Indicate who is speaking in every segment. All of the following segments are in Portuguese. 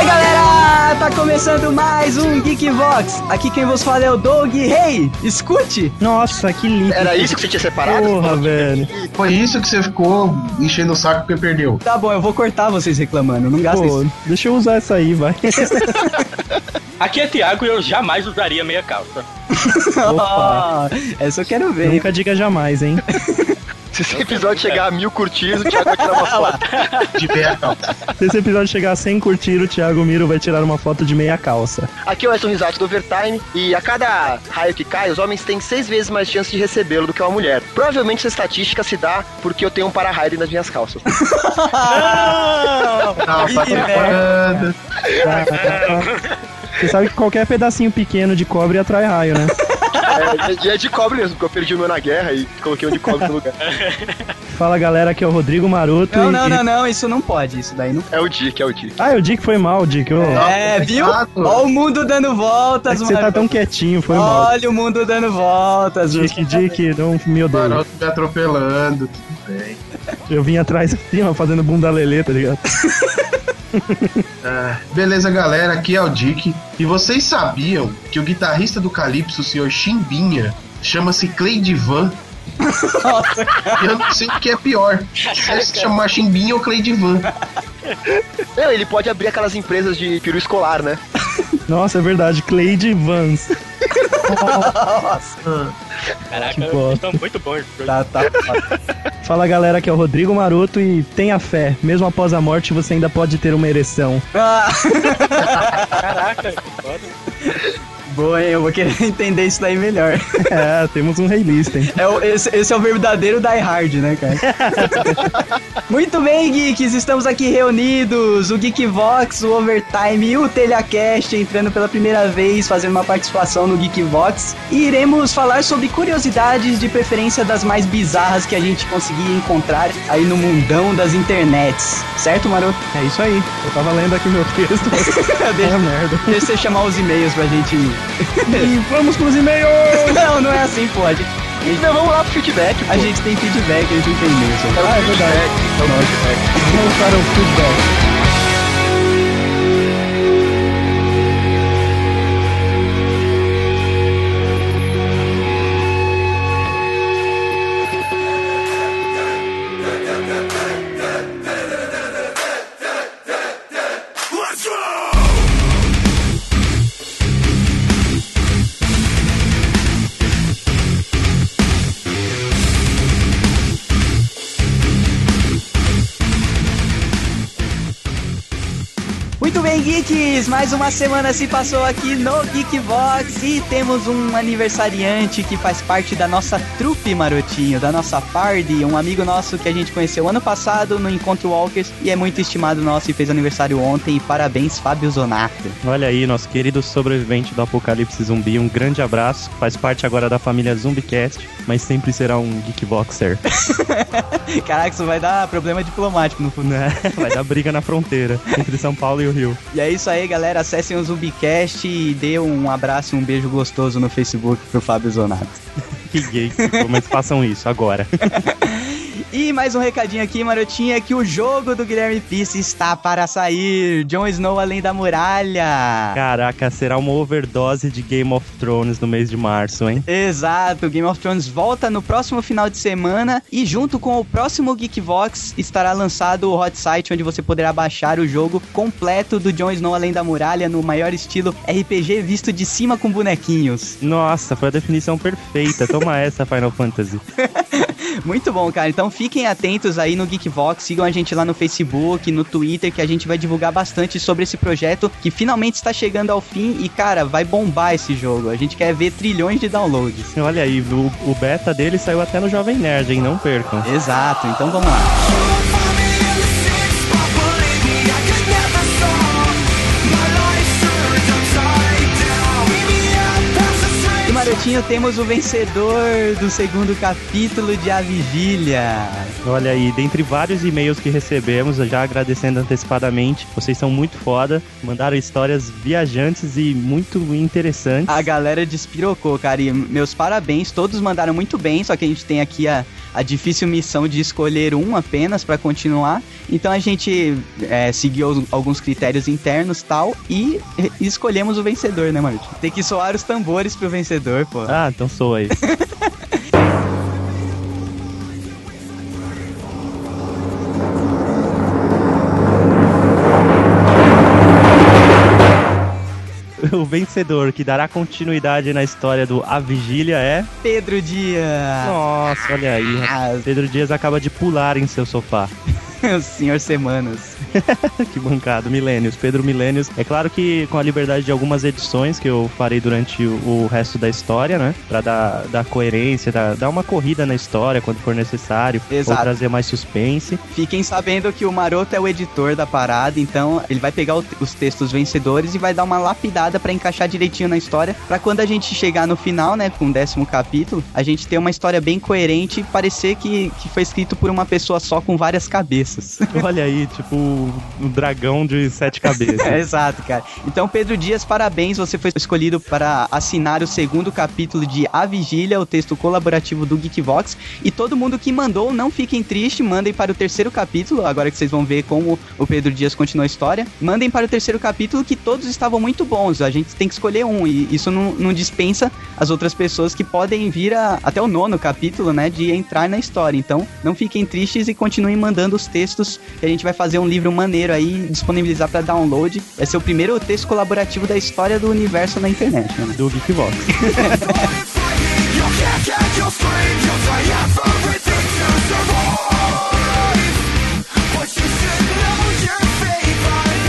Speaker 1: Está Tá começando mais um Geekvox. Aqui quem vos fala é o Doug Hey, escute!
Speaker 2: Nossa, que lindo.
Speaker 3: Era isso que você tinha separado?
Speaker 2: Porra, velho.
Speaker 4: Foi isso que você ficou enchendo o saco porque perdeu.
Speaker 1: Tá bom, eu vou cortar vocês reclamando, não gasta
Speaker 2: Pô,
Speaker 1: isso.
Speaker 2: deixa eu usar essa aí, vai.
Speaker 3: Aqui é Thiago e eu jamais usaria meia calça.
Speaker 2: Opa.
Speaker 1: Oh, essa eu quero ver. hein?
Speaker 2: Nunca diga jamais, hein?
Speaker 3: Se esse episódio chegar a mil curtidas, o Thiago vai tirar uma foto.
Speaker 4: De tá, meia calça.
Speaker 2: Se esse episódio chegar a 100 curtir, o Thiago Miro vai tirar uma foto de meia calça.
Speaker 3: Aqui é o Edson Risato do Overtime e a cada raio que cai, os homens têm seis vezes mais chance de recebê-lo do que uma mulher. Provavelmente essa estatística se dá porque eu tenho um para-raio nas minhas calças.
Speaker 4: Não,
Speaker 1: Ih,
Speaker 4: tá preparando.
Speaker 2: Tá, tá, tá. Você sabe que qualquer pedacinho pequeno de cobre atrai raio, né?
Speaker 3: É, e é de cobre mesmo, porque eu perdi o meu na guerra e coloquei um de cobre no lugar.
Speaker 2: Fala galera, aqui é o Rodrigo Maroto.
Speaker 1: Não,
Speaker 2: e-
Speaker 1: não, não, não, isso não pode, isso daí não
Speaker 3: É o Dick, é o Dick.
Speaker 2: Ah, eu digo que foi mal, Dick. Ô,
Speaker 4: É,
Speaker 1: É, viu?
Speaker 4: exato.
Speaker 1: Ó o mundo dando
Speaker 2: é
Speaker 1: voltas,
Speaker 2: que você tá tão quietinho, foi mal.
Speaker 1: Olha o mundo dando voltas, mano.
Speaker 2: Dick, Dick, não me
Speaker 4: O
Speaker 2: odeio.
Speaker 4: Maroto me tá atropelando, tudo bem.
Speaker 2: Eu vim atrás assim, ó, fazendo bunda lelê, tá ligado?
Speaker 4: Ah, beleza, galera, aqui é o Dick. E vocês sabiam que o guitarrista do Calypso, o senhor Chimbinha, chama-se Clay Divan? E Eu não sei o que é pior. Se chamar Chimbinha ou Clay Divan.
Speaker 3: Não, ele pode abrir aquelas empresas de peru escolar, né?
Speaker 2: Nossa, é verdade, Cleide Vans.
Speaker 5: Caraca,
Speaker 2: Que bosta.
Speaker 5: estão muito bons.
Speaker 1: Tá, tá.
Speaker 2: Fala galera, aqui é o Rodrigo Maroto e tenha fé, mesmo após a morte você ainda pode ter uma ereção.
Speaker 1: Ah,
Speaker 5: Caraca, que foda.
Speaker 1: boa, hein? Eu vou querer entender isso daí melhor.
Speaker 2: é, temos um rei lista, hein?
Speaker 1: É o- esse, esse é o verdadeiro Die Hard, né, cara? Muito bem, geeks, estamos aqui reunidos, o Geekvox, o Overtime e o Telhacast entrando pela primeira vez, fazendo uma participação no Geekvox. E iremos falar sobre curiosidades, de preferência das mais bizarras que a gente conseguir encontrar aí no mundão das internets. Certo, maroto?
Speaker 2: É isso aí. Eu tava lendo aqui o meu texto, mas é
Speaker 1: Deixa,
Speaker 2: merda.
Speaker 1: deixa você chamar os e-mails pra gente...
Speaker 2: E vamos pros e-mails!
Speaker 1: Não, não é assim, pô. A gente,
Speaker 3: Então vamos lá pro feedback, pô.
Speaker 1: a gente tem feedback, a gente não tem e-mail. só.
Speaker 2: Ah, é verdade. Vamos para o feedback.
Speaker 1: Muito bem, geeks! Mais uma semana se passou aqui no Geekbox e temos um aniversariante que faz parte da nossa trupe, Marotinho, da nossa party, um amigo nosso que a gente conheceu ano passado no Encontro Walkers e é muito estimado nosso e fez aniversário ontem. Parabéns, Fábio Zonato.
Speaker 6: Olha aí, nosso querido sobrevivente do Apocalipse Zumbi, um grande abraço. Faz parte agora da família Zumbicast, mas sempre será um Geekboxer,
Speaker 1: Caraca, isso vai dar problema diplomático no futuro.
Speaker 6: né? Vai dar briga na fronteira entre São Paulo e o Rio.
Speaker 1: E é isso aí, galera. Acessem o Zubicast e dê um abraço e um beijo gostoso no Facebook pro Fábio Zonato.
Speaker 6: Que gay, que ficou, mas façam isso agora.
Speaker 1: E mais um recadinho aqui, marotinha, que o jogo do Guilherme Pisse está para sair. Jon Snow Além da Muralha.
Speaker 6: Caraca, será uma overdose de Game of Thrones no mês de março, hein?
Speaker 1: Exato, Game of Thrones volta no próximo final de semana e junto com o próximo Geekvox estará lançado o hot site onde você poderá baixar o jogo completo do Jon Snow Além da Muralha no maior estilo RPG visto de cima com bonequinhos.
Speaker 6: Nossa, foi a definição perfeita. Toma essa, Final Fantasy.
Speaker 1: Muito bom, cara. Então fiquem atentos aí no Geekvox, sigam a gente lá no Facebook, no Twitter, que a gente vai divulgar bastante sobre esse projeto que finalmente está chegando ao fim e, cara, vai bombar esse jogo. A gente quer ver trilhões de downloads.
Speaker 6: Olha aí, o, o beta dele saiu até no Jovem Nerd, hein? Não percam.
Speaker 1: Exato, então vamos lá. E Marotinho, temos o vencedor do segundo capítulo de A Vigília.
Speaker 6: Olha aí, dentre vários e-mails que recebemos, já agradecendo antecipadamente, vocês são muito foda, mandaram histórias viajantes e muito interessantes.
Speaker 1: A galera despirocou, cara. E meus parabéns, todos mandaram muito bem, só que a gente tem aqui a, a difícil missão de escolher um apenas pra continuar. Então a gente é, seguiu os- alguns critérios internos tal e e- escolhemos o vencedor, né, Maruti? Tem que soar os tambores pro vencedor, pô.
Speaker 2: Ah, então sou aí. O vencedor que dará continuidade na história do A Vigília é.
Speaker 1: Pedro Dias!
Speaker 2: Nossa, olha aí. rapaz.
Speaker 1: Ah,
Speaker 2: Pedro Dias acaba de pular em seu sofá.
Speaker 1: o senhor Semanas.
Speaker 2: que bancado, Milênios. Pedro Milênios. É claro que com a liberdade de algumas edições que eu farei durante o, o resto da história, né? Pra dar, dar coerência, dar, dar uma corrida na história quando for necessário.
Speaker 1: Exato.
Speaker 2: Ou trazer mais suspense.
Speaker 1: Fiquem sabendo que o Maroto é o editor da parada, então ele vai pegar o- os textos vencedores e vai dar uma lapidada pra encaixar direitinho na história, Pra quando a gente chegar no final, né, com o décimo capítulo, a gente ter uma história bem coerente e parecer que, que foi escrito por uma pessoa só com várias cabeças.
Speaker 2: Olha aí, tipo, um dragão de sete
Speaker 1: É,
Speaker 2: cabeças.
Speaker 1: Exato, cara. Então, Pedro Dias, parabéns. Você foi escolhido para assinar o segundo capítulo de A Vigília, o texto colaborativo do Geekvox. E todo mundo que mandou, não fiquem tristes, mandem para o terceiro capítulo. Agora que vocês vão ver como o Pedro Dias continua a história, mandem para o terceiro capítulo que todos estavam muito bons. A gente tem que escolher um. E isso não, não dispensa as outras pessoas que podem vir a- até o nono capítulo, né? De entrar na história. Então, não fiquem tristes e continuem mandando os textos que a gente vai fazer um livro maneiro aí, disponibilizar pra download. Vai ser o primeiro texto colaborativo da história do universo na internet, né?
Speaker 2: Do Geekbox.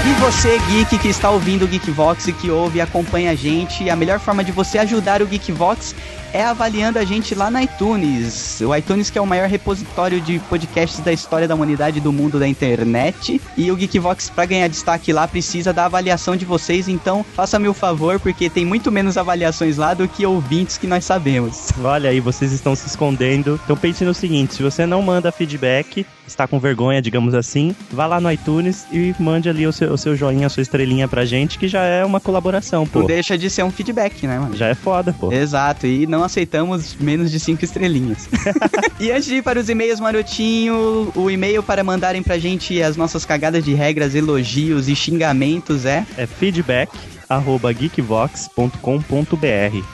Speaker 1: E você, geek, que está ouvindo o Geekvox e que ouve e acompanha a gente, a melhor forma de você ajudar o Geekvox é avaliando a gente lá no iTunes. O iTunes que é o maior repositório de podcasts da história da humanidade e do mundo da internet. E o Geekvox, para ganhar destaque lá, precisa da avaliação de vocês. Então, faça-me o favor, porque tem muito menos avaliações lá do que ouvintes que nós sabemos.
Speaker 2: Olha aí, vocês estão se escondendo. Então pense no seguinte: se você não manda feedback, está com vergonha, digamos assim, vá lá no iTunes e mande ali o seu, o seu joinha, a sua estrelinha pra gente, que já é uma colaboração,
Speaker 1: Não
Speaker 2: pô.
Speaker 1: deixa de ser um feedback, né, mano?
Speaker 2: Já é foda, pô.
Speaker 1: Exato, e não aceitamos menos de cinco estrelinhas. e antes de ir para os e-mails, Marotinho, o e-mail para mandarem pra gente as nossas cagadas de regras, elogios e xingamentos é.
Speaker 2: É feedback arroba geekvox.com.br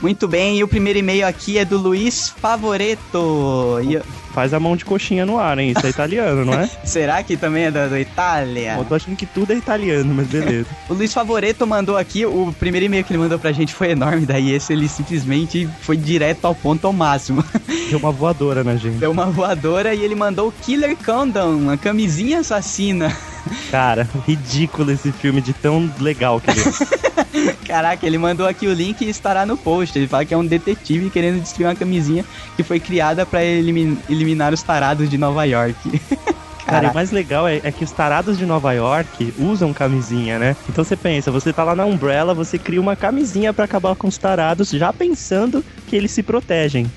Speaker 1: Muito bem, e o primeiro e-mail aqui é do Luiz Favoreto. E eu-
Speaker 2: Faz a mão de coxinha no ar, hein? Isso é italiano, não é?
Speaker 1: será que também é da, da Itália?
Speaker 2: Eu tô achando que tudo é italiano, mas beleza.
Speaker 1: O Luiz Favoreto mandou aqui, o primeiro e-mail que ele mandou pra gente foi enorme, daí esse ele simplesmente foi direto ao ponto ao máximo.
Speaker 2: Deu uma voadora na gente.
Speaker 1: Deu uma voadora e ele mandou o Killer Condom, uma camisinha assassina.
Speaker 2: Cara, ridículo esse filme de tão legal que ele é.
Speaker 1: Caraca, ele mandou aqui o link e estará no post. Ele fala que é um detetive querendo destruir uma camisinha que foi criada pra elimin- eliminar os tarados de Nova York.
Speaker 2: Cara, e o
Speaker 1: Caraca,
Speaker 2: mais legal é, é que os tarados de Nova York usam camisinha, né? Então você pensa, você tá lá na Umbrella, você cria uma camisinha pra acabar com os tarados, já pensando que eles se protegem.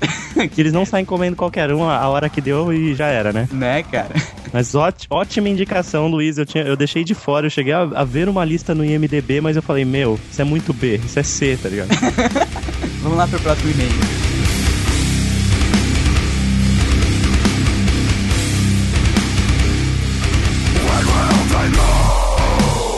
Speaker 2: que eles não saem comendo qualquer um a a hora que deu e já era, né?
Speaker 1: né, cara?
Speaker 2: Mas óti- ótima indicação, Luiz. Eu, tinha, eu deixei de fora, eu cheguei a, a ver uma lista no IMDB, mas eu falei, meu, isso é muito B, isso é C, tá ligado?
Speaker 1: Vamos lá pro próximo e-mail.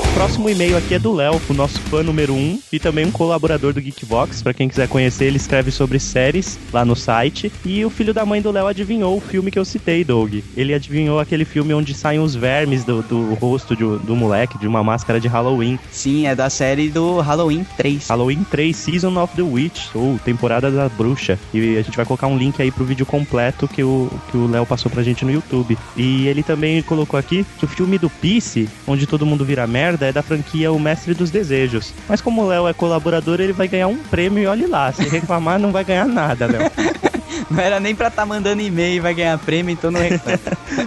Speaker 2: O próximo e-mail aqui é do Léo, o nosso fã número um e também um colaborador do Geekbox. Pra quem quiser conhecer, ele escreve sobre séries lá no site. E o filho da mãe do Léo adivinhou o filme que eu citei, Doug. Ele adivinhou aquele filme onde saem os vermes do, do rosto de um- do moleque, de uma máscara de Halloween.
Speaker 1: Sim, é da série do Halloween 3.
Speaker 2: Halloween 3 Season of the Witch, ou Temporada da Bruxa. E a gente vai colocar um link aí pro vídeo completo que o que o Léo passou pra gente no YouTube. E ele também colocou aqui que o filme do Peace, onde todo mundo vira merda, é da franquia O Mestre dos Desejos. Mas como o Léo é colaborador, ele vai ganhar um prêmio e olhe lá. Se reclamar, não vai ganhar nada, Léo.
Speaker 1: Não era nem pra tá mandando e-mail e vai ganhar prêmio, então não reclama.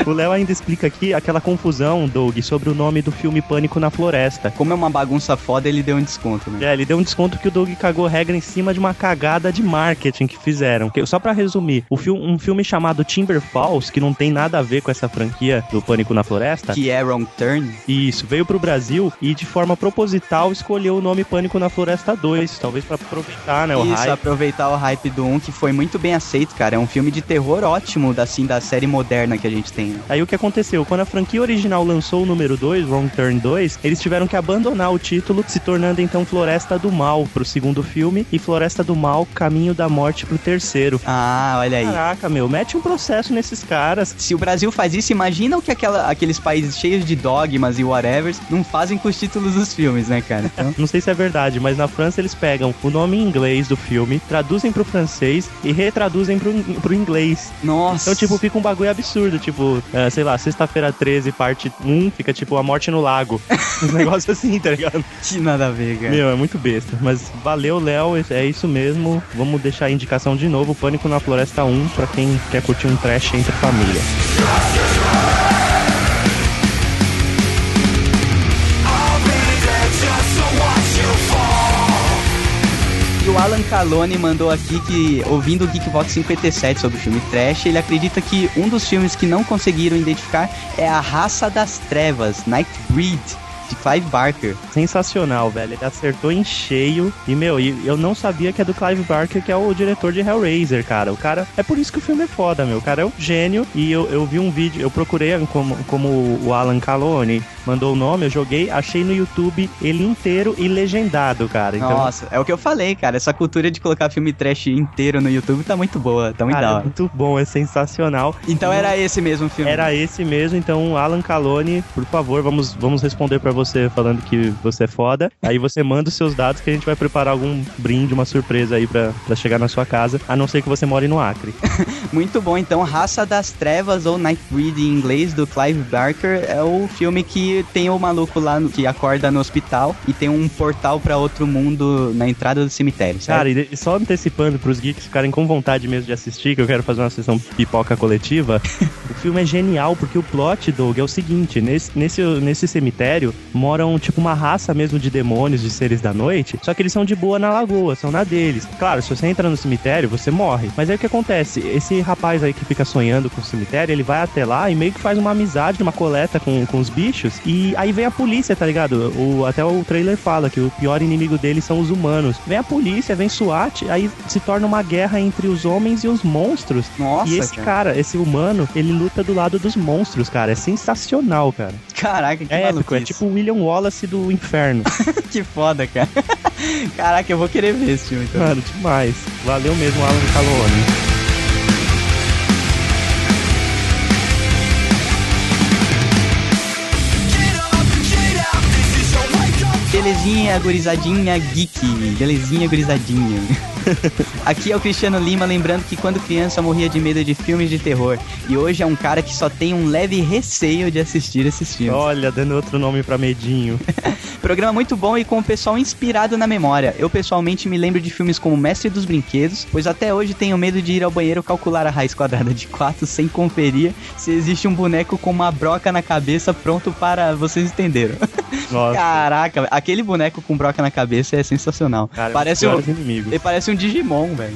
Speaker 2: O Léo ainda explica aqui aquela confusão, Doug, sobre o nome do filme Pânico na Floresta.
Speaker 1: Como é uma bagunça foda, ele deu um desconto, né?
Speaker 2: É, ele deu um desconto que o Doug cagou regra em cima de uma cagada de marketing que fizeram. Que- Só pra resumir, o fil- um filme chamado Timber Falls, que não tem nada a ver com essa franquia do Pânico na Floresta,
Speaker 1: Que é Wrong Turn.
Speaker 2: isso, veio pro Brasil e de forma proposital escolheu o nome Pânico na Floresta 2, talvez pra aproveitar, né, o
Speaker 1: Isso,
Speaker 2: hype.
Speaker 1: aproveitar o hype do 1, que foi muito bem perfeito, cara. É um filme de terror ótimo, da, assim, da série moderna que a gente tem. né?
Speaker 2: Aí o que aconteceu? Quando a franquia original lançou o número 2, Wrong Turn 2, eles tiveram que abandonar o título, se tornando então Floresta do Mal pro segundo filme e Floresta do Mal Caminho da Morte pro terceiro.
Speaker 1: Ah, olha aí.
Speaker 2: Caraca, meu, mete um processo nesses caras.
Speaker 1: Se o Brasil faz isso, imagina o que aquela- aqueles países cheios de dogmas e whatevers não fazem com os títulos dos filmes, né, cara? Então,
Speaker 2: Não sei se é verdade, mas na França eles pegam o nome em inglês do filme, traduzem pro francês e retraduzem pro, pro inglês.
Speaker 1: nossa.
Speaker 2: Então, tipo, fica um bagulho absurdo. Tipo, ah, sei lá, sexta-feira 13, parte 1, fica tipo A Morte no Lago. Um negócio assim, tá ligado?
Speaker 1: que nada a ver, cara.
Speaker 2: Meu, é muito besta. Mas valeu, Léo. É isso mesmo. Vamos deixar a indicação de novo: Pânico na Floresta 1 pra quem quer curtir um trash entre família.
Speaker 1: E o Alan Calone mandou aqui que, ouvindo o Geekbox 57 sobre o filme Trash, ele acredita que um dos filmes que não conseguiram identificar é A Raça das Trevas, Nightbreed, de Clive Barker.
Speaker 2: Sensacional, velho. Ele acertou em cheio. E, meu, e eu não sabia que é do Clive Barker, que é o diretor de Hellraiser, cara. O cara. É por isso que o filme é foda, meu. O cara é um gênio. E eu, eu vi um vídeo, eu procurei como, como o Alan Calone mandou o nome, eu joguei, achei no YouTube ele inteiro e legendado, cara. Então,
Speaker 1: Nossa, é o que eu falei, cara. Essa cultura de colocar filme trash inteiro no YouTube tá muito boa, tá muito
Speaker 2: cara,
Speaker 1: da
Speaker 2: é
Speaker 1: hora.
Speaker 2: muito bom, é sensacional.
Speaker 1: Então era esse mesmo o filme.
Speaker 2: Era esse mesmo, então Alan Calone, por favor, vamos, vamos responder pra você falando que você é foda. Aí você manda os seus dados que a gente vai preparar algum brinde, uma surpresa aí pra, pra chegar na sua casa, a não ser que você more no Acre.
Speaker 1: Muito bom, então Raça das Trevas ou Nightbreed em inglês do Clive Barker é o filme que tem o maluco lá no- que acorda no hospital e tem um portal pra outro mundo na entrada do cemitério,
Speaker 2: Cara,
Speaker 1: sabe?
Speaker 2: e de- só antecipando pros geeks ficarem com vontade mesmo de assistir, que eu quero fazer uma sessão pipoca coletiva. o filme é genial, porque o plot, Doug, é o seguinte: nesse, nesse, nesse cemitério moram, tipo, uma raça mesmo de demônios, de seres da noite, só que eles são de boa na lagoa, são na deles. Claro, se você entra no cemitério, você morre. Mas aí o que acontece? Esse rapaz aí que fica sonhando com o cemitério, ele vai até lá e meio que faz uma amizade, uma coleta com, com os bichos, e aí vem a polícia, tá ligado? O, até o trailer fala que o pior inimigo deles são os humanos. Vem a polícia, vem SWAT, aí se torna uma guerra entre os homens e os monstros.
Speaker 1: Nossa,
Speaker 2: e esse cara, esse humano, ele luta do lado dos monstros, cara. É sensacional, cara.
Speaker 1: Caraca, que
Speaker 2: É épico,
Speaker 1: maluco
Speaker 2: é tipo o William Wallace do inferno.
Speaker 1: que foda, cara. Caraca, eu vou querer ver esse filme então.
Speaker 2: Mano, demais. Valeu mesmo, Alan Calone.
Speaker 1: Belezinha, gurizadinha, geek. Belezinha, gurizadinha. Aqui é o Cristiano Lima lembrando que quando criança morria de medo de filmes de terror e hoje é um cara que só tem um leve receio de assistir esses filmes.
Speaker 2: Olha, dando outro nome pra Medinho.
Speaker 1: Programa muito bom e com o pessoal inspirado na memória. Eu pessoalmente me lembro de filmes como Mestre dos Brinquedos, pois até hoje tenho medo de ir ao banheiro calcular a raiz quadrada de 4 sem conferir se existe um boneco com uma broca na cabeça pronto para vocês entenderam.
Speaker 2: Nossa,
Speaker 1: Caraca, aquele boneco com broca na cabeça é sensacional.
Speaker 2: cara,
Speaker 1: parece um,
Speaker 2: piores inimigos.
Speaker 1: ele parece um Digimon, velho.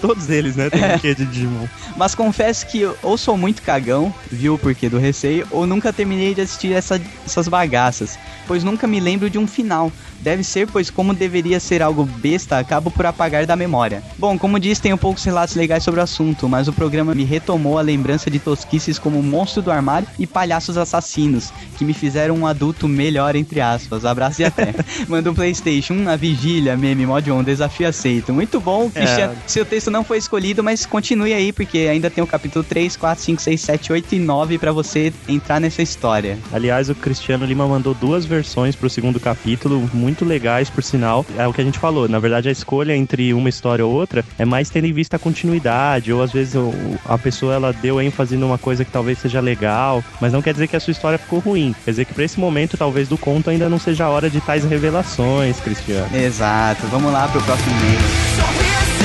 Speaker 2: Todos eles, né? Tem
Speaker 1: É.
Speaker 2: um quê de Digimon.
Speaker 1: Mas confesso que eu ou sou muito cagão, viu o porquê do receio, ou nunca terminei de assistir essa- essas bagaças, pois nunca me lembro de um final. Deve ser, pois como deveria ser algo besta, acabo por apagar da memória. Bom, como diz, tenho poucos relatos legais sobre o assunto, mas o programa me retomou a lembrança de tosquices como o Monstro do Armário e Palhaços Assassinos, que me fizeram um adulto melhor, entre aspas. Abraço e até. Manda um Playstation, a vigília, meme, mod on, desafio aceito. Muito bom, Cristiano. Seu texto não foi escolhido, mas continue aí, porque ainda tem o capítulo 3, 4, 5, 6, 7, 8 e 9 pra você entrar nessa história.
Speaker 2: Aliás, o Cristiano Lima mandou duas versões pro segundo capítulo, muito legais, por sinal. É o que a gente falou, na verdade a escolha entre uma história ou outra é mais tendo em vista a continuidade, ou às vezes o- a pessoa ela deu ênfase numa coisa que talvez seja legal, mas não quer dizer que a sua história ficou ruim. Quer dizer que pra esse momento, talvez do conto ainda não seja a hora de tais revelações, Cristiano.
Speaker 1: Exato, vamos lá pro próximo e-mail.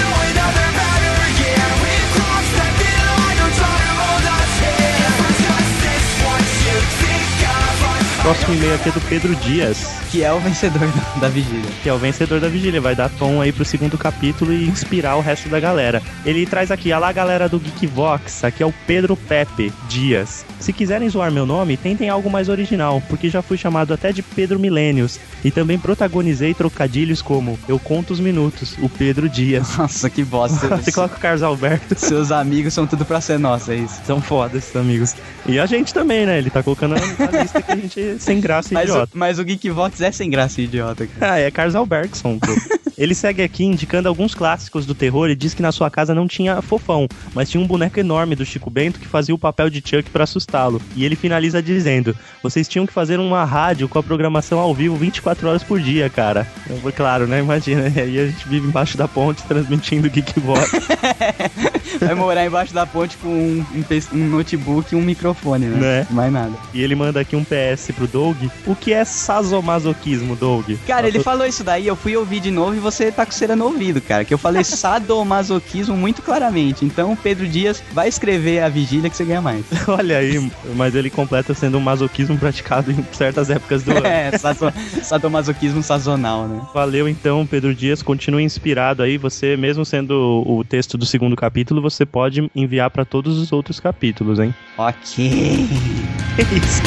Speaker 2: próximo e-mail aqui é do Pedro Dias,
Speaker 1: Que é o vencedor da, da vigília.
Speaker 2: que é o vencedor da vigília. Vai dar tom aí pro segundo capítulo e inspirar o resto da galera. Ele traz aqui, alá galera do Geekvox, aqui é o Pedro Pepe Dias. Se quiserem zoar meu nome, tentem algo mais original, porque já fui chamado até de Pedro Milênios e também protagonizei trocadilhos como Eu Conto os Minutos, o Pedro Dias.
Speaker 1: Nossa, que bosta.
Speaker 2: Você coloca o Carlos Alberto.
Speaker 1: Seus amigos são tudo pra ser nossa, é isso.
Speaker 2: São foda esses amigos. E a gente também, né? Ele tá colocando na na lista que a gente é sem graça e
Speaker 1: Mas o,
Speaker 2: idiota.
Speaker 1: mas o Geekvox é sem graça, idiota. Cara.
Speaker 2: Ah, é Carlos Albertson, pô. Ele segue aqui indicando alguns clássicos do terror e diz que na sua casa não tinha fofão, mas tinha um boneco enorme do Chico Bento que fazia o papel de Chuck pra assustá-lo. E ele finaliza dizendo: Vocês tinham que fazer uma rádio com a programação ao vivo 24 horas por dia, cara. Eu falei, Claro, né? Imagina. E aí a gente vive embaixo da ponte transmitindo Geekbox,
Speaker 1: Vai morar embaixo da ponte com um, um pes- um notebook e um microfone, né?
Speaker 2: Né?
Speaker 1: Mais nada.
Speaker 2: E ele manda aqui um PS pro Doug. O que é sazomasoquismo, Doug?
Speaker 1: Cara, ele
Speaker 2: Nossa,
Speaker 1: falou isso daí, eu fui ouvir de novo e você tá com cera no ouvido, cara. Que eu falei sadomasoquismo muito claramente. Então, Pedro Dias vai escrever a vigília que você ganha mais.
Speaker 2: Olha aí, mas ele completa sendo um masoquismo praticado em certas épocas do ano.
Speaker 1: É, sazo- sadomasoquismo sazonal, né?
Speaker 2: Valeu então, Pedro Dias, continue inspirado aí. Você, mesmo sendo o texto do segundo capítulo, você pode enviar pra todos os outros capítulos, hein?
Speaker 1: Ok.
Speaker 2: É isso.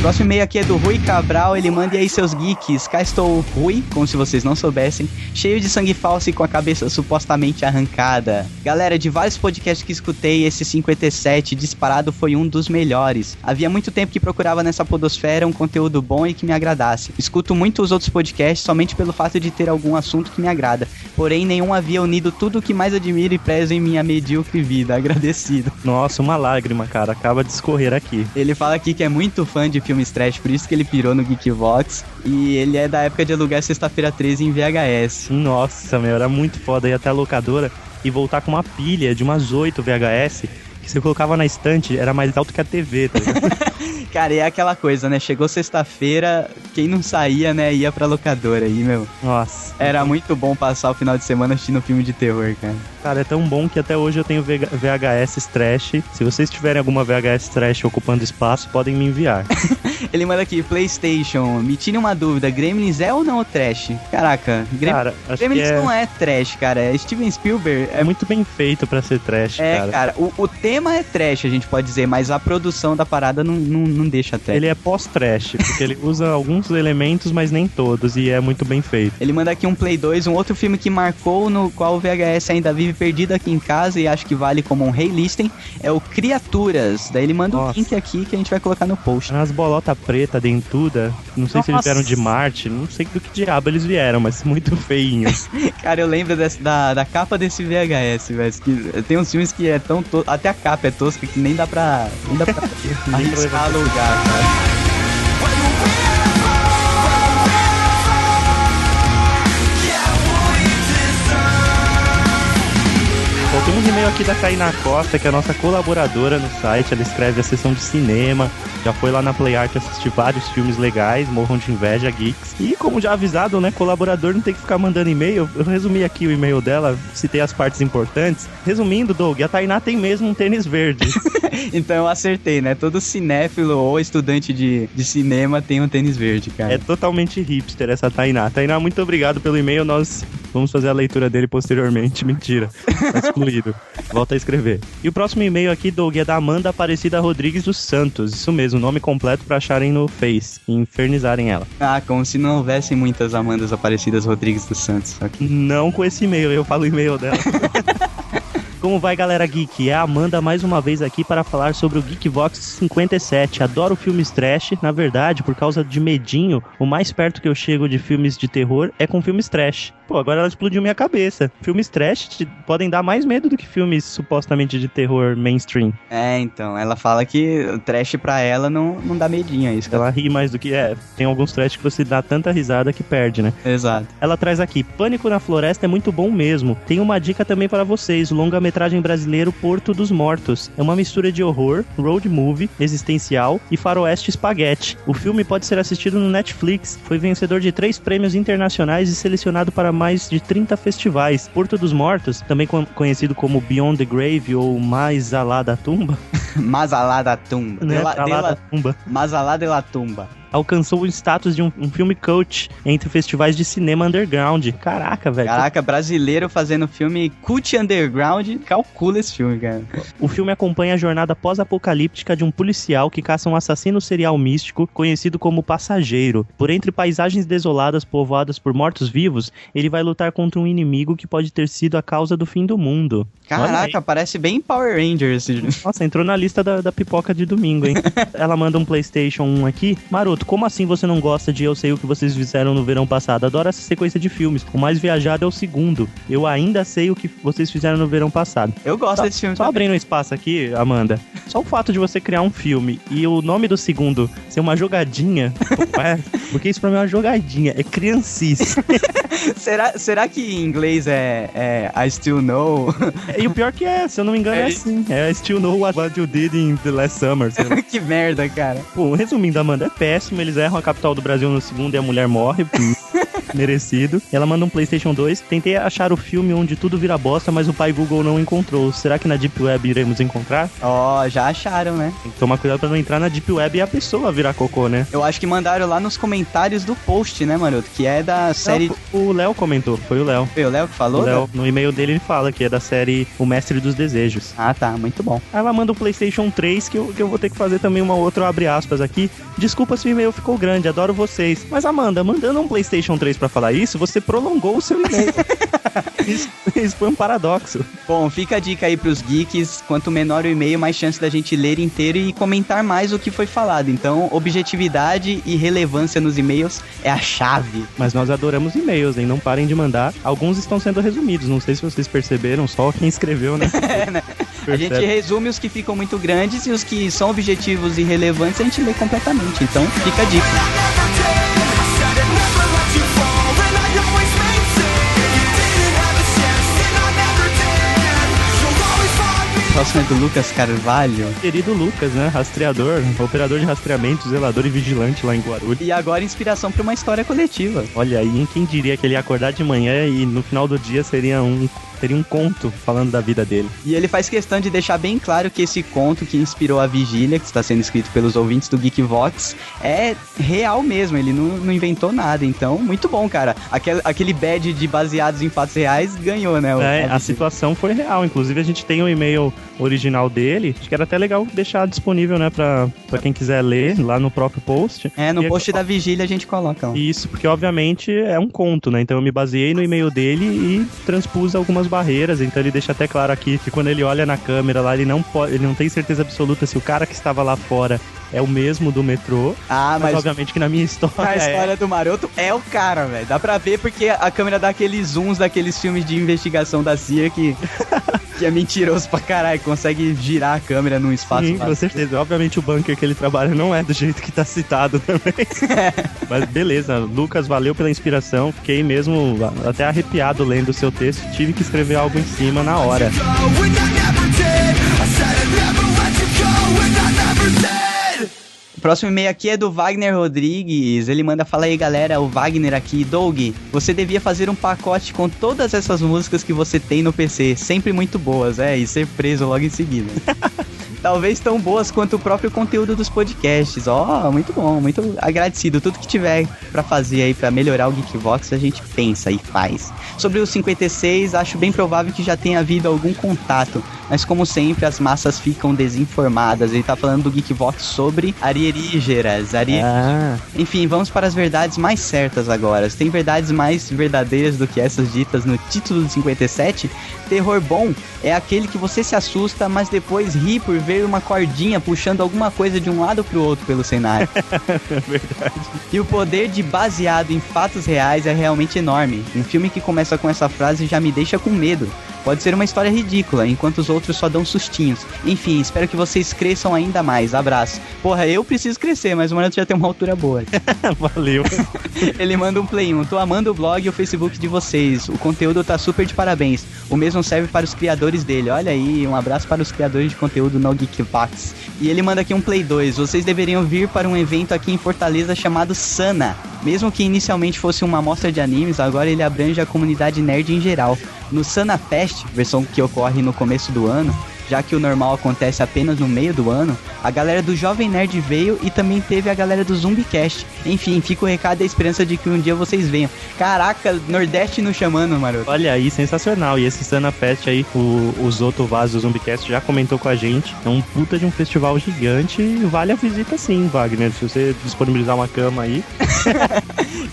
Speaker 1: Próximo e-mail aqui é do Rui Cabral, ele manda e aí seus geeks. Cá estou Rui, como se vocês não soubessem, cheio de sangue falso e com a cabeça supostamente arrancada. Galera, de vários podcasts que escutei, esse 57 disparado foi um dos melhores. Havia muito tempo que procurava nessa podosfera um conteúdo bom e que me agradasse. Escuto muito os outros podcasts somente pelo fato de ter algum assunto que me agrada, porém nenhum havia unido tudo o que mais admiro e prezo em minha medíocre vida. Agradecido.
Speaker 2: Nossa, uma lágrima, cara, acaba de escorrer aqui.
Speaker 1: Ele fala aqui que é muito fã de filmes trash, por isso que ele pirou no Geekbox. E ele é da época de alugar Sexta-feira 13 em VHS.
Speaker 2: Nossa, meu, era muito foda ir até a locadora e voltar com uma pilha de umas 8 VHS que você colocava na estante, era mais alto que a TV, tá ligado?
Speaker 1: Cara, e é aquela coisa, né? Chegou sexta-feira, quem não saía, né, ia pra locadora aí, meu.
Speaker 2: Nossa.
Speaker 1: Era muito bom passar o final de semana assistindo filme de terror, cara.
Speaker 2: Cara, é tão bom que até hoje eu tenho VH VHS trash. Se vocês tiverem alguma VHS trash ocupando espaço, podem me enviar.
Speaker 1: Ele manda aqui, Playstation, me tire uma dúvida, Gremlins é ou não o trash? Caraca, Grem...
Speaker 2: Cara, acho que
Speaker 1: Gremlins
Speaker 2: é,
Speaker 1: não é trash, cara. É Steven Spielberg
Speaker 2: é muito bem feito pra ser trash,
Speaker 1: é...
Speaker 2: cara.
Speaker 1: cara, o, o tema é trash, a gente pode dizer, mas a produção da parada não, não, não deixa trash.
Speaker 2: Ele é pós-trash, porque ele usa alguns elementos, mas nem todos, e é muito bem feito.
Speaker 1: Ele manda aqui um Play 2, um outro filme que marcou, no qual o VHS ainda vive perdido aqui em casa e acho que vale como um rei listing, é o Criaturas. Daí ele manda um
Speaker 2: Nossa.
Speaker 1: link aqui que a gente vai colocar no post.
Speaker 2: As bolotas preta, dentuda, não sei se eles
Speaker 1: Nossa.
Speaker 2: vieram de Marte, não sei do que diabo eles vieram, mas muito feinho.
Speaker 1: Cara, eu lembro desse- da, da capa desse VHS, velho. que Tem uns filmes que é tão to... Até a capa é tosca que nem dá pra. Nem dá pra arriscar alugar, cara.
Speaker 2: Bom, tem um e-mail aqui da Karina Costa, que é a nossa colaboradora no site. Ela escreve a sessão de cinema, já foi lá na Play Art assistir vários filmes legais, morram de inveja, geeks. E como já avisado, né, colaborador não tem que ficar mandando e-mail. Eu resumi aqui o e-mail dela, citei as partes importantes. Resumindo, Doug, a Tainá tem mesmo um tênis verde.
Speaker 1: Então eu acertei, né? Todo cinéfilo ou estudante de, de cinema tem um tênis verde, cara.
Speaker 2: é totalmente hipster essa Tainá. Tainá, muito obrigado pelo e-mail. Nós vamos fazer a leitura dele posteriormente. Mentira. Tá excluído. Volta a escrever. E o próximo e-mail aqui, Doug, é da Amanda Aparecida Rodrigues dos Santos. Isso mesmo, nome completo pra acharem no Face e infernizarem ela.
Speaker 1: Ah, como se não houvessem muitas Amandas Aparecidas Rodrigues dos Santos. Ok.
Speaker 2: Não com esse e-mail, eu falo o e-mail dela. Como vai, galera geek? É a Amanda mais uma vez aqui para falar sobre o Geekvox 57. Adoro filmes trash. Na verdade, por causa de medinho, o mais perto que eu chego de filmes de terror é com filmes trash. Pô, agora ela explodiu minha cabeça. Filmes trash te- podem dar mais medo do que filmes supostamente de terror mainstream.
Speaker 1: É, então, ela fala que o trash pra ela não, não dá medinho, é isso que ela...
Speaker 2: Ela ri mais do que é. Tem alguns trash que você dá tanta risada que perde, né?
Speaker 1: Exato.
Speaker 2: Ela traz aqui: Pânico na Floresta é muito bom mesmo. Tem uma dica também para vocês: o longa curta-metragem brasileiro Porto dos Mortos. É uma mistura de horror, road movie, existencial e faroeste espaguete. O filme pode ser assistido no Netflix. Foi vencedor de três prêmios internacionais e selecionado para mais de 30 festivais. Porto dos Mortos, também con- conhecido como Beyond the Grave ou Mais Alá da Tumba,
Speaker 1: Masalá da tumba.
Speaker 2: né?
Speaker 1: Dela,
Speaker 2: Alá da
Speaker 1: dela,
Speaker 2: Tumba.
Speaker 1: Masalá de la tumba.
Speaker 2: Alcançou o status de um, um filme coach entre festivais de cinema underground. Caraca, velho.
Speaker 1: Caraca, brasileiro fazendo filme cult underground, calcula esse filme, cara.
Speaker 2: O filme acompanha a jornada pós-apocalíptica de um policial que caça um assassino serial místico conhecido como Passageiro. Por entre paisagens desoladas povoadas por mortos-vivos, ele vai lutar contra um inimigo que pode ter sido a causa do fim do mundo. Olha
Speaker 1: Caraca, parece bem Power Rangers. esse filme.
Speaker 2: Nossa, entrou na lista da, da pipoca de domingo, hein? Ela manda um PlayStation 1 aqui. Maroto, como assim você não gosta de Eu Sei O Que Vocês Fizeram no Verão Passado? Adoro essa sequência de filmes. O mais viajado é o segundo. Eu ainda sei o que vocês fizeram no verão passado.
Speaker 1: Eu gosto
Speaker 2: Só-
Speaker 1: desse filme.
Speaker 2: Só
Speaker 1: também.
Speaker 2: abrindo um espaço aqui, Amanda. Só o fato de você criar um filme e o nome do segundo ser uma jogadinha, pô, é, porque isso pra mim é uma jogadinha, é criancice.
Speaker 1: Será, será que em inglês é, é I Still Know?
Speaker 2: E o pior que é, se eu não me engano, é,
Speaker 7: É isso.
Speaker 2: assim. É Still Know What, What You Did in the Last Summer. sei lá.
Speaker 1: que merda, cara.
Speaker 2: Bom, resumindo, Amanda é péssimo, eles erram a capital do Brasil no segundo e a mulher morre. pum, Merecido. Ela manda um PlayStation 2. Tentei achar o filme onde tudo vira bosta, mas o pai Google não encontrou. Será que na Deep Web iremos encontrar?
Speaker 1: Ó, já acharam, né?
Speaker 2: Tem que tomar cuidado pra não entrar na Deep Web e a pessoa virar cocô, né?
Speaker 1: Eu acho que mandaram lá nos comentários do post, né, Maroto? Que é da série.
Speaker 2: Não, o Léo comentou, foi o Léo.
Speaker 1: Foi o Léo que
Speaker 2: O
Speaker 1: falou? né?
Speaker 2: Léo, no e-mail dele, ele fala que é da série O Mestre dos Desejos.
Speaker 1: Ah, tá, muito bom.
Speaker 2: Aí Ela manda o PlayStation 3, que eu, que eu vou ter que fazer também uma outra abre aspas aqui. Desculpa se o e-mail ficou grande, adoro vocês. Mas Amanda, mandando um PlayStation 3 pra falar isso, você prolongou o seu e-mail. isso, isso foi um paradoxo.
Speaker 1: Bom, fica a dica aí pros geeks. Quanto menor o e-mail, mais chance da gente ler inteiro e comentar mais o que foi falado. Então, objetividade e relevância nos e-mails é a chave.
Speaker 2: Mas nós adoramos e-mails, hein? Não parem de mandar. Alguns estão sendo resumidos, não sei se vocês perceberam, só quem escreveu, né?
Speaker 1: É, A gente
Speaker 2: Percebe.
Speaker 1: resume os que ficam muito grandes e os que são objetivos e relevantes a gente lê completamente. Então, fica a dica. Próximo é do Lucas Carvalho.
Speaker 2: Querido Lucas, né? Rastreador, operador de rastreamento, zelador e vigilante lá em Guarulhos.
Speaker 1: E agora, inspiração pra uma história coletiva.
Speaker 2: Olha aí, hein? quem diria que ele ia acordar de manhã e no final do dia seria um, seria um conto falando da vida dele.
Speaker 1: E ele faz questão de deixar bem claro que esse conto que inspirou a vigília, que está sendo escrito pelos ouvintes do Geekvox, é real mesmo, ele não, não inventou nada. Então, muito bom, cara. Aquele, aquele badge de baseados em fatos reais ganhou, né? o-
Speaker 2: É,
Speaker 1: a
Speaker 2: a
Speaker 1: vigília.
Speaker 2: situação foi real. Inclusive, a gente tem o e-mail original dele. Acho que era até legal deixar disponível, né, pra, pra quem quiser ler lá no próprio post.
Speaker 1: É, no
Speaker 2: E-
Speaker 1: post da vigília a gente coloca. ó.
Speaker 2: Isso, porque obviamente é um conto, né? Então eu me baseei no e-mail dele e transpus algumas barreiras. Então ele deixa até claro aqui que quando ele olha na câmera lá, ele não pode, ele não tem certeza absoluta se o cara que estava lá fora é o mesmo do metrô.
Speaker 1: Ah,
Speaker 2: Mas,
Speaker 1: mas
Speaker 2: obviamente que na minha história.
Speaker 1: A
Speaker 2: é.
Speaker 1: história do Maroto é o cara, velho. Dá pra ver porque a câmera dá aqueles zooms daqueles filmes de investigação da CIA que, que é mentiroso pra caralho. Consegue girar a câmera num espaço.
Speaker 2: Sim, com
Speaker 1: vazio.
Speaker 2: certeza. Obviamente o bunker que ele trabalha não é do jeito que tá citado também. Mas beleza, Lucas, valeu pela inspiração. Fiquei mesmo até arrepiado lendo o seu texto. Tive que escrever algo em cima na hora.
Speaker 1: O próximo e-mail aqui é do Wagner Rodrigues. Ele manda fala aí, galera. O Wagner aqui, Doug, você devia fazer um pacote com todas essas músicas que você tem no PC, sempre muito boas, é, e ser preso logo em seguida. Talvez tão boas quanto o próprio conteúdo dos podcasts. Ó, muito bom, muito agradecido. Tudo que tiver pra fazer aí pra melhorar o Geekvox, a gente pensa e faz. Sobre o 56, acho bem provável que já tenha havido algum contato, mas como sempre, as massas ficam desinformadas. Ele tá falando do Geekvox sobre arierígeras. Ari...
Speaker 2: Ah,
Speaker 1: Enfim, vamos para as verdades mais certas agora. Tem verdades mais verdadeiras do que essas ditas no título do 57? Terror bom é aquele que você se assusta, mas depois ri por ver uma cordinha puxando alguma coisa de um lado pro outro pelo cenário. E o poder de baseado em fatos reais é realmente enorme. Um filme que começa com essa frase já me deixa com medo. Pode ser uma história ridícula, enquanto os outros só dão sustinhos. Enfim, espero que vocês cresçam ainda mais. Abraço. Porra, eu preciso crescer, mas o Maroto já tem uma altura boa.
Speaker 2: valeu.
Speaker 1: um. Ele manda um play 1. Tô amando o blog e o Facebook de vocês. O conteúdo tá super de parabéns. O mesmo serve para os criadores dele. Olha aí, um abraço para os criadores de conteúdo no Geekbox. E ele manda aqui um Play 2. Vocês deveriam vir para um evento aqui em Fortaleza chamado Sana. Mesmo que inicialmente fosse uma amostra de animes, agora ele abrange a comunidade nerd em geral. No Sana Fest, versão que ocorre no começo do ano, já que o normal acontece apenas no meio do ano, a galera do Jovem Nerd veio e também teve a galera do Zumbicast. Enfim, fica o recado e a esperança de que um dia vocês venham. Caraca, Nordeste nos chamando, maroto.
Speaker 6: Olha aí, sensacional. E esse Sana Fest aí, o, o Zoto Vaz do Zumbicast já comentou com a gente. É um puta de um festival gigante e vale a visita sim, Wagner. Se você disponibilizar uma cama aí.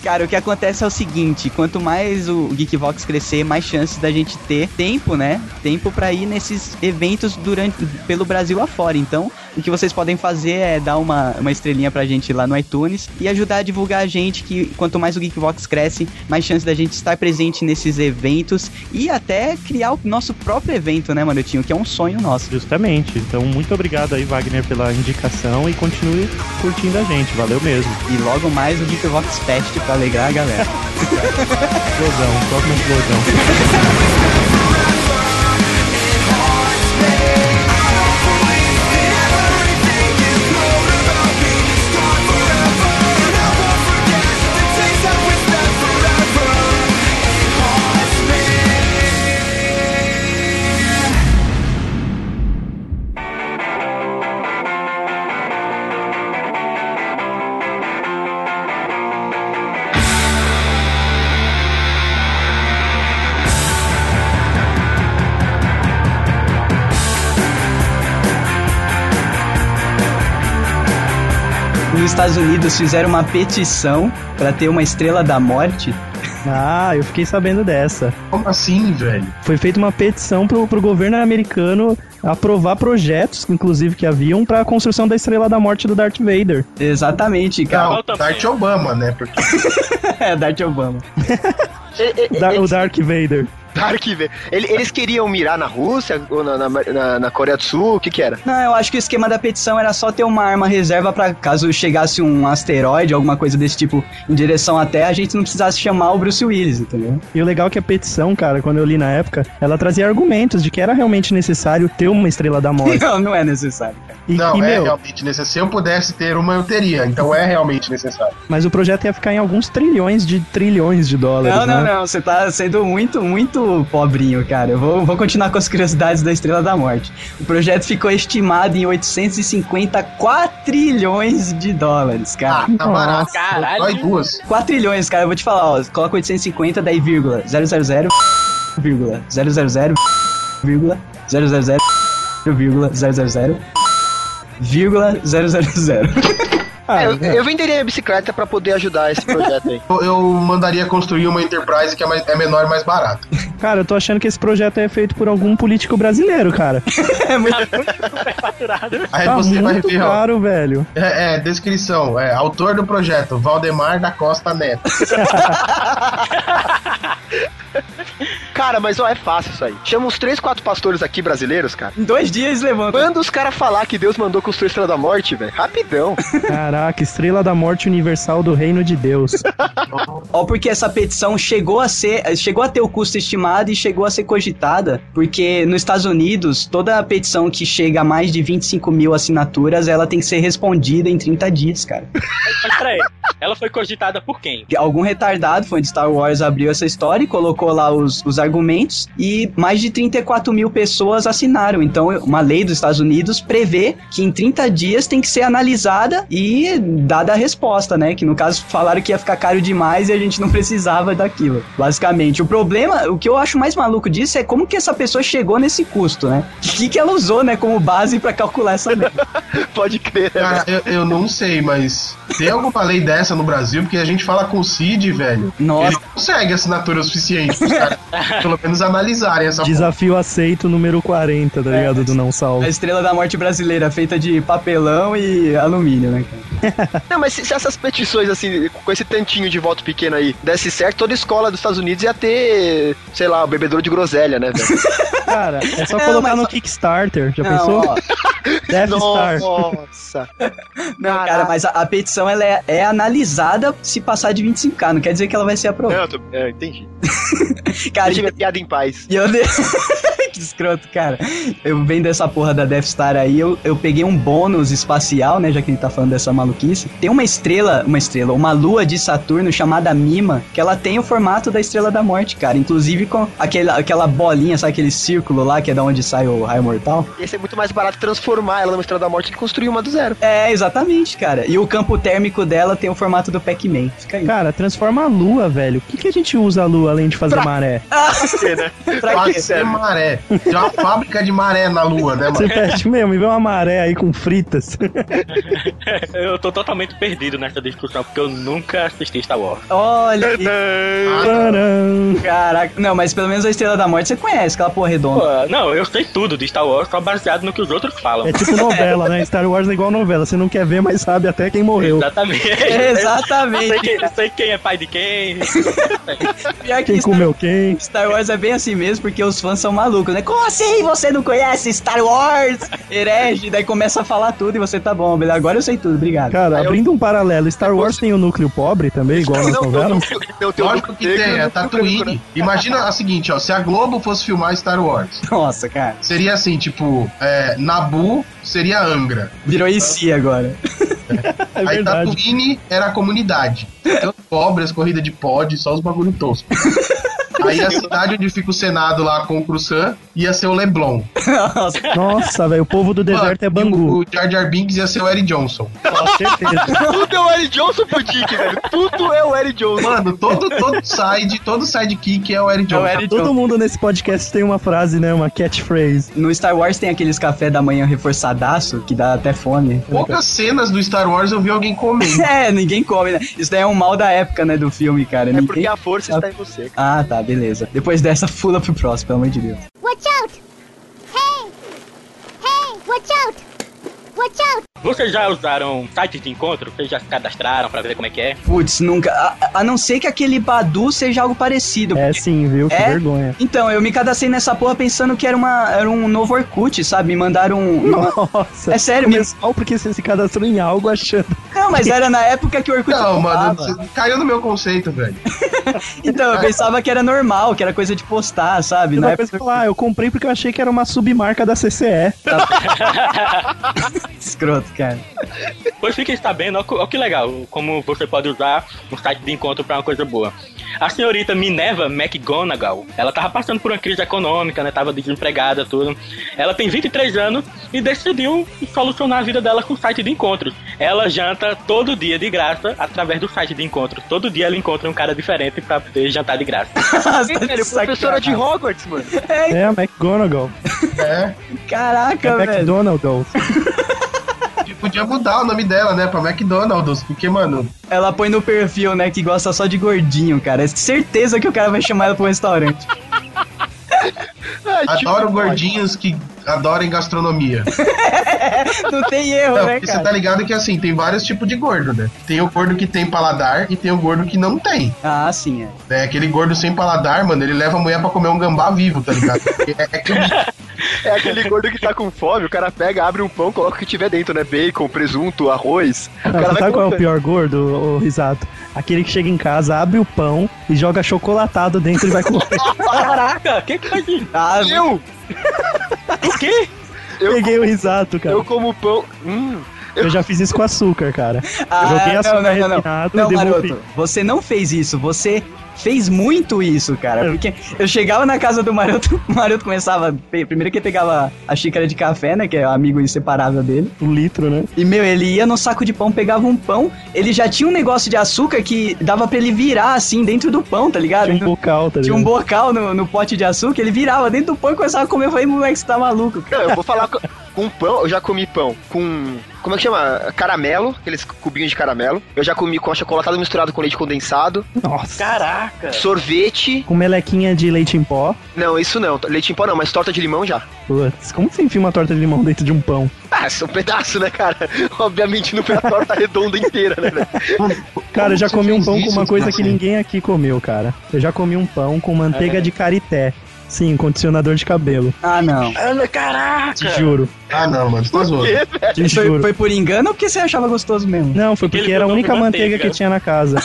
Speaker 1: Cara, o que acontece é o seguinte, quanto mais o Geekvox crescer, mais chances da gente ter tempo, né? Tempo pra ir nesses eventos durante pelo Brasil afora. Então, o que vocês podem fazer é dar uma, uma estrelinha pra gente lá no iTunes e ajudar a divulgar a gente, que quanto mais o Geekvox cresce, mais chance da gente estar presente nesses eventos e até criar o nosso próprio evento, né, Marotinho? Que é um sonho nosso.
Speaker 6: Justamente. Então, muito obrigado aí, Wagner, pela indicação e continue curtindo a gente. Valeu mesmo.
Speaker 1: E logo mais o Geekvox Fest pra alegrar a galera.
Speaker 6: Explosão, toca uma explosão.
Speaker 1: Nos Estados Unidos fizeram uma petição pra ter uma estrela da morte.
Speaker 2: Ah, eu fiquei sabendo dessa.
Speaker 4: Como assim, velho?
Speaker 2: Foi feita uma petição pro, pro governo americano aprovar projetos, inclusive, que haviam pra construção da Estrela da Morte do Darth Vader.
Speaker 1: Exatamente, cara.
Speaker 4: Não,
Speaker 5: Volta,
Speaker 4: Dart
Speaker 5: filho.
Speaker 4: Obama, né? Porque
Speaker 1: É, Darth Obama.
Speaker 2: Da- o
Speaker 3: Eles,
Speaker 2: Dark Vader.
Speaker 3: claro que vê. Ele- eles queriam mirar na Rússia ou na, na- na- na Coreia do Sul? O que que era?
Speaker 1: Não, eu acho que o esquema da petição era só ter uma arma reserva pra caso chegasse um asteroide, alguma coisa desse tipo, em direção à Terra, a gente não precisasse chamar o Bruce Willis, entendeu?
Speaker 2: E o legal é que a petição, cara, quando eu li na época, ela trazia argumentos de que era realmente necessário ter uma Estrela da Morte.
Speaker 1: Não, não é necessário. cara.
Speaker 2: E,
Speaker 4: não,
Speaker 2: e,
Speaker 4: é
Speaker 2: meu,
Speaker 4: realmente necessário. Se eu pudesse ter uma, eu teria. Então é realmente necessário.
Speaker 2: mas o projeto ia ficar em alguns trilhões de trilhões de dólares,
Speaker 1: Não, não,
Speaker 2: né?
Speaker 1: não, você tá sendo muito, muito pobrinho, cara. Eu vou, vou continuar com as curiosidades da Estrela da Morte. O projeto ficou estimado em 850 quatrilhões de dólares,
Speaker 4: Ah,
Speaker 1: cara.
Speaker 4: tá barato.
Speaker 5: caralho.
Speaker 4: Dói duas.
Speaker 1: 4 trilhões, cara, eu vou te falar, ó, coloca 850, daí vírgula, 000, vírgula, 000, vírgula, 000, vírgula, 000, vírgula, 000.
Speaker 2: Ah,
Speaker 3: É, eu, eu venderia minha bicicleta pra poder ajudar esse projeto aí.
Speaker 4: Eu, eu mandaria construir uma Enterprise que é, mais, é menor e mais barata.
Speaker 2: Cara, eu tô achando que esse projeto é feito por algum político brasileiro, cara.
Speaker 1: É muito...
Speaker 4: Aí
Speaker 2: tá
Speaker 4: você vai
Speaker 2: muito
Speaker 4: ver, ó.
Speaker 2: caro, velho.
Speaker 4: É, é, descrição. É, autor do projeto, Valdemar da Costa Neto.
Speaker 3: Cara, mas ó, é fácil isso aí. Chama uns três, quatro pastores aqui brasileiros, cara.
Speaker 1: Em dois dias levanta.
Speaker 3: Quando os caras falar que Deus mandou construir a Estrela da Morte, velho, rapidão.
Speaker 2: Caraca, Estrela da Morte Universal do Reino de Deus.
Speaker 1: Ó, porque essa petição chegou a ser, chegou a ter o custo estimado e chegou a ser cogitada, porque nos Estados Unidos, toda petição que chega a mais de 25 mil assinaturas, ela tem que ser respondida em 30 dias, cara.
Speaker 5: Mas peraí, ela foi cogitada por quem?
Speaker 1: Algum retardado fã de Star Wars abriu essa história e colocou lá os, os argumentos e mais de 34 mil pessoas assinaram. Então, uma lei dos Estados Unidos prevê que em 30 dias tem que ser analisada e dada a resposta, né? Que no caso falaram que ia ficar caro demais e a gente não precisava daquilo, basicamente. O problema, o que eu acho mais maluco disso é como que essa pessoa chegou nesse custo, né? O que, que ela usou, né, como base pra calcular essa lei?
Speaker 3: Pode crer, né?
Speaker 4: Cara, eu, eu não sei, mas tem alguma lei dessa no Brasil? Porque a gente fala com o Cid, velho.
Speaker 1: Nossa.
Speaker 4: Ele não consegue assinatura suficiente pros caras, pelo menos, analisarem essa
Speaker 2: Desafio aceito número 40, tá ligado? Do Não Salvo.
Speaker 1: A estrela da morte brasileira, feita de papelão e alumínio, né, cara?
Speaker 3: Não, mas se, se essas petições, assim, com esse tantinho de voto pequeno aí, desse certo, toda escola dos Estados Unidos ia ter, sei lá, o bebedouro de groselha, né, velho?
Speaker 2: Cara, é só
Speaker 1: Não,
Speaker 2: colocar
Speaker 1: mas
Speaker 2: no
Speaker 1: só-
Speaker 2: Kickstarter, já
Speaker 1: Não,
Speaker 2: pensou?
Speaker 1: ó,
Speaker 2: Death Star.
Speaker 3: Nossa.
Speaker 1: Não,
Speaker 3: Caraca.
Speaker 1: cara, mas a, a petição ela é, é analisada se passar de 25k. Não quer dizer que ela vai ser
Speaker 3: Não,
Speaker 1: aprovada.
Speaker 3: eu tô- é, entendi.
Speaker 1: Cara,
Speaker 3: Deixa minha piada em paz.
Speaker 1: E eu dei... que escroto, cara. Eu vendo essa porra da Death Star aí, eu, eu peguei um bônus espacial, né? Já que a gente tá falando dessa maluquice. Tem uma estrela, uma estrela, uma lua de Saturno chamada Mima, que ela tem o formato da Estrela da Morte, cara. Inclusive com aquela, aquela bolinha, sabe aquele círculo lá que é da onde sai o raio mortal?
Speaker 3: Ia ser muito mais barato transformar ela numa estrela da morte que construir uma do zero.
Speaker 1: É, exatamente, cara. E o campo térmico dela tem o formato do Pac-Man. Fica aí.
Speaker 2: Cara, transforma a lua, velho. O que, que a gente usa a lua além de fazer
Speaker 3: Pra-
Speaker 2: maré?
Speaker 1: Pra quê?
Speaker 4: Pode ser maré. Tem uma fábrica de maré na lua, né, mano?
Speaker 2: Você pede mesmo e vê uma maré aí com fritas.
Speaker 5: Eu tô totalmente perdido nessa discussão, porque eu nunca assisti Star Wars.
Speaker 1: Olha que
Speaker 4: Ah,
Speaker 2: Tcharam.
Speaker 1: caraca. Não, mas pelo menos a Estrela da Morte você conhece, aquela porra redonda.
Speaker 5: Pô, não, eu sei tudo de Star Wars, só baseado no que os outros falam.
Speaker 2: É tipo novela, né? Star Wars é igual novela. Você não quer ver, mas sabe até quem morreu.
Speaker 5: Exatamente.
Speaker 1: Exatamente.
Speaker 5: Sei quem, sei quem é pai de quem.
Speaker 1: Pior que
Speaker 2: Quem
Speaker 1: Star,
Speaker 2: comeu quem.
Speaker 1: Star Wars é bem assim mesmo, porque os fãs são malucos, né? Como assim você não conhece Star Wars? Herege, daí começa a falar tudo e você tá bom, beleza? Agora eu sei tudo, obrigado.
Speaker 2: Cara,
Speaker 3: Aí eu-
Speaker 2: abrindo um paralelo, Star Wars tem o núcleo pobre também, igual nas novelas?
Speaker 3: eu
Speaker 4: Lógico que tem, é Tatooine. Imagina a seguinte, ó, se a Globo fosse filmar Star Wars,
Speaker 1: Nossa, cara.
Speaker 4: seria assim, tipo, é, Nabu seria Angra.
Speaker 1: Virou IC agora.
Speaker 2: É
Speaker 4: Aí
Speaker 2: verdade.
Speaker 4: Tatooine era a comunidade. Então, pobre, as corridas de pod, só os bagulho tosco. Aí a cidade onde fica o Senado lá com o Cruzan ia ser o Leblon.
Speaker 1: Nossa,
Speaker 2: Nossa, velho, o povo do deserto é
Speaker 4: E
Speaker 2: Bangu.
Speaker 4: O Jar Jar Binks ia ser o Eric Johnson.
Speaker 2: Com certeza.
Speaker 3: Tudo é o Eric Johnson pro Dick, velho. Tudo é o Eric Johnson.
Speaker 4: Mano, todo, todo side, todo sidekick é o Eric
Speaker 1: é o
Speaker 4: Johnson.
Speaker 1: Eric
Speaker 2: Todo
Speaker 1: Johnson.
Speaker 2: mundo nesse podcast tem uma frase, né? Uma catchphrase.
Speaker 1: No Star Wars tem aqueles café da manhã reforçadaço, que dá até fome.
Speaker 4: Poucas cenas do Star Wars eu vi alguém comendo.
Speaker 1: É, ninguém come, né? Isso daí é um mal da época, né, do filme, cara.
Speaker 3: É porque
Speaker 1: Ninguém...
Speaker 3: a força está em você.
Speaker 1: Ah, tá, beleza. Depois dessa, fula pro próximo, pelo amor de Deus.
Speaker 8: Watch out! Hey! Hey! Watch out! Watch out!
Speaker 5: Vocês já usaram site de encontro? Vocês já se cadastraram pra ver como é que é?
Speaker 1: Putz, nunca. A, a não ser que aquele Badu seja algo parecido.
Speaker 2: É sim, viu? Que
Speaker 1: É?
Speaker 2: vergonha.
Speaker 1: Então, eu me cadastrei nessa porra pensando que era, uma, era um novo Orkut, sabe? Me mandaram um. uma-
Speaker 2: Nossa.
Speaker 1: É sério, me...
Speaker 2: Começou porque você se cadastrou em algo achando.
Speaker 1: não, mas era na época que o Orkut.
Speaker 4: Não, mano,
Speaker 1: bombava.
Speaker 4: você caiu no meu conceito, velho.
Speaker 1: Então, eu pensava que era normal, que era coisa de postar, sabe? Na
Speaker 2: Uma
Speaker 1: época
Speaker 2: coisa falar, ah, eu comprei porque eu achei que era uma submarca da CCE.
Speaker 1: escroto, cara.
Speaker 5: Pois fiquem sabendo, olha que legal, como você pode usar um site de encontro pra uma coisa boa. A senhorita Minerva McGonagall, ela tava passando por uma crise econômica, né? Tava desempregada, tudo. Ela tem 23 anos e decidiu solucionar a vida dela com o site de encontros. Ela janta todo dia de graça através do site de encontros. Todo dia ela encontra um cara diferente pra poder jantar de graça.
Speaker 1: Nossa,
Speaker 3: Velho, é professora de Hogwarts, mano.
Speaker 2: É a McGonagall.
Speaker 4: É.
Speaker 1: Caraca,
Speaker 2: É
Speaker 1: velho.
Speaker 2: McDonald's.
Speaker 4: E tipo, Podia mudar o nome dela, né? Pra McDonald's. Porque, mano,
Speaker 1: Ela põe no perfil, né, que gosta só de gordinho, cara. É certeza que o cara vai chamar ela pro restaurante.
Speaker 3: Ai,
Speaker 2: um
Speaker 3: tipo,
Speaker 4: adoro gordinhos que adoram gastronomia.
Speaker 1: Não tem erro,
Speaker 4: Não,
Speaker 1: né,
Speaker 4: porque você
Speaker 1: cara?
Speaker 4: tá ligado que assim, tem vários tipos de gordo, né? Tem o gordo que tem paladar e tem o gordo que não tem.
Speaker 1: Ah, sim, é.
Speaker 4: Né? Aquele gordo sem paladar, mano, ele leva a mulher pra comer um gambá vivo, tá ligado? É, é que
Speaker 3: É aquele gordo que tá com fome, o cara pega, abre um pão, coloca o que tiver dentro, né? Bacon, presunto, arroz. O
Speaker 2: Não,
Speaker 3: cara
Speaker 2: sabe qual é o
Speaker 3: colocando.
Speaker 2: pior gordo, ô, ô, Risato? Aquele que chega em casa, abre o pão e joga chocolatado dentro e vai comer.
Speaker 5: Caraca, quem que faz isso?
Speaker 1: Ah,
Speaker 3: Eu!
Speaker 5: O quê?
Speaker 3: Eu,
Speaker 2: Peguei o risato, cara.
Speaker 3: eu
Speaker 2: Eu...
Speaker 3: como pão. Hum,
Speaker 2: já fiz isso com açúcar, cara.
Speaker 1: Ah,
Speaker 2: eu joguei
Speaker 1: não,
Speaker 2: açúcar
Speaker 1: não, não, não.
Speaker 2: refinado
Speaker 1: Não,
Speaker 2: e devolvi.
Speaker 1: Maroto, você não fez isso, você fez muito isso,
Speaker 2: É.
Speaker 1: cara. Porque eu chegava na casa do Maroto, o Maroto começava. pe- Primeiro que ele pegava a xícara de café, né? Que é o amigo inseparável dele.
Speaker 2: Um litro, né?
Speaker 1: E, meu, ele ia no saco de pão, pegava um pão, ele já tinha um negócio de açúcar que dava pra ele virar assim dentro do pão, tá ligado?
Speaker 2: Tinha um bocal, tá
Speaker 1: Tinha
Speaker 2: ligado?
Speaker 1: um bocal no, no pote de açúcar, ele virava dentro do pão e começava a comer. Eu falei, moleque, você tá maluco, cara.
Speaker 3: não, eu vou falar com, com pão, eu já comi pão com. Como é que chama? Caramelo, aqueles cubinhos de caramelo. Eu já comi com achocolatado misturado com leite condensado.
Speaker 2: Nossa. É.
Speaker 5: Caraca!
Speaker 3: Sorvete.
Speaker 2: Com melequinha de leite em pó.
Speaker 3: Não, isso não. Leite em pó não, mas torta de limão já.
Speaker 2: Putz, como você enfia uma torta de limão dentro de um pão?
Speaker 3: Ah, isso é um pedaço, né, cara? Obviamente não foi a torta redonda inteira, né? velho?
Speaker 2: Cara, eu já
Speaker 4: você
Speaker 2: comi um
Speaker 4: fez
Speaker 2: pão com
Speaker 4: isso,
Speaker 2: uma coisa
Speaker 4: Marcelo? É.
Speaker 2: que ninguém aqui comeu, cara. Eu já comi um pão com manteiga de carité. Sim, condicionador de cabelo.
Speaker 1: Ah, não.
Speaker 5: Ana, caraca!
Speaker 2: Te juro,
Speaker 4: Ah, não, mano, você tá zoando.
Speaker 2: te
Speaker 1: Foi,
Speaker 2: juro.
Speaker 1: foi por engano ou porque você achava gostoso mesmo?
Speaker 2: Não, foi
Speaker 5: Aquele
Speaker 2: porque era a
Speaker 5: botão de
Speaker 2: única manteiga,
Speaker 5: manteiga.
Speaker 2: que tinha na casa.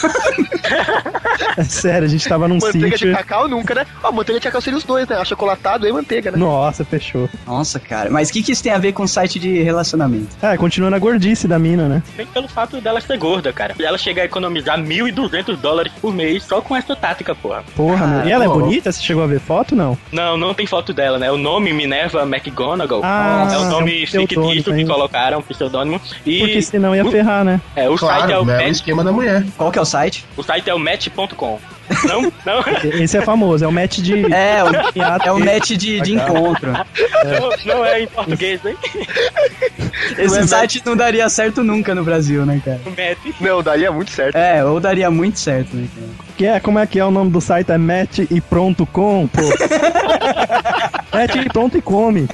Speaker 2: É Sério, a gente tava num
Speaker 3: Manteiga de
Speaker 2: sítio.
Speaker 3: cacau nunca, né? Ó, manteiga de cacau seria os dois, né? Achocolatado e manteiga, né?
Speaker 2: Nossa, fechou.
Speaker 1: Nossa, cara. Mas o que, que isso tem a ver com site de relacionamento?
Speaker 2: Ah, continua na gordice da mina, né?
Speaker 5: Bem pelo fato dela ser gorda, cara. E ela chega a economizar 1.200 dólares por mês só com essa tática, porra.
Speaker 2: Porra, meu. E ela é
Speaker 4: pô.
Speaker 2: bonita? Você chegou a ver foto, não?
Speaker 5: Não, não tem foto dela, né? O nome Minerva McGonagall
Speaker 2: Ah,
Speaker 5: é o nome
Speaker 2: é um pseudônimo
Speaker 5: fictício que
Speaker 2: ainda.
Speaker 5: colocaram, pseudônimo. E
Speaker 2: Porque senão ia
Speaker 5: o-
Speaker 2: ferrar, né?
Speaker 5: é, o, site é o,
Speaker 4: Claro, né? É o
Speaker 5: match,
Speaker 4: esquema da mulher.
Speaker 1: Qual que é o site?
Speaker 5: o site é o match.com. Não, não,
Speaker 2: Esse é famoso, é o match de.
Speaker 1: É, o, é o match de, de encontro.
Speaker 5: não, não é em português, hein?
Speaker 1: Esse site não daria certo nunca no Brasil, né, cara?
Speaker 5: O match.
Speaker 3: Não, daria muito certo.
Speaker 1: É, ou daria muito certo, né, cara?
Speaker 2: Que é, como é que é o nome do site? É match e pronto com, pô. match e pronto e come.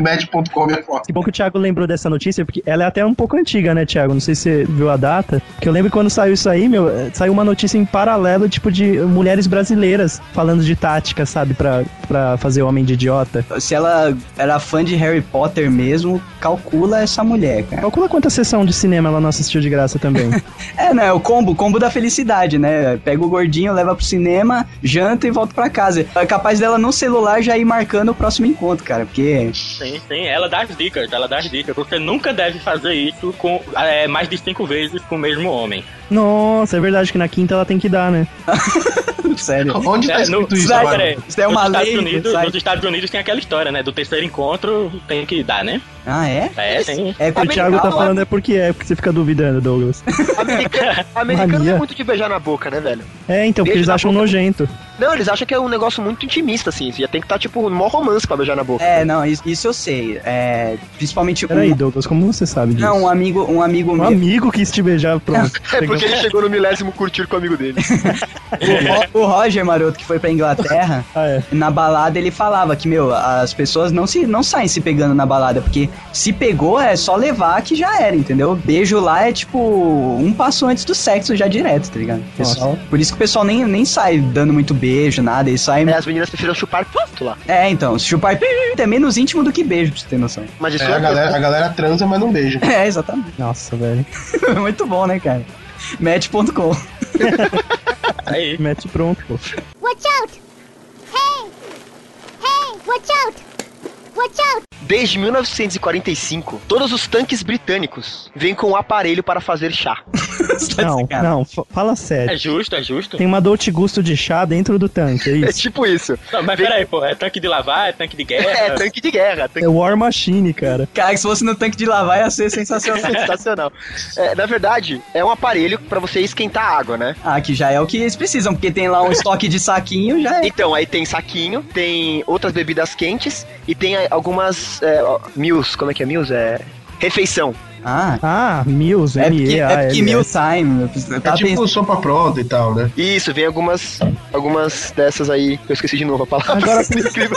Speaker 4: Match.com é foda.
Speaker 2: Que bom que o Thiago lembrou dessa notícia, porque ela é até um pouco antiga, né, Thiago? Não sei se você viu a data. Que eu lembro quando saiu isso aí, meu, eh, saiu uma notícia em paralelo, tipo, de mulheres brasileiras falando de tática, sabe, pra, pra fazer homem de idiota.
Speaker 1: Se ela era fã de Harry Potter mesmo, calcula essa mulher, cara.
Speaker 2: Calcula quanta sessão de cinema ela não assistiu de graça também.
Speaker 1: É, né? O combo, o combo da felicidade, né? Pega o gordinho, leva pro cinema, janta e volta pra casa. É capaz dela no celular já ir marcando o próximo encontro, cara, porque.
Speaker 5: Sim, sim, ela dá as dicas, ela dá as dicas. Você nunca deve fazer isso com é, mais de cinco vezes com o mesmo homem.
Speaker 2: Nossa, é verdade que na quinta ela tem que dar, né?
Speaker 1: Sério.
Speaker 4: Onde tá
Speaker 5: É,
Speaker 4: escrito
Speaker 5: no-
Speaker 4: isso
Speaker 5: Sai,
Speaker 4: agora?
Speaker 5: peraí.
Speaker 1: Isso é uma
Speaker 5: nos
Speaker 1: lei
Speaker 5: Estados
Speaker 1: do
Speaker 5: Unidos,
Speaker 1: site.
Speaker 5: Nos Estados Unidos tem aquela história, né? Do terceiro encontro tem que dar, né?
Speaker 1: Ah, é?
Speaker 5: É, tem.
Speaker 1: É,
Speaker 2: O
Speaker 1: porque
Speaker 2: Thiago tá falando é porque é, porque você fica duvidando, Douglas.
Speaker 3: Americano, americano
Speaker 2: Mania.
Speaker 3: é muito de beijar na boca, né, velho?
Speaker 2: É, então, porque
Speaker 3: Beijo
Speaker 2: eles
Speaker 3: na
Speaker 2: acham
Speaker 3: boca.
Speaker 2: nojento.
Speaker 3: Não, eles acham que é um negócio muito intimista, assim. Você ia ter que estar, tipo, mó romance pra beijar na boca.
Speaker 1: É, não, isso, isso eu sei. É, principalmente um,
Speaker 2: Peraí, Douglas, como você sabe disso?
Speaker 1: não, um amigo, um amigo
Speaker 2: Um
Speaker 1: meu.
Speaker 2: amigo quis te beijar, pronto.
Speaker 3: É porque ele chegou no milésimo curtir com o amigo dele.
Speaker 1: O, Ro- o Roger Maroto, que foi pra Inglaterra,
Speaker 2: Ah, é.
Speaker 1: na balada ele falava que, meu, as pessoas não, se, não saem se pegando na balada, porque se pegou é só levar que já era, entendeu? Beijo lá é tipo um passo antes do sexo já direto, tá ligado? O pessoal- por isso que o pessoal nem, nem sai dando muito beijo, nada, eles saem.
Speaker 3: É,
Speaker 1: É,
Speaker 3: as meninas prefiram chupar pato lá.
Speaker 1: então, se chupar é menos íntimo do que beijo, pra você ter noção.
Speaker 3: Mas isso
Speaker 4: É, a galera, a galera transa, mas não beija.
Speaker 1: É, exatamente.
Speaker 2: Nossa, velho.
Speaker 1: Muito bom, né, cara? Match.com.
Speaker 5: Aí.
Speaker 2: Mete pronto, pô.
Speaker 8: Watch out! Hey! Hey! Watch out! Watch out!
Speaker 3: Desde 1945, todos os tanques britânicos vêm com um aparelho para fazer chá.
Speaker 1: Você tá de
Speaker 2: Não,
Speaker 1: sacanagem.
Speaker 2: não, fa- fala sério.
Speaker 5: É justo, é justo.
Speaker 2: Tem uma Dolce Gusto de chá dentro do tanque, é
Speaker 3: É
Speaker 2: isso.
Speaker 3: tipo isso.
Speaker 5: Não, mas peraí, pô, é tanque de lavar, é tanque de
Speaker 3: É,
Speaker 5: guerra.
Speaker 3: tanque de guerra. Tanque
Speaker 2: É War Machine, cara.
Speaker 1: Cara, se fosse no tanque de lavar ia ser sensacional.
Speaker 3: sensacional. É, na verdade, é um aparelho para você esquentar água, né?
Speaker 1: Ah, que já é o que eles precisam, porque tem lá um estoque de saquinho, já é.
Speaker 3: Então, aí tem saquinho, tem outras bebidas quentes e tem é, algumas é, ó, meals. Como é que é meals? É. Refeição.
Speaker 1: Ah,
Speaker 2: Ah, Mills,
Speaker 1: é
Speaker 2: M
Speaker 1: porque,
Speaker 2: E
Speaker 1: é
Speaker 2: A
Speaker 1: porque
Speaker 2: L.
Speaker 1: meal
Speaker 2: S.
Speaker 1: time. Eu tá
Speaker 4: É
Speaker 1: tava
Speaker 4: tipo
Speaker 1: pensando-
Speaker 4: sopa pronta e tal, né?
Speaker 3: Isso, vem algumas algumas dessas aí. Eu esqueci de novo a palavra.
Speaker 2: Agora,
Speaker 3: Incrível.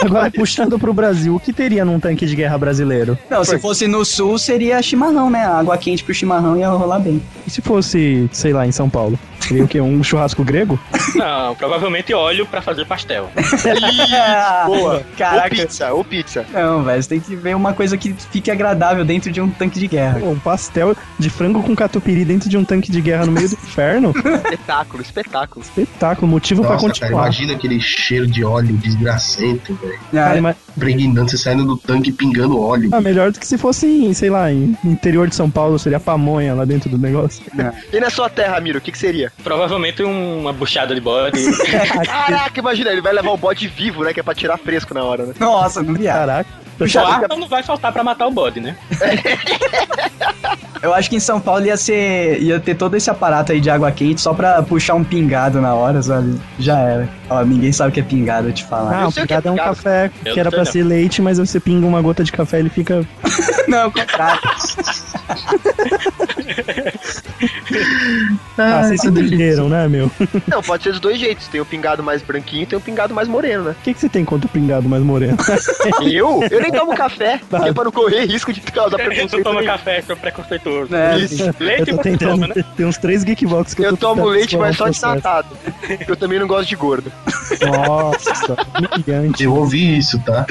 Speaker 2: agora puxando pro Brasil, o que teria num tanque de guerra brasileiro?
Speaker 1: Não, se fosse no sul seria chimarrão, né? Água quente pro chimarrão ia rolar bem.
Speaker 2: E se fosse, sei lá, em São Paulo? Seria o quê? Um churrasco grego?
Speaker 5: Não, provavelmente óleo pra fazer pastel.
Speaker 1: Boa!
Speaker 3: Ou
Speaker 1: Caraca.
Speaker 3: pizza, ou pizza.
Speaker 1: Não, velho, você tem que ver uma coisa que fique agradável dentro de um tanque de guerra.
Speaker 2: Um pastel de frango com catupiry dentro de um tanque de guerra no meio do inferno?
Speaker 3: Espetáculo, espetáculo.
Speaker 2: Espetáculo, motivo pra
Speaker 4: Nossa, cara,
Speaker 2: continuar.
Speaker 4: imagina aquele cheiro de óleo desgracento, velho.
Speaker 2: Cara,
Speaker 1: Ah,
Speaker 2: ima-
Speaker 4: Pregnando, você saindo do tanque e pingando óleo.
Speaker 2: Ah, melhor do que se fosse em, sei lá, em interior de São Paulo, seria pamonha lá dentro do negócio.
Speaker 3: E na sua terra, Miro, o que, que seria?
Speaker 5: Provavelmente um, uma buchada de bode.
Speaker 3: Caraca, imagina, ele vai levar o bode vivo, né? Que é pra tirar fresco na hora, né?
Speaker 1: Nossa, não viado.
Speaker 2: Caraca.
Speaker 5: Só arma não vai faltar pra matar o bode, né?
Speaker 1: Eu acho que em São Paulo ia ser. ia ter todo esse aparato aí de água quente só pra puxar um pingado na hora, sabe? Já era. Ó, ninguém sabe o que é pingado, eu te falar.
Speaker 2: Ah,
Speaker 3: Eu
Speaker 2: o
Speaker 3: sei o que é
Speaker 2: pingado é um
Speaker 3: pingado.
Speaker 2: café
Speaker 5: Eu
Speaker 2: que era
Speaker 5: sei
Speaker 2: pra
Speaker 5: não.
Speaker 2: ser leite, mas você pinga uma gota de café e ele fica.
Speaker 1: Não, ao contrário.
Speaker 2: Ah, vocês se entenderam, né, meu? O
Speaker 3: Não, pode ser dos dois jeitos. Tem o pingado mais branquinho e tem o pingado mais moreno, né?
Speaker 2: que, que você tem contra o pingado mais moreno?
Speaker 3: Eu? Eu nem tomo café, porque é pra não correr risco de causar
Speaker 5: Eu não
Speaker 3: preconceito.
Speaker 5: tomo
Speaker 3: nenhum.
Speaker 5: café, café é preconceituoso.
Speaker 1: É,
Speaker 4: Isso.
Speaker 2: Eu
Speaker 5: Leite
Speaker 2: tô
Speaker 5: você
Speaker 2: tentando.
Speaker 5: toma, né?
Speaker 2: Tem uns três geekbox que eu, tô
Speaker 3: Eu tomo
Speaker 2: tentando
Speaker 3: leite, mas só
Speaker 2: explorar o tá processo.
Speaker 3: desnatado. Eu também não gosto de gordo.
Speaker 2: Nossa, humilhante.
Speaker 4: Eu ouvi isso, tá?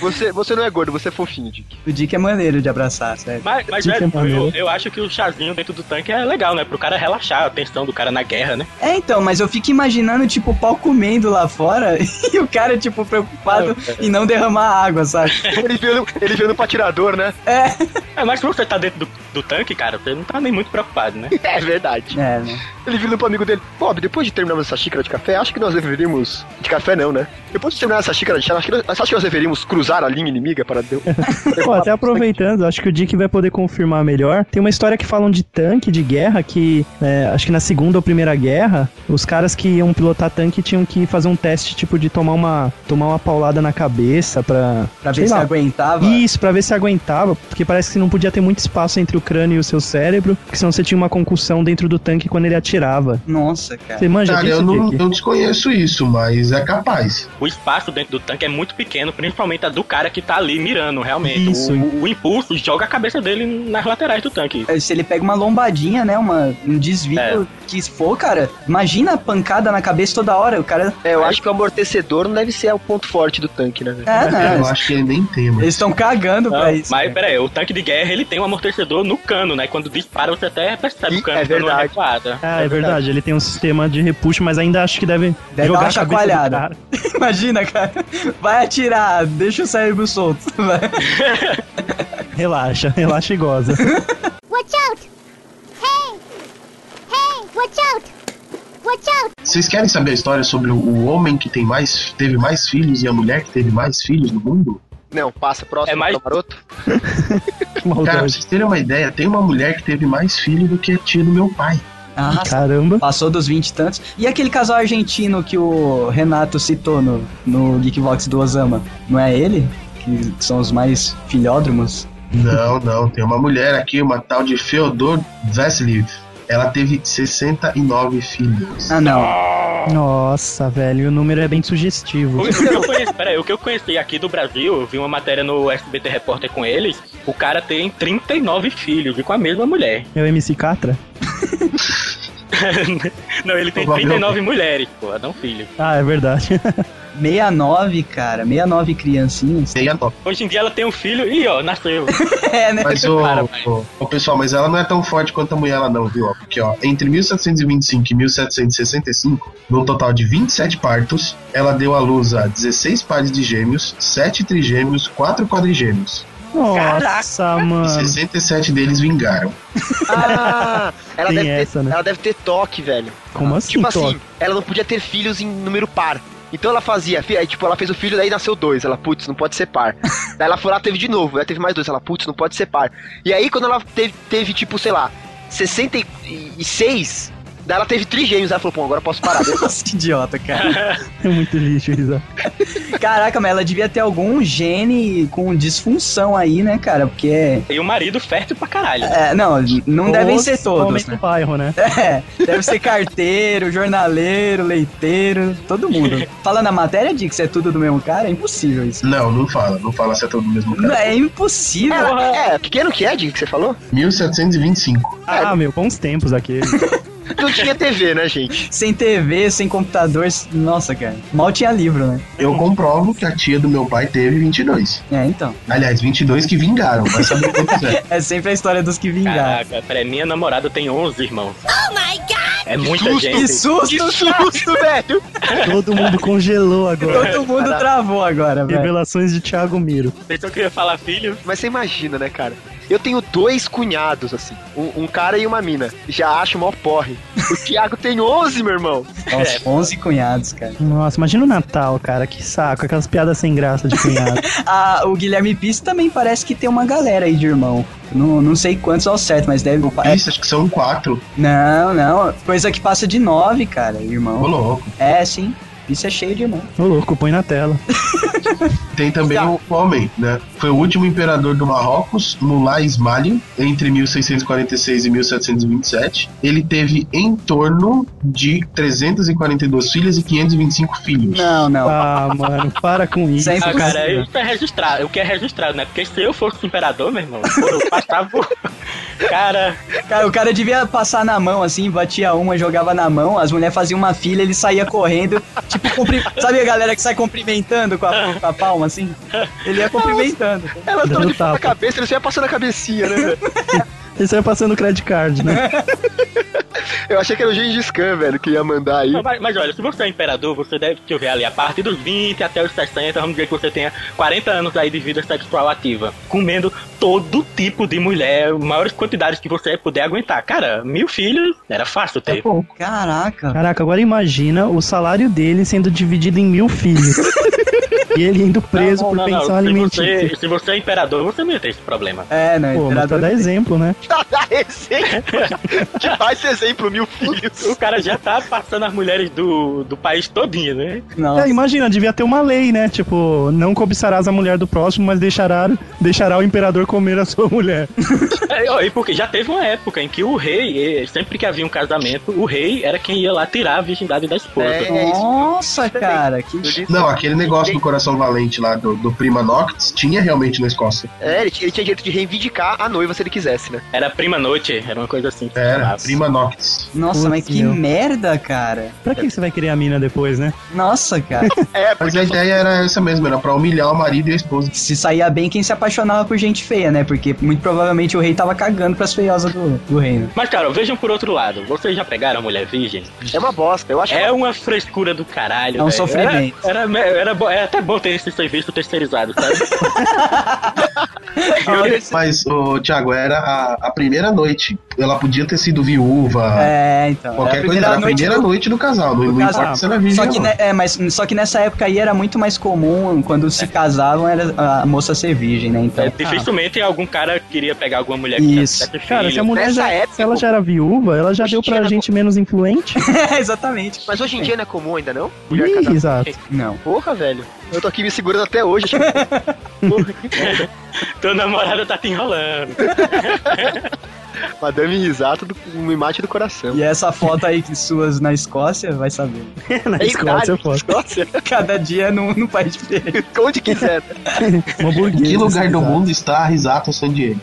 Speaker 3: Você, você não é gordo, você é fofinho, Dick.
Speaker 1: O Dick é maneiro de abraçar, sério.
Speaker 5: Mas, mas
Speaker 2: Dica
Speaker 5: velho,
Speaker 2: maneira.
Speaker 5: eu, eu acho que o chazinho dentro do tanque é legal, né? Pro cara relaxar a tensão do cara na guerra, né?
Speaker 1: É, então, mas eu fico imaginando, tipo, o pau comendo lá fora e o cara, tipo, preocupado em não derramar água, sabe?
Speaker 3: Ele veio no, ele veio no patirador, né?
Speaker 1: É.
Speaker 5: É, mas se você tá dentro do, do tanque, cara, você não tá nem muito preocupado, né?
Speaker 3: É verdade.
Speaker 1: É, né?
Speaker 3: Ele virou pro amigo dele: Bob, depois de terminarmos essa xícara de café, acho que nós deveríamos. De café, não, né? Depois de terminar essa xícara de chá, acho que nós, acho que nós deveríamos cruzar a linha inimiga para. Deu...
Speaker 2: Pô, até aproveitando, acho que o Dick vai poder confirmar melhor. Tem uma história que falam de tanque de guerra, que é, acho que na Segunda ou Primeira Guerra, os caras que iam pilotar tanque tinham que fazer um teste, tipo, de tomar uma, tomar uma paulada na cabeça pra...
Speaker 1: Pra
Speaker 2: sei
Speaker 1: ver se
Speaker 2: lá.
Speaker 1: aguentava.
Speaker 2: Isso, pra ver se aguentava, porque parece que não podia ter muito espaço entre o crânio e o seu cérebro, porque senão você tinha uma concussão dentro do tanque quando ele atirava.
Speaker 1: Nossa, cara.
Speaker 2: Você manja
Speaker 4: Cara,
Speaker 2: disso,
Speaker 4: eu, não,
Speaker 2: Dick?
Speaker 4: eu desconheço isso, mas é capaz.
Speaker 5: O espaço dentro do tanque é muito pequeno, principalmente a do cara que tá ali mirando, realmente.
Speaker 2: Isso.
Speaker 5: O, o impulso joga a cabeça dele nas laterais do tanque.
Speaker 1: É, Se ele pega uma lombadinha, né? Uma, um desvio
Speaker 5: É.
Speaker 1: que se for, cara, imagina a pancada na cabeça toda hora. O cara.
Speaker 3: É, eu acho que o amortecedor não deve ser o ponto forte do tanque, né? velho?
Speaker 1: É,
Speaker 4: eu
Speaker 1: né?
Speaker 4: acho que ele nem tem, mano.
Speaker 1: Eles estão cagando
Speaker 5: Não,
Speaker 1: pra isso. né?
Speaker 5: mas
Speaker 1: cara.
Speaker 5: peraí, o tanque de guerra ele tem um amortecedor no cano, né? Quando dispara, você até percebe
Speaker 3: Ih,
Speaker 5: o cano
Speaker 3: é
Speaker 5: dando uma
Speaker 3: verdade.
Speaker 5: recuada.
Speaker 2: Ah, é verdade, ele tem um sistema de repuxo, mas ainda acho que deve,
Speaker 1: dar
Speaker 2: jogar
Speaker 1: uma
Speaker 2: a cabeça do
Speaker 1: chacoalhada.
Speaker 2: cara.
Speaker 1: Imagina, cara. Vai atirar, deixa o cérebro solto. Vai.
Speaker 2: Relaxa, relaxa e goza.
Speaker 8: Watch out! Hey! Hey! Watch out! Watch out!
Speaker 4: Vocês querem saber a história sobre o- o homem que tem mais, teve mais filhos e a mulher que teve mais filhos no mundo?
Speaker 3: Não, passa, próximo,
Speaker 5: É mais-
Speaker 3: tá maroto.
Speaker 2: Que
Speaker 4: Cara, pra
Speaker 2: maldade.
Speaker 4: vocês terem uma ideia, tem uma mulher que teve mais filhos do que a tia do meu pai.
Speaker 1: Ah,
Speaker 2: Caramba.
Speaker 1: Passou dos 20 e tantos. E aquele casal argentino que o Renato citou no, no Geekbox do Osama? Não é ele? Que são os mais filhódromos?
Speaker 4: Não, não, tem uma mulher aqui, uma tal de Feodor Vasiliev. Ela teve 69 filhos.
Speaker 1: Ah, não.
Speaker 2: Nossa, velho, e o número é bem sugestivo.
Speaker 5: O, o que eu conheci, peraí, o que eu conheci aqui do Brasil, eu vi uma matéria no SBT Repórter com eles, o cara tem 39 filhos e com a mesma mulher.
Speaker 2: É o MC Catra?
Speaker 5: Não, ele tem 39 mulheres, porra, não filhos.
Speaker 2: Ah, é verdade.
Speaker 1: 69, cara. 69 criancinhas.
Speaker 4: 69.
Speaker 5: Hoje em dia ela tem um filho e ó, nasceu.
Speaker 1: É, né?
Speaker 4: Mas, ô,
Speaker 5: Para,
Speaker 4: ô, ô, pessoal, mas ela não é tão forte quanto a mulher, ela não, viu? ó? Porque, ó, entre 1725 e 1765, num total de 27 partos, ela deu à luz a 16 pares de gêmeos, 7 trigêmeos, 4 quadrigêmeos.
Speaker 2: Nossa,
Speaker 5: Ah.
Speaker 4: E
Speaker 2: mano.
Speaker 4: 67 deles vingaram.
Speaker 3: Ah, ela,
Speaker 2: Tem
Speaker 3: deve
Speaker 2: essa,
Speaker 3: ter,
Speaker 2: né?
Speaker 3: ela deve ter toque, velho.
Speaker 2: Como
Speaker 1: Ah,
Speaker 2: assim,
Speaker 3: Tipo
Speaker 2: Thor?
Speaker 3: assim, ela não podia ter filhos em número par. Então ela fazia, fi- aí, tipo, ela fez o filho, daí nasceu dois. Ela, putz, não pode ser par. daí ela foi lá, teve de novo, ela teve mais dois. Ela, putz, não pode ser par. E aí, quando ela teve, teve, tipo, sei lá, 66, daí ela teve trigêmeos. Ela falou, pô, agora eu posso parar.
Speaker 1: Nossa, que idiota, cara.
Speaker 2: É muito lixo isso.
Speaker 1: Caraca, mas ela devia ter algum gene com disfunção aí, né, cara? Porque.
Speaker 5: E o marido fértil pra caralho.
Speaker 1: É, não, não devem ser todos,
Speaker 2: Homem do
Speaker 1: né?
Speaker 2: bairro, né?
Speaker 1: É, deve ser carteiro, jornaleiro, leiteiro, todo mundo. Fala na matéria, Dick, se é tudo do mesmo cara, é impossível isso.
Speaker 4: Não, não fala, não fala se é todo o mesmo
Speaker 1: Não,
Speaker 4: cara.
Speaker 1: é impossível.
Speaker 3: Ela, é, que ano que é, Dick, que você falou?
Speaker 4: 1725.
Speaker 2: Ah, meu, bons tempos aqui.
Speaker 3: Não tinha TV, né, gente?
Speaker 1: Sem TV, sem computador, s- nossa, cara. Mal tinha livro, né?
Speaker 4: Eu comprovo que a tia do meu pai teve 22.
Speaker 1: É, então.
Speaker 4: Aliás, 22 que vingaram, vai saber quantos é.
Speaker 1: É sempre a história dos que vingaram.
Speaker 5: Caraca, peraí, minha namorada tem 11 irmãos.
Speaker 8: Oh my god!
Speaker 5: É muita
Speaker 3: susto!
Speaker 1: Que
Speaker 5: gente.
Speaker 3: Que
Speaker 1: susto!
Speaker 3: susto, velho!
Speaker 2: Todo mundo congelou agora.
Speaker 1: Todo mundo travou agora, velho.
Speaker 2: Revelações de Thiago Miro.
Speaker 5: Pensou que eu ia falar filho?
Speaker 3: Mas você imagina, né, cara? Eu tenho dois cunhados, assim. Um, um cara e uma mina. Já acho mó porre. O Thiago tem 11, meu irmão.
Speaker 1: Nossa, 11 cunhados, cara.
Speaker 2: Nossa, imagina o Natal, cara. Que saco. Aquelas piadas sem graça de cunhado.
Speaker 1: Ah, o Guilherme Pisse também parece que tem uma galera aí de irmão. Não, não sei quantos ao certo, mas deve. é-
Speaker 4: Isso, acho que são quatro.
Speaker 1: Não, não. Coisa que passa de 9, cara,
Speaker 4: Ô,
Speaker 1: irmão.
Speaker 4: louco.
Speaker 1: É, sim. Isso é cheio de irmão.
Speaker 2: Ô louco, põe na tela.
Speaker 4: Tem também
Speaker 1: Tá.
Speaker 4: o Homem, né? Foi o último imperador do Marrocos, Mullah Ismail, entre 1646 e 1727. Ele teve em torno de 342 filhas e 525 filhos.
Speaker 1: Não, não.
Speaker 2: Ah, mano, para com isso.
Speaker 1: Sem-
Speaker 5: Ah, cara,
Speaker 1: Impossível.
Speaker 5: isso é registrado. O que é registrado, né? Porque se eu fosse imperador, meu irmão, pô, eu passava. o- Cara,
Speaker 1: Cara, o cara devia passar na mão, assim, batia uma, jogava na mão, as mulheres faziam uma filha, ele saía correndo, tipo, cumpri... sabe a galera que sai cumprimentando com a, com a palma, assim? Ele ia cumprimentando.
Speaker 3: Ela
Speaker 2: Dando
Speaker 3: entrou de ponta
Speaker 2: tapa.
Speaker 3: cabeça, ele só ia passando a cabecinha, né? velho?
Speaker 2: Isso aí passando credit card, né?
Speaker 3: Eu achei que era o Gengis Khan, velho, que ia mandar aí.
Speaker 5: não, mas, mas olha, se você é imperador, você deve, deixa eu ver ali, a partir dos 20 até os 60, vamos dizer que você tenha 40 anos aí de vida sexual ativa, comendo todo tipo de mulher, maiores quantidades que você puder aguentar. Cara, mil filhos era fácil
Speaker 1: É.
Speaker 5: ter.
Speaker 2: Pô,
Speaker 1: Caraca.
Speaker 2: Caraca, agora imagina o salário dele sendo dividido em mil filhos. e ele indo preso por pensão
Speaker 5: Se
Speaker 2: alimentícia.
Speaker 5: você, se você é imperador, você não ia ter esse problema.
Speaker 1: É, né?
Speaker 2: Pô, mas pra
Speaker 1: imperador-
Speaker 2: dar exemplo, né?
Speaker 3: Dá exemplo. Te faz exemplo, mil filhos.
Speaker 5: O cara já tá passando as mulheres do, do país todinho, né?
Speaker 1: Não.
Speaker 2: É, imagina, devia ter uma lei, né? Tipo, não cobiçarás a mulher do próximo, mas deixará, deixará o imperador comer a sua mulher.
Speaker 5: É, ó, e porque já teve uma época em que o rei, eh, sempre que havia um casamento, o rei era quem ia lá tirar a virgindade da esposa.
Speaker 3: É isso.
Speaker 2: Tá
Speaker 1: Nossa, cara, que...
Speaker 4: Não, aquele negócio do coração valente lá do, do Prima Noctis tinha realmente na Escócia.
Speaker 3: É, ele, tinha- ele tinha direito de reivindicar a noiva se ele quisesse, né?
Speaker 5: Era prima noite, era uma coisa assim. que
Speaker 3: É,
Speaker 4: Era,
Speaker 5: chamava.
Speaker 4: Prima Noctis.
Speaker 1: Nossa,
Speaker 2: Putz,
Speaker 1: mas que
Speaker 2: meu.
Speaker 1: merda, cara.
Speaker 2: Pra que você vai querer a mina depois, né?
Speaker 1: Nossa, cara.
Speaker 3: É,
Speaker 4: Mas
Speaker 3: porque
Speaker 4: a ideia era essa mesmo, era pra humilhar o marido e a esposa.
Speaker 1: Se saía bem quem se apaixonava por gente feia, né? Porque muito provavelmente o rei tava cagando pras feiosas do, do reino.
Speaker 5: Mas, cara, vejam por outro lado. Vocês já pegaram a mulher virgem?
Speaker 3: é uma bosta. Eu acho
Speaker 5: É uma frescura do caralho.
Speaker 1: É um
Speaker 5: velho.
Speaker 1: sofrimento.
Speaker 5: Era, era, era, bo- era até bom ter esse serviço terceirizado, sabe?
Speaker 4: Mas, ô, Thiago, era a, a primeira noite. Ela podia ter sido viúva,
Speaker 1: É, então.
Speaker 4: qualquer
Speaker 1: a
Speaker 4: coisa. Era a
Speaker 1: noite
Speaker 4: primeira
Speaker 1: do-
Speaker 4: noite do casal, não, não
Speaker 1: casal.
Speaker 4: importa se era virgem
Speaker 1: Só
Speaker 4: ou
Speaker 1: que,
Speaker 4: não.
Speaker 1: ne- é, mas, só que nessa época aí era muito mais comum, quando se casavam, era a moça ser virgem, né? Então,
Speaker 5: É, dificilmente algum cara queria pegar alguma mulher
Speaker 1: Isso. é
Speaker 5: tivesse sete
Speaker 2: Cara, se a
Speaker 5: filhos.
Speaker 2: mulher
Speaker 3: nessa
Speaker 2: já,
Speaker 3: época,
Speaker 2: se ela já era viúva, ela já
Speaker 3: hoje
Speaker 2: deu
Speaker 3: em
Speaker 2: pra
Speaker 3: dia,
Speaker 2: gente menos influente.
Speaker 1: É, exatamente.
Speaker 3: Mas hoje em dia não é comum ainda, não? Mulher
Speaker 2: Ih,
Speaker 3: casada. É
Speaker 2: exato.
Speaker 1: Não.
Speaker 3: Porra, velho. Eu tô aqui me segurando até hoje. acho que- Porra, que merda.
Speaker 5: Tua namorada tá te enrolando.
Speaker 3: Madame Risato, do- um imate do coração.
Speaker 1: E essa foto aí que suas na Escócia, vai saber.
Speaker 2: Na
Speaker 3: É
Speaker 2: Escócia,
Speaker 3: idade,
Speaker 2: pô.
Speaker 3: Escócia.
Speaker 1: Cada dia num, num país diferente.
Speaker 3: Onde quiser. né?
Speaker 2: Uma
Speaker 4: Em que
Speaker 2: burguesa.
Speaker 4: lugar do
Speaker 2: exato.
Speaker 4: mundo está a Risato San Diego?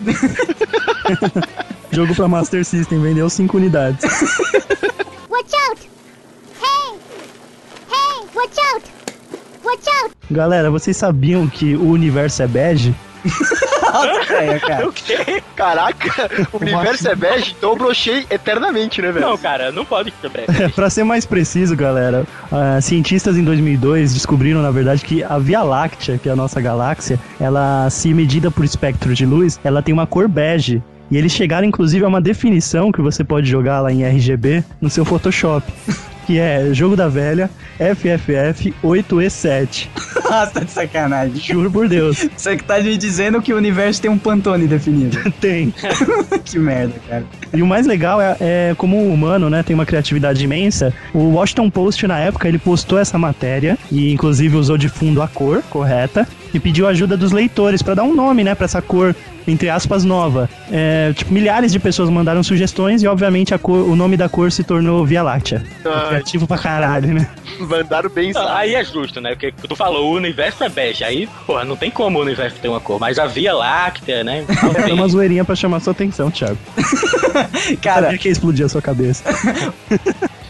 Speaker 2: Jogo pra Master System, vendeu 5 unidades.
Speaker 8: Watch out! Hey! Hey! Watch out! Watch out!
Speaker 2: Galera, vocês sabiam que o universo é bege?
Speaker 1: Nossa, é, cara.
Speaker 5: O quê?
Speaker 3: Caraca, o universo é bege, então eu brochei eternamente, né, velho?
Speaker 5: Não, cara, não pode ser breve.
Speaker 2: Pra ser mais preciso, galera, ah, cientistas em 2002 descobriram, na verdade, que a Via Láctea, que é a nossa galáxia, ela, se medida por espectro de luz, ela tem uma cor bege. E eles chegaram, inclusive, a uma definição que você pode jogar lá em RGB no seu Photoshop. Que é jogo da velha FFF 8E7.
Speaker 1: Nossa, tá de sacanagem.
Speaker 2: Juro por Deus,
Speaker 1: Você que tá me dizendo que o universo tem um pantone definido.
Speaker 2: tem.
Speaker 1: que merda, cara.
Speaker 2: E o mais legal é, é como o humano, né, tem uma criatividade imensa. O Washington Post na época ele postou essa matéria e inclusive usou de fundo a cor correta e pediu ajuda dos leitores pra dar um nome, né, para essa cor entre aspas nova. É, tipo, milhares de pessoas mandaram sugestões e obviamente a cor- o nome da cor se tornou Via Láctea. É
Speaker 3: Ah,
Speaker 2: criativo pra caralho, né?
Speaker 3: mandaram bem
Speaker 5: Não,
Speaker 3: sabe?
Speaker 5: Aí é justo, né? Porque tu falou, o universo é bege. Aí, porra, não tem como o universo ter uma cor. Mas a Via Láctea, né? Não
Speaker 2: Era
Speaker 5: tem.
Speaker 2: uma zoeirinha pra chamar sua atenção, Thiago.
Speaker 1: Cara,
Speaker 2: Sabia que ia explodir a sua cabeça.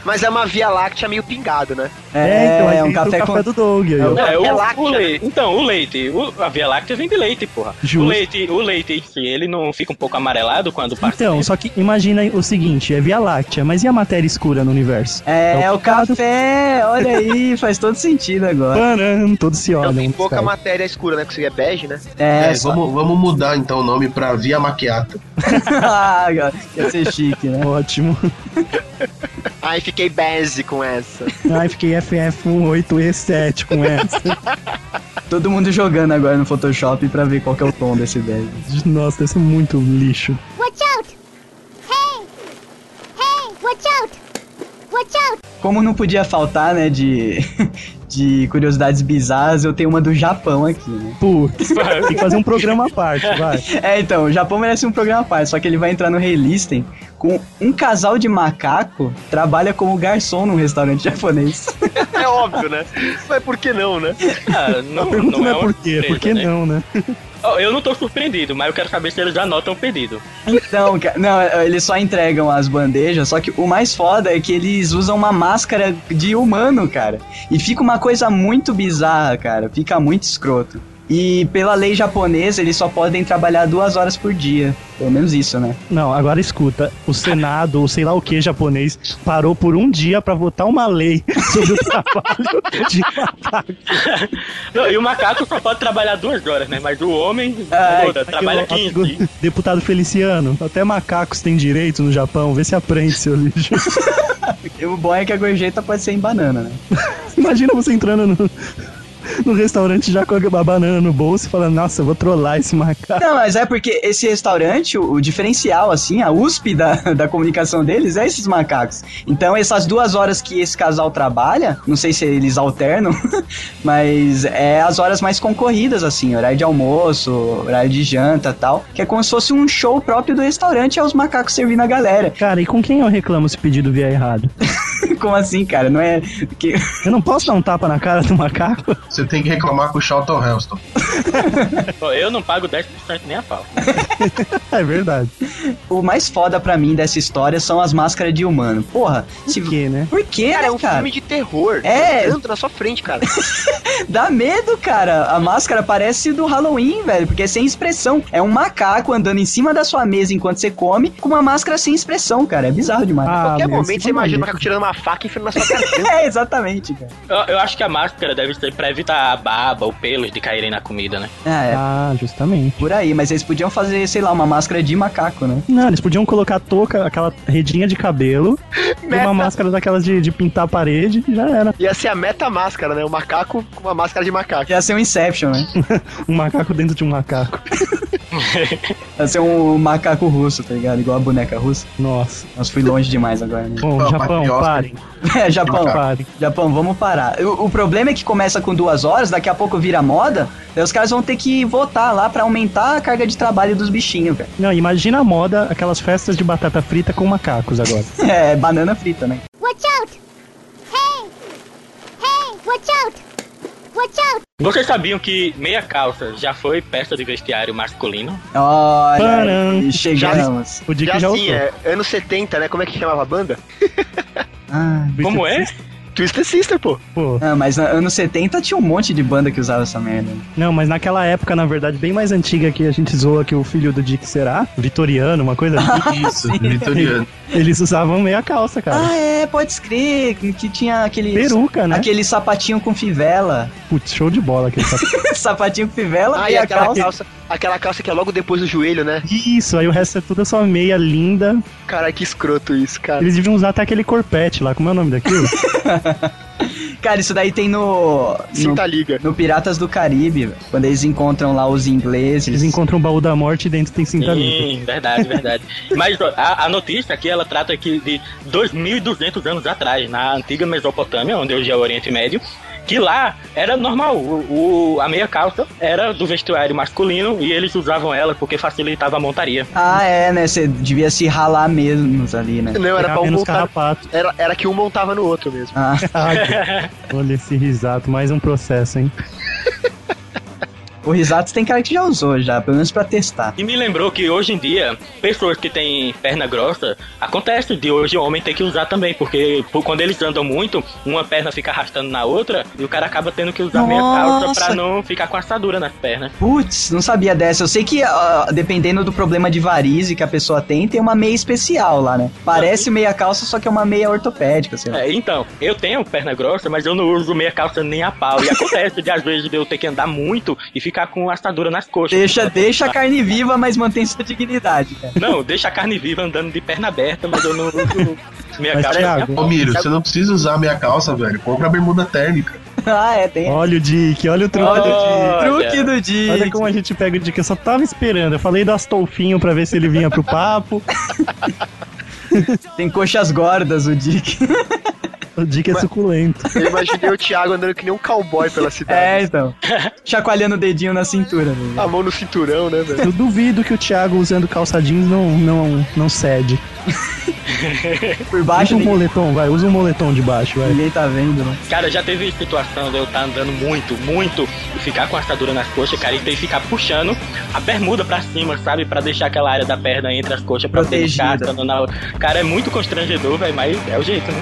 Speaker 3: Mas é uma Via Láctea meio pingado, né?
Speaker 1: é,
Speaker 2: então, aí
Speaker 1: é
Speaker 2: tem
Speaker 1: um
Speaker 2: o
Speaker 1: café com... um
Speaker 2: café do Doug. Aí, ó.
Speaker 5: Não, é
Speaker 3: É
Speaker 5: o,
Speaker 3: láctea,
Speaker 5: o
Speaker 3: né?
Speaker 5: leite. Então, o leite. o- a Via Láctea vem de leite, porra.
Speaker 2: Justo.
Speaker 5: O leite, o leite em si, ele não fica um pouco amarelado quando passa.
Speaker 2: Então, só que imagina o seguinte, é Via Láctea, mas e a matéria escura no universo?
Speaker 1: É, é o
Speaker 2: pecado.
Speaker 1: café, olha aí, faz todo sentido agora.
Speaker 2: Param, todos se
Speaker 3: Então
Speaker 2: olham.
Speaker 3: tem pouca
Speaker 2: sabe?
Speaker 3: matéria escura, né? Porque você é bege, né?
Speaker 1: É,
Speaker 4: É, vamos, vamos mudar então o nome pra Via Maquiata.
Speaker 1: ah, cara, ia ser chique, né?
Speaker 2: Ótimo.
Speaker 3: Ai, fiquei beze com essa.
Speaker 2: Ai, fiquei FF18E7 com essa.
Speaker 1: Todo mundo jogando agora no Photoshop pra ver qual que é o tom desse bege.
Speaker 2: Nossa, isso é muito lixo.
Speaker 8: Watch out! Hey! Hey! Watch out! Watch out!
Speaker 1: Como não podia faltar, né, de, de curiosidades bizarras, eu tenho uma do Japão aqui, né?
Speaker 2: Putz, tem que fazer um programa à parte, vai.
Speaker 1: É, então, o Japão merece um programa à parte, só que ele vai entrar no Hey Listen com um casal de macaco trabalha como garçom num restaurante japonês.
Speaker 3: É óbvio, né? Mas por que não, né?
Speaker 5: Ah, não,
Speaker 2: A pergunta não é
Speaker 5: uma
Speaker 2: por quê,
Speaker 5: surpresa,
Speaker 2: por que
Speaker 5: né?
Speaker 2: não, né?
Speaker 5: Ó, Eu não tô surpreendido, mas eu quero saber se eles já notam o pedido.
Speaker 1: Então, ca- não, eles só entregam as bandejas, só que o mais foda é que eles usam uma máscara de humano, cara. E fica uma coisa muito bizarra, cara. Fica muito escroto. E pela lei japonesa, eles só podem trabalhar duas horas por dia. Pelo menos isso, né?
Speaker 2: Não, agora escuta, o Senado, ou sei lá o que japonês, parou por um dia pra votar uma lei sobre o trabalho de macaco.
Speaker 5: Não, e o macaco só pode trabalhar duas horas, né? Mas o homem
Speaker 1: Ai,
Speaker 2: tá
Speaker 5: foda, trabalha
Speaker 2: Aquele
Speaker 5: 15.
Speaker 2: amigo Deputado Feliciano, até macacos têm direito no Japão, vê se aprende, seu lixo.
Speaker 1: E o bom é que a gorjeta pode ser em banana, né?
Speaker 2: Imagina você entrando no, no restaurante já com a banana no bolso e falando, nossa, eu vou trollar esse macaco.
Speaker 1: Não, mas é porque esse restaurante, o, o diferencial, assim, a USP da, da comunicação deles é esses macacos. Então, essas duas horas que esse casal trabalha, não sei se eles alternam, mas é as horas mais concorridas, assim, horário de almoço, horário de janta tal, que é como se fosse um show próprio do restaurante, é os macacos servindo a galera.
Speaker 2: Cara, e com quem eu reclamo se o pedido vier errado?
Speaker 1: como assim, cara? Não é que
Speaker 2: Eu não posso dar um tapa na cara do macaco?
Speaker 4: Você tem que reclamar com o Charlton Heston.
Speaker 5: Ó, Eu não pago 10% nem a pau.
Speaker 2: É verdade.
Speaker 1: o mais foda pra mim dessa história são as máscaras de humano. Porra, se...
Speaker 2: Por quê, né?
Speaker 1: Por quê,
Speaker 3: Cara, é
Speaker 1: né,
Speaker 3: um
Speaker 1: cara?
Speaker 3: filme de terror.
Speaker 1: É.
Speaker 3: Tá andando na sua frente, cara.
Speaker 1: Dá medo, cara. A máscara parece do Halloween, velho, porque é sem expressão. É um macaco andando em cima da sua mesa enquanto você come com uma máscara sem expressão, cara. É bizarro demais.
Speaker 2: Ah,
Speaker 3: qualquer
Speaker 2: meu,
Speaker 3: momento
Speaker 2: se
Speaker 3: você imagina
Speaker 2: maluco.
Speaker 3: o macaco tirando uma faca e enfiando na sua garganta.
Speaker 1: É, exatamente, cara.
Speaker 5: Eu, eu acho que a máscara deve ser pra evitar a baba ou pelos de caírem na comida, né?
Speaker 1: Ah, é.
Speaker 2: Ah, justamente.
Speaker 1: Por aí, mas eles podiam fazer, sei lá, uma máscara de macaco, né?
Speaker 2: Não, eles podiam colocar a touca, aquela redinha de cabelo, e
Speaker 3: Meta.
Speaker 2: uma máscara daquelas de, de pintar a parede, e já era.
Speaker 3: Ia ser a meta máscara, né? O macaco com uma máscara de macaco.
Speaker 1: Ia ser um Inception, né?
Speaker 2: Um macaco dentro de um macaco.
Speaker 1: Ia ser um macaco russo, tá ligado? Igual a boneca russa.
Speaker 2: Nossa.
Speaker 1: Nossa, fui longe demais agora, né?
Speaker 2: Bom,
Speaker 4: Não,
Speaker 2: Japão,
Speaker 4: patriota.
Speaker 2: parem,
Speaker 1: É, Japão.
Speaker 2: parem.
Speaker 1: Japão, vamos parar. O, o problema é que começa com duas horas, daqui a pouco vira moda, daí os caras vão ter que votar lá pra aumentar a carga de trabalho dos bichinhos, velho.
Speaker 2: Não, imagina a moda, aquelas festas de batata frita com macacos agora.
Speaker 1: É, banana frita, né?
Speaker 8: Watch out! Hey! Hey! Watch out! Watch out!
Speaker 5: Vocês sabiam que meia calça já foi peça de vestiário masculino?
Speaker 1: Olha,
Speaker 2: Param.
Speaker 1: aí, chegamos.
Speaker 2: O Dick
Speaker 3: Já,
Speaker 2: já
Speaker 3: assim,
Speaker 2: usou.
Speaker 3: é, anos 70, né? Como é que chamava a banda?
Speaker 1: Ah,
Speaker 5: Como é?
Speaker 3: Twister Sister, pô.
Speaker 2: Pô,
Speaker 1: ah, mas na- anos 70 tinha um monte de banda que usava essa merda.
Speaker 2: não, mas naquela época, na verdade, bem mais antiga que a gente zoa que o filho do Dick será, vitoriano, uma coisa assim,
Speaker 4: Isso, vitoriano.
Speaker 2: eles usavam meia calça, cara.
Speaker 1: Ah, é, pode escrever, que que tinha aquele...
Speaker 2: Peruca, né?
Speaker 1: Aquele sapatinho com fivela.
Speaker 2: Putz, show de bola aquele sapato.
Speaker 1: sapatinho com fivela,
Speaker 3: Ah, e
Speaker 1: meia
Speaker 3: aquela
Speaker 1: calça.
Speaker 3: calça, aquela calça que é logo depois do joelho, né?
Speaker 2: Isso, aí o resto é tudo só meia linda.
Speaker 3: Caralho, que escroto isso, cara.
Speaker 2: Eles deviam usar até aquele corpete lá, como é o nome daquilo?
Speaker 1: Cara, isso daí tem no... no...
Speaker 3: Sinta liga.
Speaker 1: no Piratas do Caribe, velho. quando eles encontram lá os ingleses.
Speaker 2: Eles encontram o baú da morte e dentro tem cinta linda.
Speaker 5: Sim, verdade, verdade. Mas ó, a, a notícia aqui, ela trata aqui de 2.200 anos atrás, na antiga Mesopotâmia, onde hoje é o Oriente Médio, que lá era normal, o, o- a meia calça era do vestuário masculino e eles usavam ela porque facilitava a montaria.
Speaker 1: Ah, é, né? Você devia se ralar mesmo ali, né?
Speaker 3: Não, era pra um
Speaker 2: menos
Speaker 3: montar.
Speaker 2: carrapato.
Speaker 3: Era, era que um montava no outro mesmo.
Speaker 1: Ah,
Speaker 2: Ai, olha esse risato, mais um processo, hein?
Speaker 1: o Risato tem cara que já usou, já, pelo menos pra testar.
Speaker 5: E me lembrou que hoje em dia, pessoas que têm perna grossa, acontece de hoje o homem ter que usar também, porque pô, quando eles andam muito, uma perna fica arrastando na outra e o cara acaba tendo que usar meia calça
Speaker 1: Nossa.
Speaker 5: pra não ficar com assadura nas pernas.
Speaker 1: Putz, não sabia dessa. Eu sei que, ah, dependendo do problema de varize que a pessoa tem, tem uma meia especial lá, né? Parece meia calça, só que é uma meia ortopédica, sei lá.
Speaker 5: É, então, eu tenho perna grossa, mas eu não uso meia calça nem a pau. E acontece de às vezes de eu ter que andar muito e ficar com assadura nas coxas.
Speaker 1: Deixa, deixa a carne viva, mas mantém sua dignidade, cara.
Speaker 5: Não, deixa a carne viva andando de perna aberta, mas eu não uso meia
Speaker 2: Mas,
Speaker 5: calça. nem a
Speaker 2: Thiago,
Speaker 5: pau.
Speaker 4: Ô, Miro, você não precisa usar a minha calça, velho. Compra a bermuda térmica.
Speaker 1: Ah, é, tem.
Speaker 2: Olha o Dick, olha o truque.
Speaker 1: Olha
Speaker 2: do Dick.
Speaker 1: o
Speaker 5: Olha.
Speaker 1: truque do dia.
Speaker 2: Olha como a gente pega o Dick, eu só tava esperando. Eu falei do Astolfinho pra ver se ele vinha pro papo.
Speaker 1: Tem coxas gordas o Dick.
Speaker 2: O Dick é
Speaker 3: Mas-
Speaker 2: suculento.
Speaker 3: Eu imaginei o Thiago andando que nem um cowboy pela
Speaker 1: É,
Speaker 3: cidade.
Speaker 1: então. Chacoalhando o dedinho na cintura,
Speaker 5: É. Ah,
Speaker 1: velho.
Speaker 3: A mão no cinturão, né, velho?
Speaker 2: Eu duvido que o Thiago usando calça jeans não, não, não cede.
Speaker 1: Por baixo
Speaker 2: usa um
Speaker 1: ninguém,
Speaker 2: moletom, vai. Usa um moletom de baixo, vai.
Speaker 1: ninguém tá vendo, né?
Speaker 5: Cara, já teve situação de eu estar andando muito, muito, e ficar com a assadura nas coxas, cara, e ter que ficar puxando a bermuda pra cima, sabe? Pra deixar aquela área da perna entre as coxas pra poder ficar
Speaker 1: Protegida.
Speaker 5: andando na... Cara, é muito constrangedor, velho, mas é o jeito, né?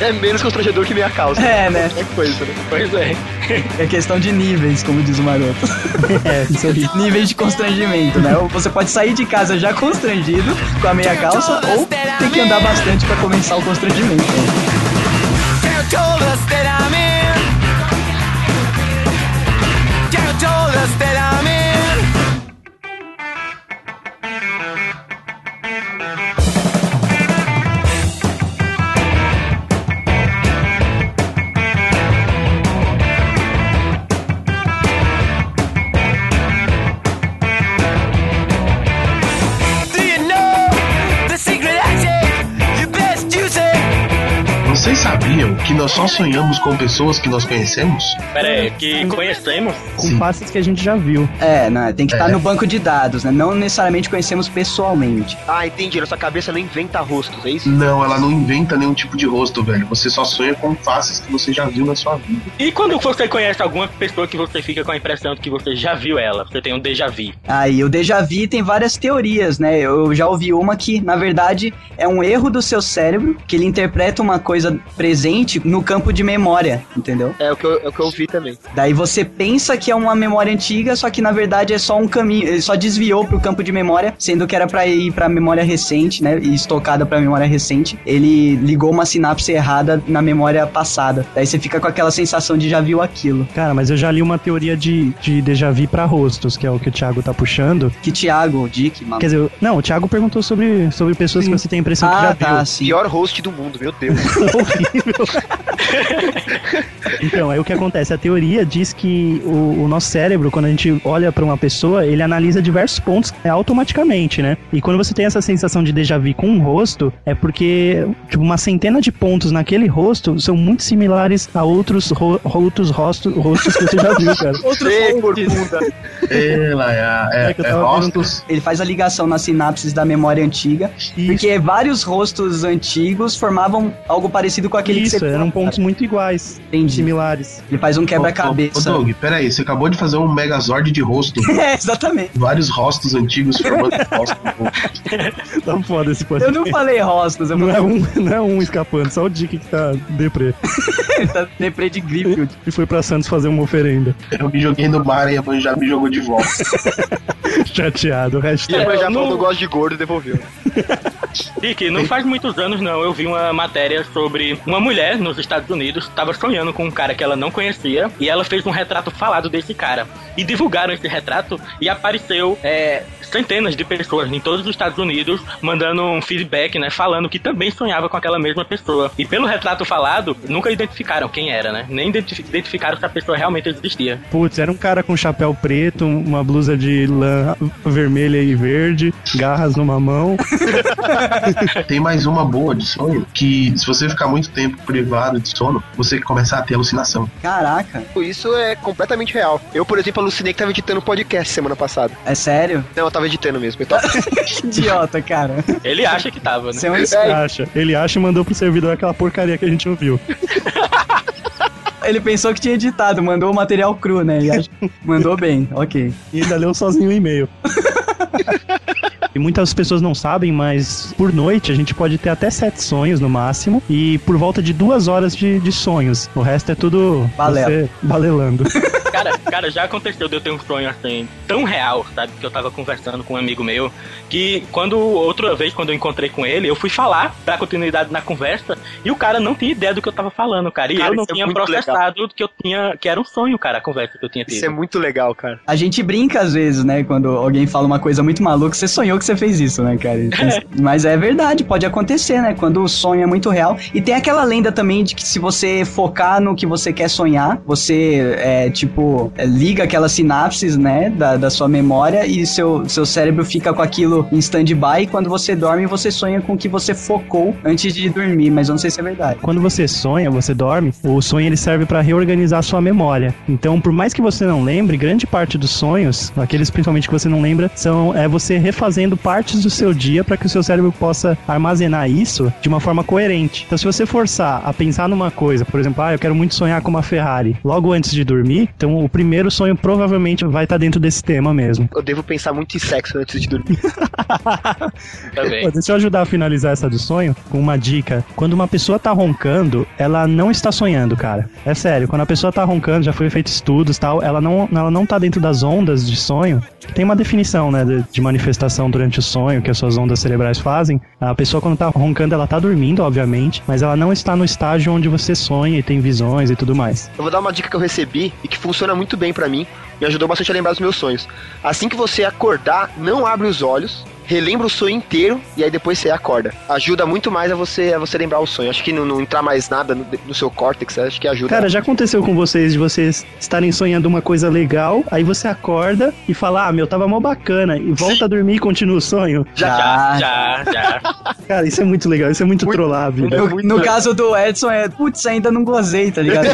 Speaker 3: É menos constrangedor que minha calça.
Speaker 1: É, né?
Speaker 3: Qualquer coisa, né?
Speaker 5: Pois é.
Speaker 1: É questão de níveis, como diz o maroto.
Speaker 2: É, isso aí.
Speaker 1: níveis de constrangimento, né? Ou Você pode sair de casa já constrangido com a meia calça ou tem que andar bastante pra começar o constrangimento. né?
Speaker 4: Vocês sabiam que nós só sonhamos com pessoas que nós conhecemos?
Speaker 5: Pera aí, que conhecemos.
Speaker 2: Com faces que a gente já viu.
Speaker 1: É, né? Tem que estar
Speaker 4: É.
Speaker 1: no banco de dados, né? Não necessariamente conhecemos pessoalmente.
Speaker 3: Ah, entendi. Na sua cabeça não inventa rostos, é isso?
Speaker 4: Não, ela não inventa nenhum tipo de rosto, velho. Você só sonha com faces que você já viu na sua vida.
Speaker 5: E quando você conhece alguma pessoa que você fica com a impressão de que você já viu ela, você tem um déjà vu.
Speaker 1: Aí, o déjà vu tem várias teorias, né? Eu já ouvi uma que, na verdade, é um erro do seu cérebro, que ele interpreta uma coisa presente no campo de memória, entendeu?
Speaker 3: É o que eu, é o que eu vi também.
Speaker 1: Daí você pensa que é uma memória antiga, só que na verdade é só um caminho, ele só desviou pro campo de memória, sendo que era pra ir pra memória recente, né? E estocada pra memória recente. Ele ligou uma sinapse errada na memória passada. Daí você fica com aquela sensação de já viu aquilo.
Speaker 2: Cara, mas eu já li uma teoria de, de déjà vu pra rostos, que é o que o Thiago tá puxando.
Speaker 1: Que Thiago, o Dick, mano.
Speaker 2: Quer dizer, não, o Thiago perguntou sobre, sobre pessoas que você tem a impressão que já
Speaker 1: Ah,
Speaker 2: viu.
Speaker 1: tá, sim.
Speaker 3: Pior host do mundo, meu Deus.
Speaker 2: Então, aí o que acontece? A teoria diz que o, o nosso cérebro, quando a gente olha pra uma pessoa, ele analisa diversos pontos é, automaticamente, né? E quando você tem essa sensação de déjà vu com um rosto, é porque, tipo, uma centena de pontos naquele rosto são muito similares a outros, ro outros rostos, rostos que você já viu, cara.
Speaker 3: Sei, corcunda.
Speaker 4: Ela é,
Speaker 2: É
Speaker 4: é,
Speaker 2: que eu
Speaker 4: é
Speaker 2: tava
Speaker 4: rostos.
Speaker 1: Ele faz a ligação nas sinapses da memória antiga,
Speaker 2: E isso,
Speaker 1: porque vários rostos antigos formavam algo parecido com aquele
Speaker 2: isso um
Speaker 1: que você
Speaker 2: eram pontos muito iguais,
Speaker 1: Entendi.
Speaker 2: similares.
Speaker 1: Ele faz um
Speaker 4: Ô, ô,
Speaker 1: quebra-cabeça.
Speaker 4: Doug, peraí, você acabou de fazer um megazord de rosto.
Speaker 1: É, exatamente.
Speaker 4: Vários rostos antigos formando rosto. novo.
Speaker 2: Tá foda esse
Speaker 1: Eu
Speaker 2: podcast.
Speaker 1: não falei rostos, eu
Speaker 2: Não é,
Speaker 1: falei
Speaker 2: um, não é um escapando, só o Dick que tá deprê.
Speaker 1: tá deprê de Griffield.
Speaker 2: E foi pra Santos fazer uma oferenda.
Speaker 4: Eu me joguei no mar e a mãe já me jogou de volta.
Speaker 2: Chateado, é
Speaker 3: E
Speaker 2: hashtag.
Speaker 3: a mãe já
Speaker 5: É, Eu
Speaker 3: falou
Speaker 5: não-
Speaker 3: não gosto de gordo e devolveu.
Speaker 5: Dick, não faz muitos anos não, eu vi uma matéria sobre uma mulher nos Estados Unidos estava sonhando com um cara que ela não conhecia e ela fez um retrato falado desse cara. E divulgaram esse retrato e apareceu é, centenas de pessoas em todos os Estados Unidos mandando um feedback, né, falando que também sonhava com aquela mesma pessoa. E pelo retrato falado, nunca identificaram quem era, né? Nem identi- identificaram se a pessoa realmente existia.
Speaker 2: Putz, era um cara com chapéu preto, uma blusa de lã vermelha e verde, garras numa mão.
Speaker 4: Tem mais uma boa de sonho, que se você ficar muito tempo privado de sono, você começa a ter alucinação.
Speaker 1: Caraca,
Speaker 3: Isso é completamente real. Eu, por exemplo, alucinei que tava editando um podcast semana passada.
Speaker 1: é sério?
Speaker 3: Não, eu tava editando mesmo. Eu tava...
Speaker 1: Que idiota, cara.
Speaker 5: Ele acha que tava, né?
Speaker 1: Você é um...
Speaker 2: Ele
Speaker 1: escroto.
Speaker 2: acha, ele acha e mandou pro servidor aquela porcaria que a gente ouviu.
Speaker 1: Ele pensou que tinha editado, mandou o material cru, né? Ele acha- Mandou bem, ok.
Speaker 2: E ainda leu sozinho o e-mail. E muitas pessoas não sabem, mas por noite a gente pode ter até sete sonhos no máximo e por volta de duas horas de, de sonhos. O resto é tudo
Speaker 1: Balela.
Speaker 2: você balelando.
Speaker 5: Cara, cara, já aconteceu de eu ter um sonho assim, tão real, sabe? Que eu tava conversando com um amigo meu, que quando, outra vez, quando eu encontrei com ele, eu fui falar, dar continuidade na conversa, e o cara não tinha ideia do que eu tava falando, cara. E
Speaker 3: Cara,
Speaker 5: eu não
Speaker 3: isso é
Speaker 5: tinha
Speaker 3: muito
Speaker 5: processado que eu tinha, que era um sonho, cara, a conversa que eu tinha tido.
Speaker 3: Isso é muito legal, cara.
Speaker 1: A gente brinca às vezes, né? Quando alguém fala uma coisa muito maluca, você sonhou que você fez isso, né, cara? Mas é verdade, pode acontecer, né? Quando o sonho é muito real. E tem aquela lenda também de que se você focar no que você quer sonhar, você, é, tipo, tipo, é, liga aquelas sinapses, né, da, da sua memória e seu, seu cérebro fica com aquilo em stand-by e quando você dorme, você sonha com o que você focou antes de dormir, mas eu não sei se é verdade.
Speaker 2: Quando você sonha, você dorme, o sonho ele serve pra reorganizar a sua memória. Então, por mais que você não lembre, grande parte dos sonhos, aqueles principalmente que você não lembra, são é você refazendo partes do seu dia para que o seu cérebro possa armazenar isso de uma forma coerente. Então, se você forçar a pensar numa coisa, por exemplo, ah, eu quero muito sonhar com uma Ferrari, logo antes de dormir, então o primeiro sonho provavelmente vai estar dentro desse tema mesmo.
Speaker 3: Eu devo pensar muito em sexo antes de dormir.
Speaker 5: Também.
Speaker 2: Pô, deixa eu ajudar a finalizar essa do sonho com uma dica. Quando uma pessoa tá roncando, ela não está sonhando, cara. É sério, quando a pessoa tá roncando, já foi feito estudos e tal, ela não, ela não tá dentro das ondas de sonho. Tem uma definição, né, de, de manifestação durante o sonho que as suas ondas cerebrais fazem. A pessoa quando tá roncando, ela tá dormindo, obviamente, mas ela não está no estágio onde você sonha e tem visões e tudo mais.
Speaker 3: Eu vou dar uma dica que eu recebi e que funciona muito bem pra mim. Me ajudou bastante a lembrar dos meus sonhos. Assim que você acordar, não abre os olhos, relembra o sonho inteiro e aí depois você acorda. Ajuda muito mais a você a você lembrar o sonho. Acho que não, não entrar mais nada no, no seu córtex, acho que ajuda.
Speaker 2: Cara, já aconteceu com vocês de vocês estarem sonhando uma coisa legal, aí você acorda e fala: "Ah, meu, tava mó bacana" e volta a dormir e continua o sonho.
Speaker 5: Já, já, já.
Speaker 2: Cara, isso é muito legal, isso é muito,
Speaker 3: Muito-
Speaker 2: trollar a vida.
Speaker 1: No, no caso do Edson é, putz, ainda não gozei, tá ligado?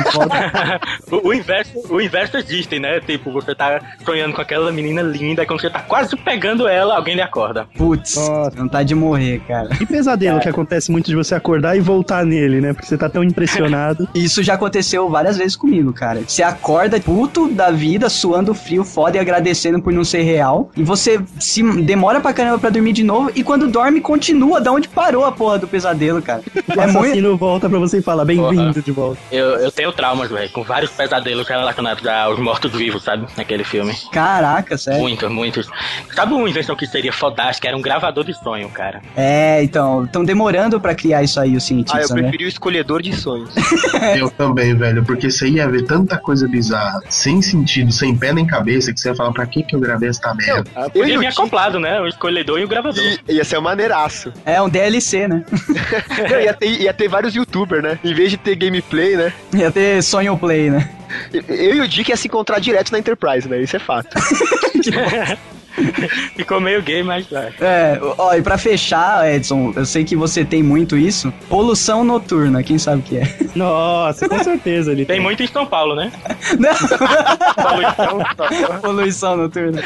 Speaker 5: o, o inverso, o inverso existe, né? Tipo, você tá sonhando com aquela menina linda, e quando você tá quase pegando ela, alguém lhe acorda.
Speaker 1: Putz,
Speaker 2: Nossa.
Speaker 1: vontade de morrer, cara.
Speaker 2: Que
Speaker 1: É.
Speaker 2: pesadelo que acontece muito de você acordar e voltar nele, né? Porque você tá tão impressionado.
Speaker 1: Isso já aconteceu várias vezes comigo, cara. Você acorda puto da vida, suando frio, foda e agradecendo por não ser real. E você se demora pra caramba pra dormir de novo. E quando dorme, continua da onde parou a porra do pesadelo, cara.
Speaker 2: O
Speaker 1: É muito.
Speaker 2: assassino volta pra você e fala: "Bem-vindo de volta".
Speaker 5: Eu, eu tenho traumas, velho, com vários pesadelos relacionados aos mortos-vivos, sabe? Naquele filme.
Speaker 1: Caraca, sério.
Speaker 5: Muitos, muitos. Sabe uma invenção que seria fodástica? Era um gravador de sonho, cara.
Speaker 1: É, então, estão demorando pra criar isso aí, os
Speaker 3: Ah, eu
Speaker 1: cientistas, né?
Speaker 3: preferi o escolhedor de sonhos.
Speaker 2: É.
Speaker 4: Eu também, velho, porque você ia ver tanta coisa bizarra, sem sentido, sem pé nem cabeça, que você ia falar, pra que que eu gravei esta merda?
Speaker 3: Eu
Speaker 5: Podia
Speaker 3: e o
Speaker 5: vir
Speaker 3: Tico-
Speaker 5: acoplado, né? O escolhedor e o gravador.
Speaker 3: I- Ia ser um maneiraço.
Speaker 1: É um DLC, né?
Speaker 3: Não, ia, ter, ia ter vários youtubers, né? Em vez de ter gameplay, né?
Speaker 1: Ia ter sonho play, né?
Speaker 3: Eu- Eu e o Dick ia se encontrar direto na Enterprise, né? Isso é fato.
Speaker 5: Ficou meio gay, mas vai.
Speaker 1: É, ó, e pra fechar, Edson, eu sei que você tem muito isso. Poluição noturna, quem sabe o que é?
Speaker 2: Nossa, com certeza ele
Speaker 5: Tem muito em São Paulo, né?
Speaker 1: Não.
Speaker 5: Poluição.
Speaker 1: Poluição noturna.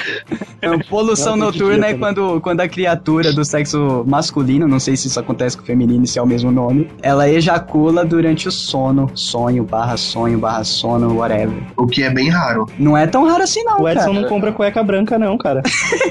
Speaker 1: Não, poluição noturna é quando, quando a criatura do sexo masculino, não sei se isso acontece com o feminino, se é o mesmo nome, ela ejacula durante o sono. Sonho, barra sonho, barra sono, whatever.
Speaker 4: O que é bem raro.
Speaker 1: Não é tão raro assim, não,
Speaker 2: O Edson
Speaker 1: cara.
Speaker 2: não compra cueca branca, não, cara.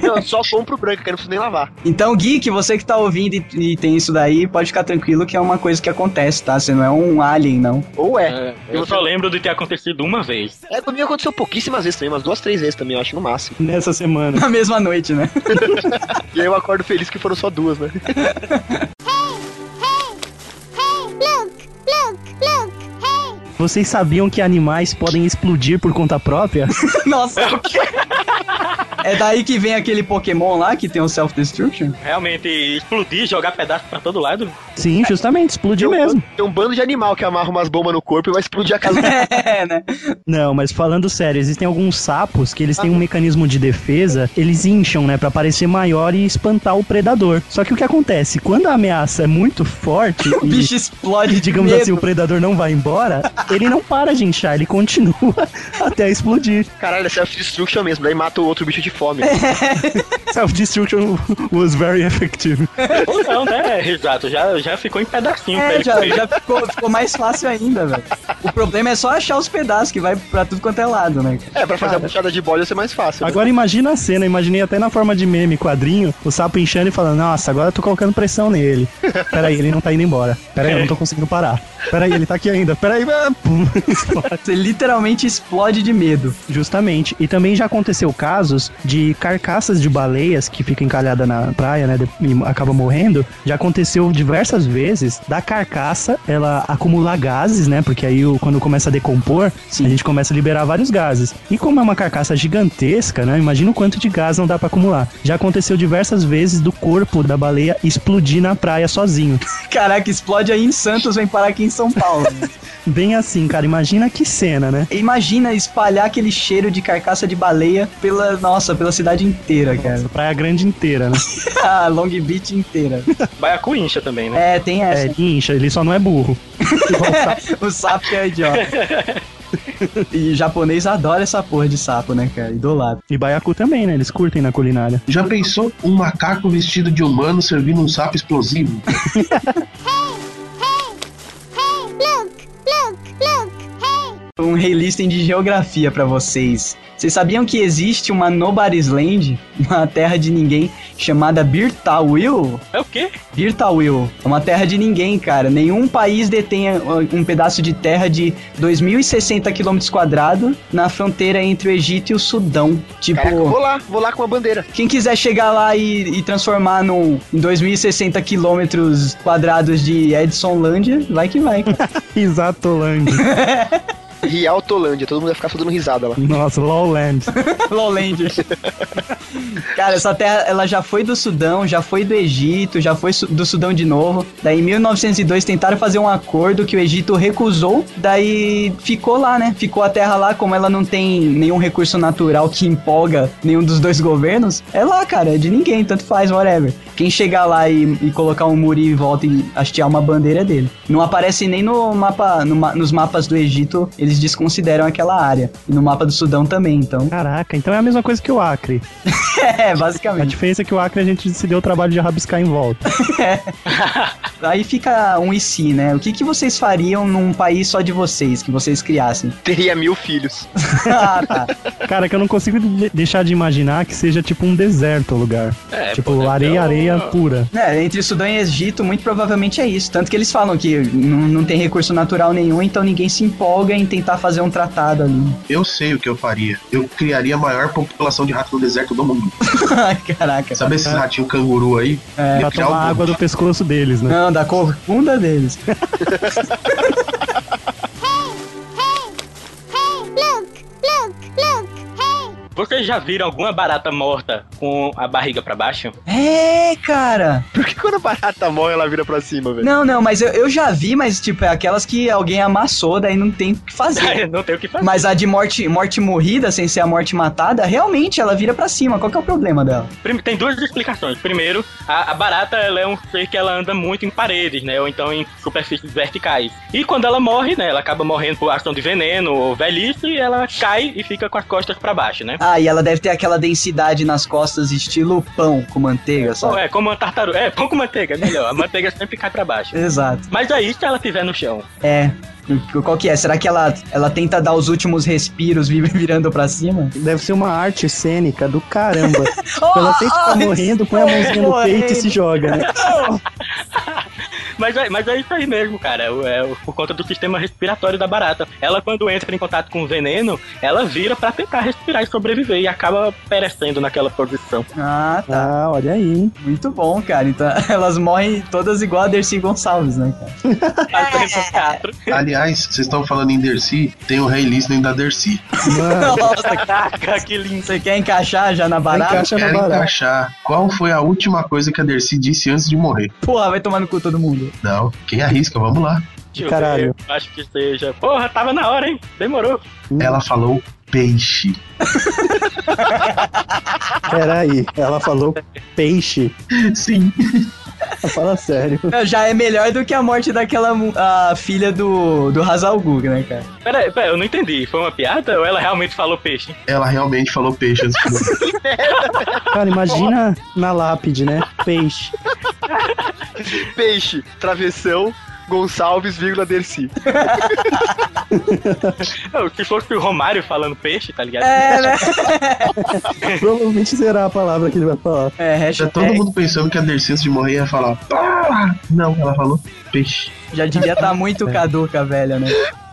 Speaker 3: Não, só compro branco, que eu não preciso nem lavar.
Speaker 1: Então, Geek, você que tá ouvindo e, e tem isso daí, pode ficar tranquilo que é uma coisa que acontece, tá? Você não é um alien, não.
Speaker 3: Ou é.
Speaker 5: Eu só lembro de ter acontecido uma vez.
Speaker 3: É, comigo aconteceu pouquíssimas vezes também, umas duas, três vezes também, eu acho, no máximo.
Speaker 2: Nessa semana.
Speaker 1: Na mesma noite, né?
Speaker 3: E aí eu acordo feliz que foram só duas, né?
Speaker 2: É
Speaker 8: Hey, hey, hey, look, look, look, hey.
Speaker 2: Vocês sabiam que animais podem explodir por conta própria?
Speaker 1: Nossa. É daí que vem aquele Pokémon lá que tem o Self-Destruction?
Speaker 5: Realmente, explodir, jogar pedaço pra todo lado.
Speaker 2: Sim, justamente, explodir mesmo.
Speaker 3: Tem um bando de animal que amarra umas bombas no corpo e vai explodir a casa.
Speaker 1: É, né?
Speaker 2: Não, mas falando sério, existem alguns sapos que eles têm
Speaker 1: Ah.
Speaker 2: um mecanismo de defesa, eles incham, né, Pra parecer maior e espantar o predador. Só que o que acontece? Quando a ameaça é muito forte
Speaker 1: O
Speaker 2: e,
Speaker 1: bicho explode,
Speaker 2: digamos
Speaker 1: medo.
Speaker 2: assim, o predador não vai embora, ele não para de inchar, ele continua até explodir.
Speaker 3: Caralho, é self-destruction mesmo, daí mata o outro bicho de fome.
Speaker 2: Self-destruction was very effective.
Speaker 5: Ou não, né? Exato, já, já ficou em pedacinho. pra
Speaker 1: É,
Speaker 5: ele
Speaker 1: já,
Speaker 5: comer.
Speaker 1: já ficou, ficou mais fácil ainda, velho. O problema é só achar os pedaços que vai pra tudo quanto é lado, né?
Speaker 3: É, pra fazer a puxada de bola ia ser mais fácil. né?
Speaker 2: Agora imagina a cena, imaginei até na forma de meme, quadrinho, o sapo inchando e falando, nossa, agora eu tô colocando pressão nele. Peraí, ele não tá indo embora. Peraí, eu não tô conseguindo parar. Peraí, ele tá aqui ainda. Peraí, ah, pum, explode.
Speaker 1: Você literalmente explode de medo.
Speaker 2: Justamente. E também já aconteceu casos de carcaças de baleias que fica encalhada na praia, né, de- e acaba morrendo. Já aconteceu diversas vezes da carcaça ela acumular gases, né, porque aí o- quando começa a decompor, a gente começa a liberar vários gases. E como é uma carcaça gigantesca, né, imagina o quanto de gás não dá pra acumular. Já aconteceu diversas vezes do corpo da baleia explodir na praia sozinho.
Speaker 1: Caraca, explode aí em Santos, vem parar aqui em São Paulo.
Speaker 2: Bem assim, cara, imagina que cena, né?
Speaker 1: Imagina espalhar aquele cheiro de carcaça de baleia pela, nossa, pela cidade inteira, cara.
Speaker 2: Essa praia grande inteira, né?
Speaker 1: A Long Beach inteira.
Speaker 5: Baiacu incha também, né?
Speaker 1: É, tem
Speaker 2: É,
Speaker 1: essa.
Speaker 2: ele incha, ele só não é burro.
Speaker 1: o sapo que é idiota. E japonês adora essa porra de sapo, né, cara? Idolado.
Speaker 2: E baiacu também, né? Eles curtem na culinária.
Speaker 4: Já pensou um macaco vestido de humano servindo um sapo explosivo?
Speaker 8: Hey! Hey! Look! Look! Look! Hey!
Speaker 1: Um relistem de geografia pra vocês. Vocês sabiam que existe uma Nobody's Land, uma terra de ninguém, chamada Birtawil?
Speaker 5: É o quê?
Speaker 1: Birtawil. É uma terra de ninguém, cara. Nenhum país detém ah, um pedaço de terra de 2.060 km quadrados na fronteira entre o Egito e o Sudão. Tipo...
Speaker 3: Caraca, vou lá, vou lá com uma bandeira.
Speaker 1: Quem quiser chegar lá e, e transformar num, em 2060 quilômetros quadrados de Edsonlândia, vai que vai. cara.
Speaker 2: Exatolândia.
Speaker 3: Rial Tolândia, todo mundo vai ficar só dando risada lá.
Speaker 2: Nossa, Lowland.
Speaker 1: Lowlander. Cara, essa terra ela já foi do Sudão, já foi do Egito, já foi su- do Sudão de novo. Daí em 1902 tentaram fazer um acordo que o Egito recusou, daí ficou lá, né? Ficou a terra lá, como ela não tem nenhum recurso natural que empolga nenhum dos dois governos. É lá, cara, é de ninguém, tanto faz, whatever. Quem chegar lá e, e colocar um muro em volta e hastear uma bandeira é dele. Não aparece nem no mapa, no ma- nos mapas do Egito, eles desconsideram aquela área. E no mapa do Sudão também, então.
Speaker 2: Caraca, então é a mesma coisa que o Acre.
Speaker 1: É,
Speaker 2: A
Speaker 1: basicamente.
Speaker 2: diferença é que o Acre a gente se deu o trabalho de rabiscar em volta.
Speaker 1: Aí fica um e se, né? O que, que vocês fariam num país só de vocês, que vocês criassem?
Speaker 3: Teria mil filhos.
Speaker 1: ah, tá.
Speaker 2: Cara, que eu não consigo de- deixar de imaginar que seja tipo um deserto o lugar.
Speaker 5: É,
Speaker 2: tipo,
Speaker 5: pô, né,
Speaker 2: areia,
Speaker 5: então-
Speaker 2: areia pura.
Speaker 1: É, entre Sudão e Egito, muito provavelmente é isso. Tanto que eles falam que não não tem recurso natural nenhum, então ninguém se empolga em tentar fazer um tratado ali.
Speaker 4: Eu sei o que eu faria. Eu criaria a maior população de ratos no deserto do mundo.
Speaker 1: Ai, Caraca.
Speaker 4: Sabe esses ratinhos canguru aí?
Speaker 1: É.
Speaker 4: Ia
Speaker 2: Pra
Speaker 4: criar
Speaker 2: É. tomar
Speaker 4: um-
Speaker 2: água do pescoço deles, né?
Speaker 1: Não, da corcunda deles.
Speaker 8: Hey! Hey! Look! Look! Look! Hey!
Speaker 5: Vocês já viram alguma barata morta com a barriga pra baixo?
Speaker 1: É, cara.
Speaker 3: Por que quando a barata morre, ela vira pra cima, velho?
Speaker 1: Não, não, mas eu, eu já vi, mas tipo, é aquelas que alguém amassou, daí não tem o que fazer.
Speaker 5: Não tem o que fazer.
Speaker 1: Mas a de morte, morte morrida, sem ser a morte matada, realmente ela vira pra cima. Qual que é o problema dela?
Speaker 5: Prime- Tem duas explicações. Primeiro, a, a barata ela é um ser que ela anda muito em paredes, né? Ou então em superfícies verticais. E quando ela morre, né? Ela acaba morrendo por ação de veneno ou velhice e ela cai e fica com as costas pra baixo, né?
Speaker 1: Ah, e ela deve ter aquela densidade nas costas, estilo pão com manteiga,
Speaker 5: Ou
Speaker 1: sabe?
Speaker 5: é como uma tartaruga. É, pão com manteiga, é melhor. A manteiga sempre cai pra
Speaker 1: é.
Speaker 5: baixo.
Speaker 1: Exato.
Speaker 5: Mas aí, se ela estiver no chão,
Speaker 1: É. Qual que é? Será que ela, ela tenta dar os últimos respiros vi- virando pra cima?
Speaker 2: Deve ser uma arte cênica do caramba.
Speaker 1: Oh,
Speaker 2: Ela sempre tá morrendo, põe a mãozinha no
Speaker 1: morrendo.
Speaker 2: peito e se joga, né?
Speaker 5: Mas é, mas é isso aí mesmo, cara. O- É, o- por conta do sistema respiratório da barata. Ela, quando entra em contato com o veneno, ela vira pra tentar respirar e sobreviver e acaba perecendo naquela posição.
Speaker 1: Ah, tá.
Speaker 2: Ah, olha aí, hein?
Speaker 1: Muito bom, cara. Então, elas morrem todas igual a Dercy Gonçalves, né, cara?
Speaker 5: Fazendo teatro.
Speaker 4: Aliás, vocês estão falando em Dercy, tem o rei listening da Dercy.
Speaker 2: Mano,
Speaker 1: Nossa,
Speaker 5: Caraca, que lindo.
Speaker 1: você quer encaixar já na barata?
Speaker 2: encaixa na
Speaker 4: Quero
Speaker 2: barata.
Speaker 4: encaixar. Qual foi a última coisa que a Dercy disse antes de morrer?
Speaker 1: Porra, vai tomar no cu todo mundo.
Speaker 4: Não, quem arrisca? Vamos lá.
Speaker 5: Deixa eu
Speaker 2: Caralho.
Speaker 5: ver, eu Acho que seja. Porra, tava na hora, hein? Demorou.
Speaker 1: Hum.
Speaker 2: né?
Speaker 5: então.
Speaker 4: Ela falou peixe.
Speaker 2: Peraí, ela falou peixe.
Speaker 4: Sim.
Speaker 2: Fala sério.
Speaker 1: Já é melhor do que a morte daquela mu- a filha do, do Hazal Gug, né, cara?
Speaker 5: Pera, pera, eu não entendi. Foi uma piada ou ela realmente falou peixe?
Speaker 4: Ela realmente falou peixe antes de morrer.
Speaker 2: Cara, imagina na lápide, né? Peixe.
Speaker 3: Peixe, travessão, Gonçalves, vírgula, Dercy.
Speaker 5: Não, Se fosse o Romário falando peixe, tá ligado?
Speaker 1: É, né?
Speaker 2: Provavelmente será a palavra que ele vai falar.
Speaker 1: É,
Speaker 4: Já
Speaker 1: hashtag,
Speaker 4: todo mundo pensando que a Dercy antes de morrer ia falar. "Pá!" Não, ela falou peixe.
Speaker 1: já devia estar muito tá caduca, velha, né?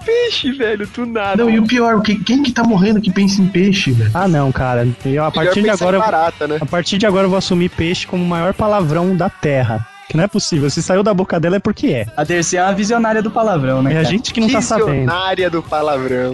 Speaker 3: peixe, velho, do nada.
Speaker 1: Tá
Speaker 4: Não, e o pior, o que, quem que tá morrendo que pensa em peixe, velho?
Speaker 2: Ah, não, cara. Eu, a
Speaker 3: Melhor
Speaker 2: partir de
Speaker 3: pensar em
Speaker 2: agora. eu-
Speaker 3: barata, né?
Speaker 2: A partir de agora eu vou assumir peixe como o maior palavrão da Terra. Que não é possível. Se saiu da boca dela é porque é.
Speaker 1: A terceira é uma visionária do palavrão, né?
Speaker 2: É a
Speaker 1: cara?
Speaker 2: gente que não tá sabendo.
Speaker 3: Dicionária do palavrão.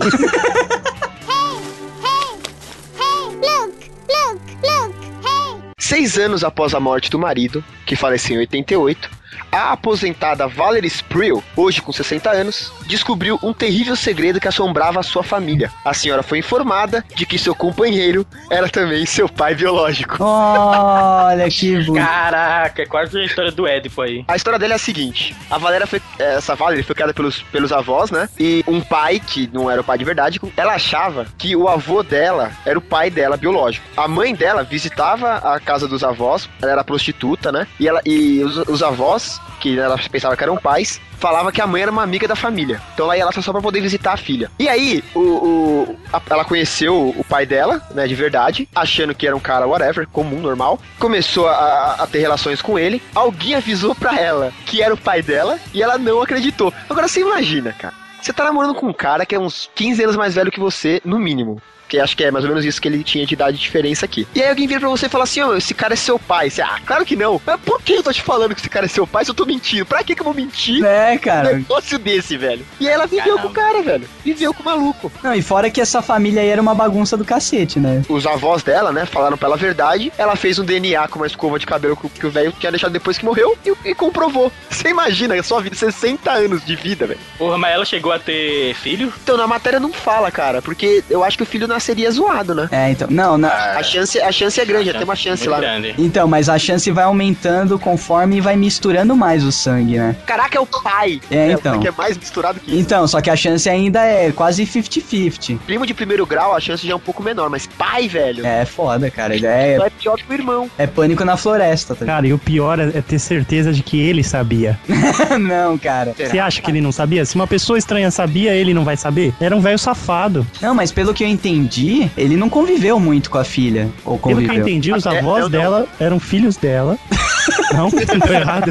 Speaker 8: Hey, look, look, look. Hey,
Speaker 3: Seis anos após a morte do marido, que faleceu em 88, a aposentada Valerie Spreel, hoje com 60 anos, descobriu um terrível segredo que assombrava a sua família. A senhora foi informada de que seu companheiro era também seu pai biológico.
Speaker 1: Olha que bonito.
Speaker 5: Caraca, é quase a história do Édipo aí.
Speaker 3: A história dela é a seguinte: a Valéria foi. Essa Valerie foi criada pelos, pelos avós, né? E um pai, que não era o pai de verdade, ela achava que o avô dela era o pai dela biológico. A mãe dela visitava a casa dos avós, ela era prostituta, né? E, ela, e os, os avós, que ela pensava que eram pais, falava que a mãe era uma amiga da família. Então ela ia lá só pra poder visitar a filha. E aí, o, o- a- ela conheceu o pai dela, né, de verdade, achando que era um cara whatever, comum, normal. Começou a, a ter relações com ele. Alguém avisou pra ela que era o pai dela e ela não acreditou. Agora você imagina, cara. Você tá namorando com um cara que é uns 15 anos mais velho que você, no mínimo. Que acho que é mais ou menos isso que ele tinha de idade de diferença aqui. E aí alguém vira pra você e fala assim, ô, esse cara é seu pai. Você, ah, claro que não. Mas por que eu tô te falando que esse cara é seu pai se eu tô mentindo? Pra que que eu vou mentir?
Speaker 1: É,
Speaker 3: Um
Speaker 1: cara.
Speaker 3: negócio desse, velho. E aí ela viveu
Speaker 5: Caramba.
Speaker 3: com o cara, velho. Viveu com o maluco.
Speaker 1: Não, e fora que essa família aí era uma bagunça do cacete, né?
Speaker 3: Os avós dela, né, falaram pra ela a verdade. Ela fez um DNA com uma escova de cabelo que o- que o velho tinha deixado depois que morreu e, e comprovou. Você imagina, a sua vida, 60 anos de vida, velho.
Speaker 5: Porra, mas ela chegou a ter filho?
Speaker 3: Então, na matéria não fala, cara, porque eu acho que o filho nasceria zoado, né?
Speaker 1: É, então. Não, na...
Speaker 3: A chance, a chance é grande, tem uma chance
Speaker 5: Muito
Speaker 3: lá. né?
Speaker 5: grande.
Speaker 1: Então, mas a chance vai aumentando conforme vai misturando mais o sangue, né?
Speaker 3: Caraca, é o pai.
Speaker 1: É, então.
Speaker 3: Que é mais misturado que isso.
Speaker 1: Então, só que a chance ainda é quase 50-50.
Speaker 3: Primo de primeiro grau, a chance já é um pouco menor, mas pai, velho,
Speaker 1: É foda, cara. É,
Speaker 3: só é pior que o irmão.
Speaker 1: é pânico na floresta, tá
Speaker 2: Cara, e o pior é é ter certeza de que ele sabia.
Speaker 1: ligado? Não, cara.
Speaker 3: É.
Speaker 2: Você acha que ele não sabia? Se uma pessoa estranha sabia, ele não vai saber? Era um velho safado.
Speaker 1: Não, mas pelo que eu entendi, ele não conviveu muito com a filha. Ou
Speaker 2: Pelo que eu
Speaker 1: conviveu.
Speaker 2: entendi, os
Speaker 3: É,
Speaker 2: avós
Speaker 3: eu não.
Speaker 2: dela eram filhos dela. Não, tô errado.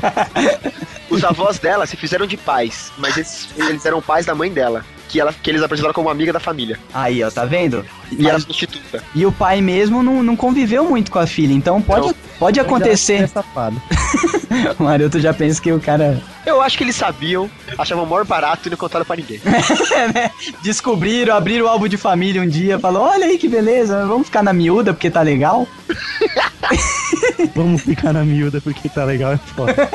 Speaker 3: Os avós dela se fizeram de pais, mas eles, eles eram pais da mãe dela. Que, ela, que eles apresentaram como amiga da família.
Speaker 1: Aí, ó, tá vendo?
Speaker 3: E
Speaker 1: Mas-
Speaker 3: era prostituta.
Speaker 1: E o pai mesmo não, não conviveu muito com a filha, então pode,
Speaker 3: Não.
Speaker 1: pode
Speaker 2: É
Speaker 1: acontecer.
Speaker 2: safado.
Speaker 1: O Maroto já pensa que o cara
Speaker 3: Eu acho que eles sabiam, achavam o maior barato e não contaram pra ninguém.
Speaker 1: descobriram, abriram o álbum de família um dia, falou: olha aí que beleza, vamos ficar na miúda porque tá legal.
Speaker 2: Vamos ficar na miúda porque tá legal, é foda.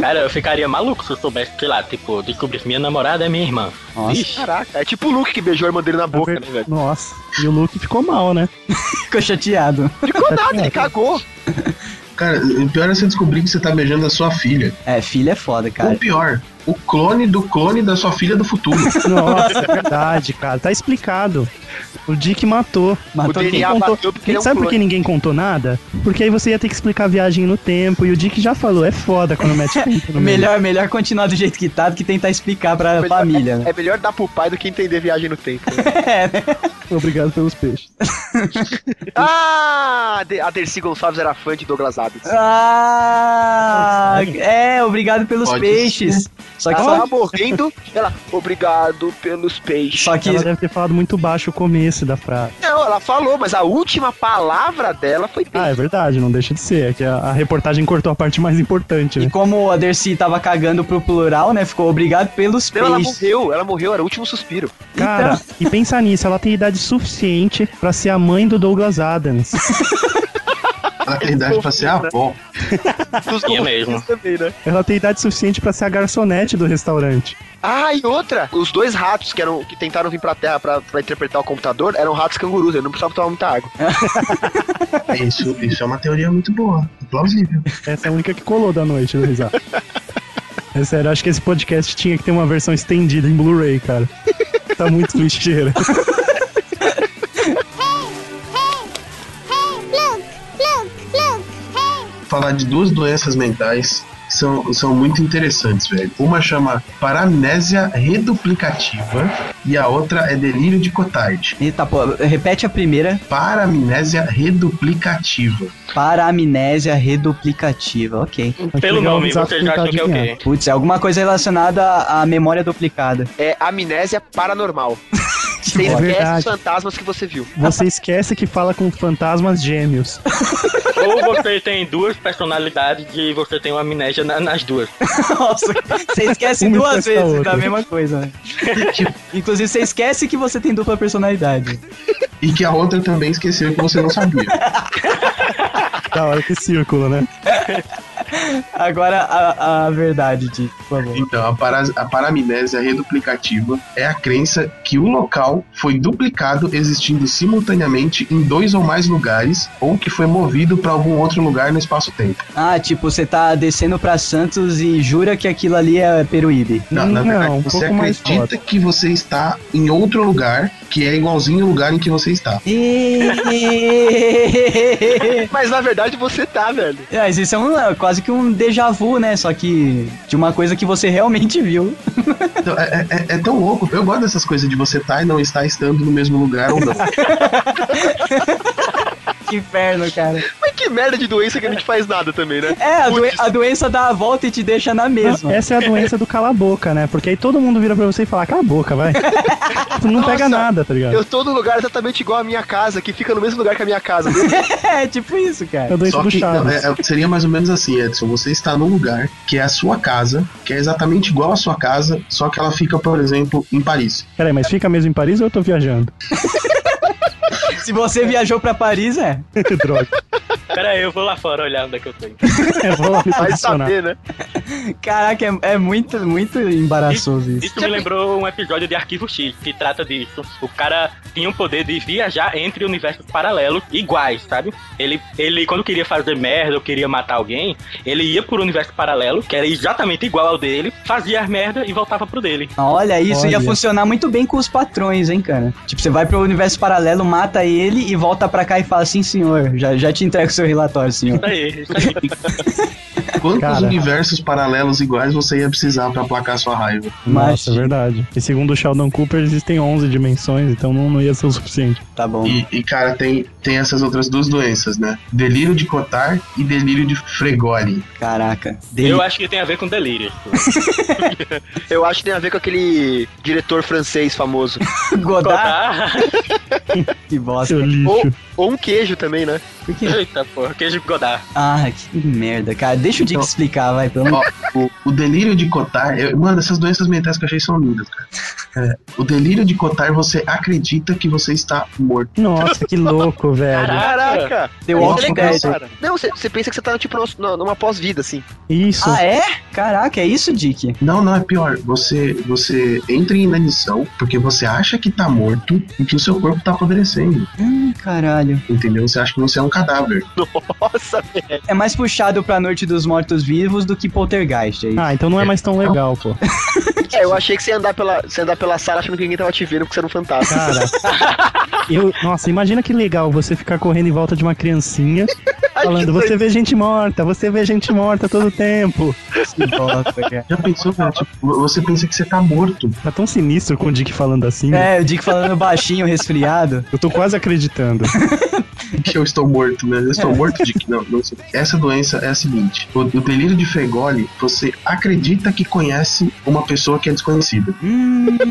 Speaker 5: Cara, eu ficaria maluco se eu soubesse, sei lá, tipo, descobrisse minha namorada é minha irmã.
Speaker 1: Nossa,
Speaker 5: Ixi,
Speaker 3: Caraca, é tipo o Luke que beijou a irmã dele na boca, né, velho?
Speaker 2: Nossa. E o Luke ficou mal, né?
Speaker 1: ficou chateado.
Speaker 3: Ficou nada, ele cagou.
Speaker 4: Cara, o pior é você descobrir que você tá beijando a sua filha.
Speaker 1: É, filha é foda,
Speaker 4: Ou
Speaker 1: cara.
Speaker 4: pior, o clone do clone da sua filha do futuro.
Speaker 2: Nossa, é verdade, cara. Tá explicado. O Dick matou.
Speaker 3: O
Speaker 1: Matou quem?
Speaker 3: DNA
Speaker 2: contou-
Speaker 3: bateu então porque ele é um
Speaker 2: Sabe por que
Speaker 3: clone.
Speaker 2: ninguém contou nada? Porque aí você ia ter que explicar a viagem no tempo. E o Dick já falou, é foda quando mete tempo no meio.
Speaker 1: Melhor, melhor continuar do jeito que tá do que tentar explicar pra
Speaker 3: Melhor-
Speaker 1: família, né?
Speaker 3: É melhor dar pro pai do que entender viagem no tempo. né?
Speaker 2: Obrigado pelos peixes.
Speaker 3: ah! De- A Dercy Gonçalves era fã de Douglas Adams.
Speaker 1: Ah, é, obrigado pelos
Speaker 4: Pode
Speaker 1: peixes. Só que,
Speaker 3: Ela tava morrendo, ela, obrigado pelos peixes.
Speaker 1: só que
Speaker 2: Ela deve ter falado muito baixo o começo da frase.
Speaker 3: Não, ela falou, mas a última palavra dela foi peixe.
Speaker 2: Ah, é verdade, não deixa de ser. É que a, a reportagem cortou a parte mais importante,
Speaker 1: e
Speaker 2: né?
Speaker 1: como a Dercy tava cagando pro plural, né? Ficou obrigado pelos
Speaker 3: Não, Então ela
Speaker 1: peixes.
Speaker 3: morreu, ela morreu, era o último suspiro.
Speaker 2: Cara,
Speaker 3: então-
Speaker 2: e pensa nisso, ela tem idade suficiente pra ser a mãe do Douglas Adams.
Speaker 4: Ela tem idade pra ser avó.
Speaker 3: Dos
Speaker 5: Tinha mesmo.
Speaker 3: também, né?
Speaker 2: Ela tem idade suficiente pra ser a garçonete do restaurante.
Speaker 3: Ah, e outra! Os dois ratos que eram que tentaram vir pra Terra pra, pra interpretar o computador eram ratos cangurus, eles não precisavam tomar muita água.
Speaker 4: É Isso, isso é uma teoria muito boa. Plausível.
Speaker 2: Essa é a única que colou da noite, do risado. É sério, acho que esse podcast tinha que ter uma versão estendida em Blu-ray, cara. Tá muito lixeira.
Speaker 8: hey, look, look, look. Hey,
Speaker 4: Falar de duas doenças mentais são, são muito interessantes, velho. Uma chama Paramnésia Reduplicativa e a outra é Delírio de Cotard.
Speaker 1: Eita, tá, pô, repete a primeira.
Speaker 4: Paramnésia Reduplicativa.
Speaker 1: Paramnésia reduplicativa, ok.
Speaker 2: Acho
Speaker 5: Pelo
Speaker 2: legal
Speaker 5: nome,
Speaker 2: avisar pra
Speaker 5: você já
Speaker 2: um tentar
Speaker 5: achou que é o
Speaker 2: adivinhar.
Speaker 5: quê?
Speaker 1: Putz, é alguma coisa relacionada à memória duplicada.
Speaker 3: É amnésia paranormal. Você
Speaker 2: É
Speaker 3: esquece os
Speaker 2: verdade.
Speaker 3: fantasmas que você viu.
Speaker 2: Você esquece que fala com fantasmas gêmeos.
Speaker 5: Ou você tem duas personalidades e você tem uma amnésia na- nas duas.
Speaker 1: Nossa, você esquece
Speaker 2: Uma
Speaker 1: duas
Speaker 2: esquece a
Speaker 1: vezes
Speaker 2: outra.
Speaker 1: da mesma coisa, né? Inclusive, você esquece que você tem dupla personalidade.
Speaker 4: E que a outra também esqueceu que você não sabia.
Speaker 2: da hora que círculo, né?
Speaker 1: Agora, a, a verdade, Di, por favor.
Speaker 4: Então, a, para- a paramnésia reduplicativa é a crença que o local foi duplicado existindo simultaneamente em dois ou mais lugares, ou que foi movido para algum outro lugar no espaço-tempo.
Speaker 1: Ah, tipo, você tá descendo pra Santos e jura que aquilo ali é Peruíbe.
Speaker 4: Na, na
Speaker 2: Não,
Speaker 4: verdade,
Speaker 2: um
Speaker 4: você
Speaker 2: pouco mais
Speaker 4: acredita que você está em outro lugar que é igualzinho ao lugar em que você está.
Speaker 1: E-
Speaker 3: Mas na verdade você tá, velho.
Speaker 1: É, Mas isso é um, é quase que um déjà vu, né? Só que de uma coisa que você realmente viu.
Speaker 4: Então, é, é- é- é tão louco. Eu gosto dessas coisas de você estar e não estar estando no mesmo lugar ou não.
Speaker 1: Que inferno, cara.
Speaker 3: Mas que merda de doença que a gente faz nada também, né?
Speaker 1: É, a,
Speaker 3: Putz,
Speaker 1: doen- a doença dá a volta e te deixa na mesma.
Speaker 2: Essa é a doença do cala a boca, né? Porque aí todo mundo vira pra você e fala, cala a boca, vai. tu não pega
Speaker 3: Nossa,
Speaker 2: nada, tá ligado?
Speaker 3: Eu tô num lugar exatamente igual à minha casa, que fica no mesmo lugar que a minha casa.
Speaker 1: É, tipo isso,
Speaker 2: É
Speaker 1: cara.
Speaker 2: a doença
Speaker 4: Só
Speaker 2: do
Speaker 4: que não,
Speaker 2: Chaves.
Speaker 4: é- é- seria mais ou menos assim, Edson. Você está num lugar que é a sua casa, que é exatamente igual à sua casa, só que ela fica, por exemplo, em Paris.
Speaker 5: é-
Speaker 2: Peraí, mas fica mesmo em Paris ou eu tô viajando?
Speaker 1: Se você viajou pra Paris, é.
Speaker 2: Droga.
Speaker 5: Pera aí, eu vou lá fora olhar onde é que eu tô.
Speaker 2: Eu vou lá me
Speaker 3: Vai
Speaker 2: posicionar.
Speaker 3: saber, né?
Speaker 1: Caraca, é, é muito, muito embaraçoso isso.
Speaker 5: Isso me lembrou um episódio de Arquivo X, que trata disso. O cara tinha o poder de viajar entre universos paralelos iguais, sabe? Ele, ele quando queria fazer merda ou queria matar alguém, ele ia por um universo paralelo, que era exatamente igual ao dele, fazia as merda e voltava pro dele.
Speaker 1: Olha, isso ia
Speaker 2: Olha.
Speaker 1: funcionar muito bem com os patrões, hein, cara. Tipo, você vai pro universo paralelo, mata ele e volta pra cá e fala: Sim, senhor, já, já te entrego seu relatório, senhor.
Speaker 5: Isso aí, isso aí.
Speaker 4: Quantos
Speaker 2: Cara.
Speaker 4: universos paralelos iguais você ia precisar para aplacar sua raiva?
Speaker 2: Nossa, é
Speaker 1: Mas-
Speaker 2: verdade. E segundo o Sheldon Cooper, existem 11 dimensões, então não, não ia ser o suficiente.
Speaker 1: Tá bom.
Speaker 4: E, e, cara, tem, tem essas outras duas doenças, né? Delírio de Cotard e delírio de Fregoli.
Speaker 1: Caraca. Dele-
Speaker 5: Eu acho que tem a ver com delírio.
Speaker 3: Eu acho que tem a ver com aquele diretor francês famoso.
Speaker 1: Godard?
Speaker 2: Tá.
Speaker 5: Godard.
Speaker 1: Que bosta.
Speaker 2: Seu lixo.
Speaker 3: Ou um queijo também, né?
Speaker 1: Por quê?
Speaker 5: Eita porra, queijo Godard.
Speaker 1: Ah, que merda, cara. Deixa o Dick
Speaker 4: Então-
Speaker 1: explicar, vai. Pelo amor-
Speaker 4: Ó, o, o delírio de Cotard. eu- mano, essas doenças mentais que eu achei são lindas, cara. É, o delírio de Cotard, você acredita que você está morto.
Speaker 2: Nossa, que louco, velho.
Speaker 3: Caraca!
Speaker 1: The
Speaker 3: Isso
Speaker 1: Walking
Speaker 3: é legal,
Speaker 1: Dead.
Speaker 3: cara. Não, você- você pensa que você tá tipo, numa- numa pós-vida, assim.
Speaker 2: Isso.
Speaker 1: Ah, é? Caraca, é isso, Dick?
Speaker 4: Não, não, é pior. Você, você entra em inanição porque você acha que tá morto e que o seu corpo tá apodrecendo.
Speaker 1: Hum, caralho.
Speaker 4: Entendeu? Você acha que você é um cadáver.
Speaker 3: Nossa,
Speaker 1: É mais puxado pra Noite dos Mortos Vivos do que Poltergeist, aí.
Speaker 2: Ah, então não é mais tão legal, pô.
Speaker 3: É, eu achei que você ia andar pela, você ia andar pela sala achando que ninguém tava te vendo porque você era um fantasma.
Speaker 2: Cara, eu. Nossa, imagina que legal você ficar correndo em volta de uma criancinha falando: você vê gente morta, você vê gente morta todo tempo.
Speaker 1: Que bosta, cara.
Speaker 4: Já pensou, cara? Tipo, você pensa que você tá morto.
Speaker 2: Tá tão sinistro com o Dick falando assim.
Speaker 1: É, o Dick falando baixinho, resfriado.
Speaker 2: Eu tô quase acreditando.
Speaker 4: que eu estou morto, né? Eu estou morto de que não, não sei. Essa doença é a seguinte: o, o delírio de Fregoli, você acredita que conhece uma pessoa que é desconhecida.
Speaker 1: Hum,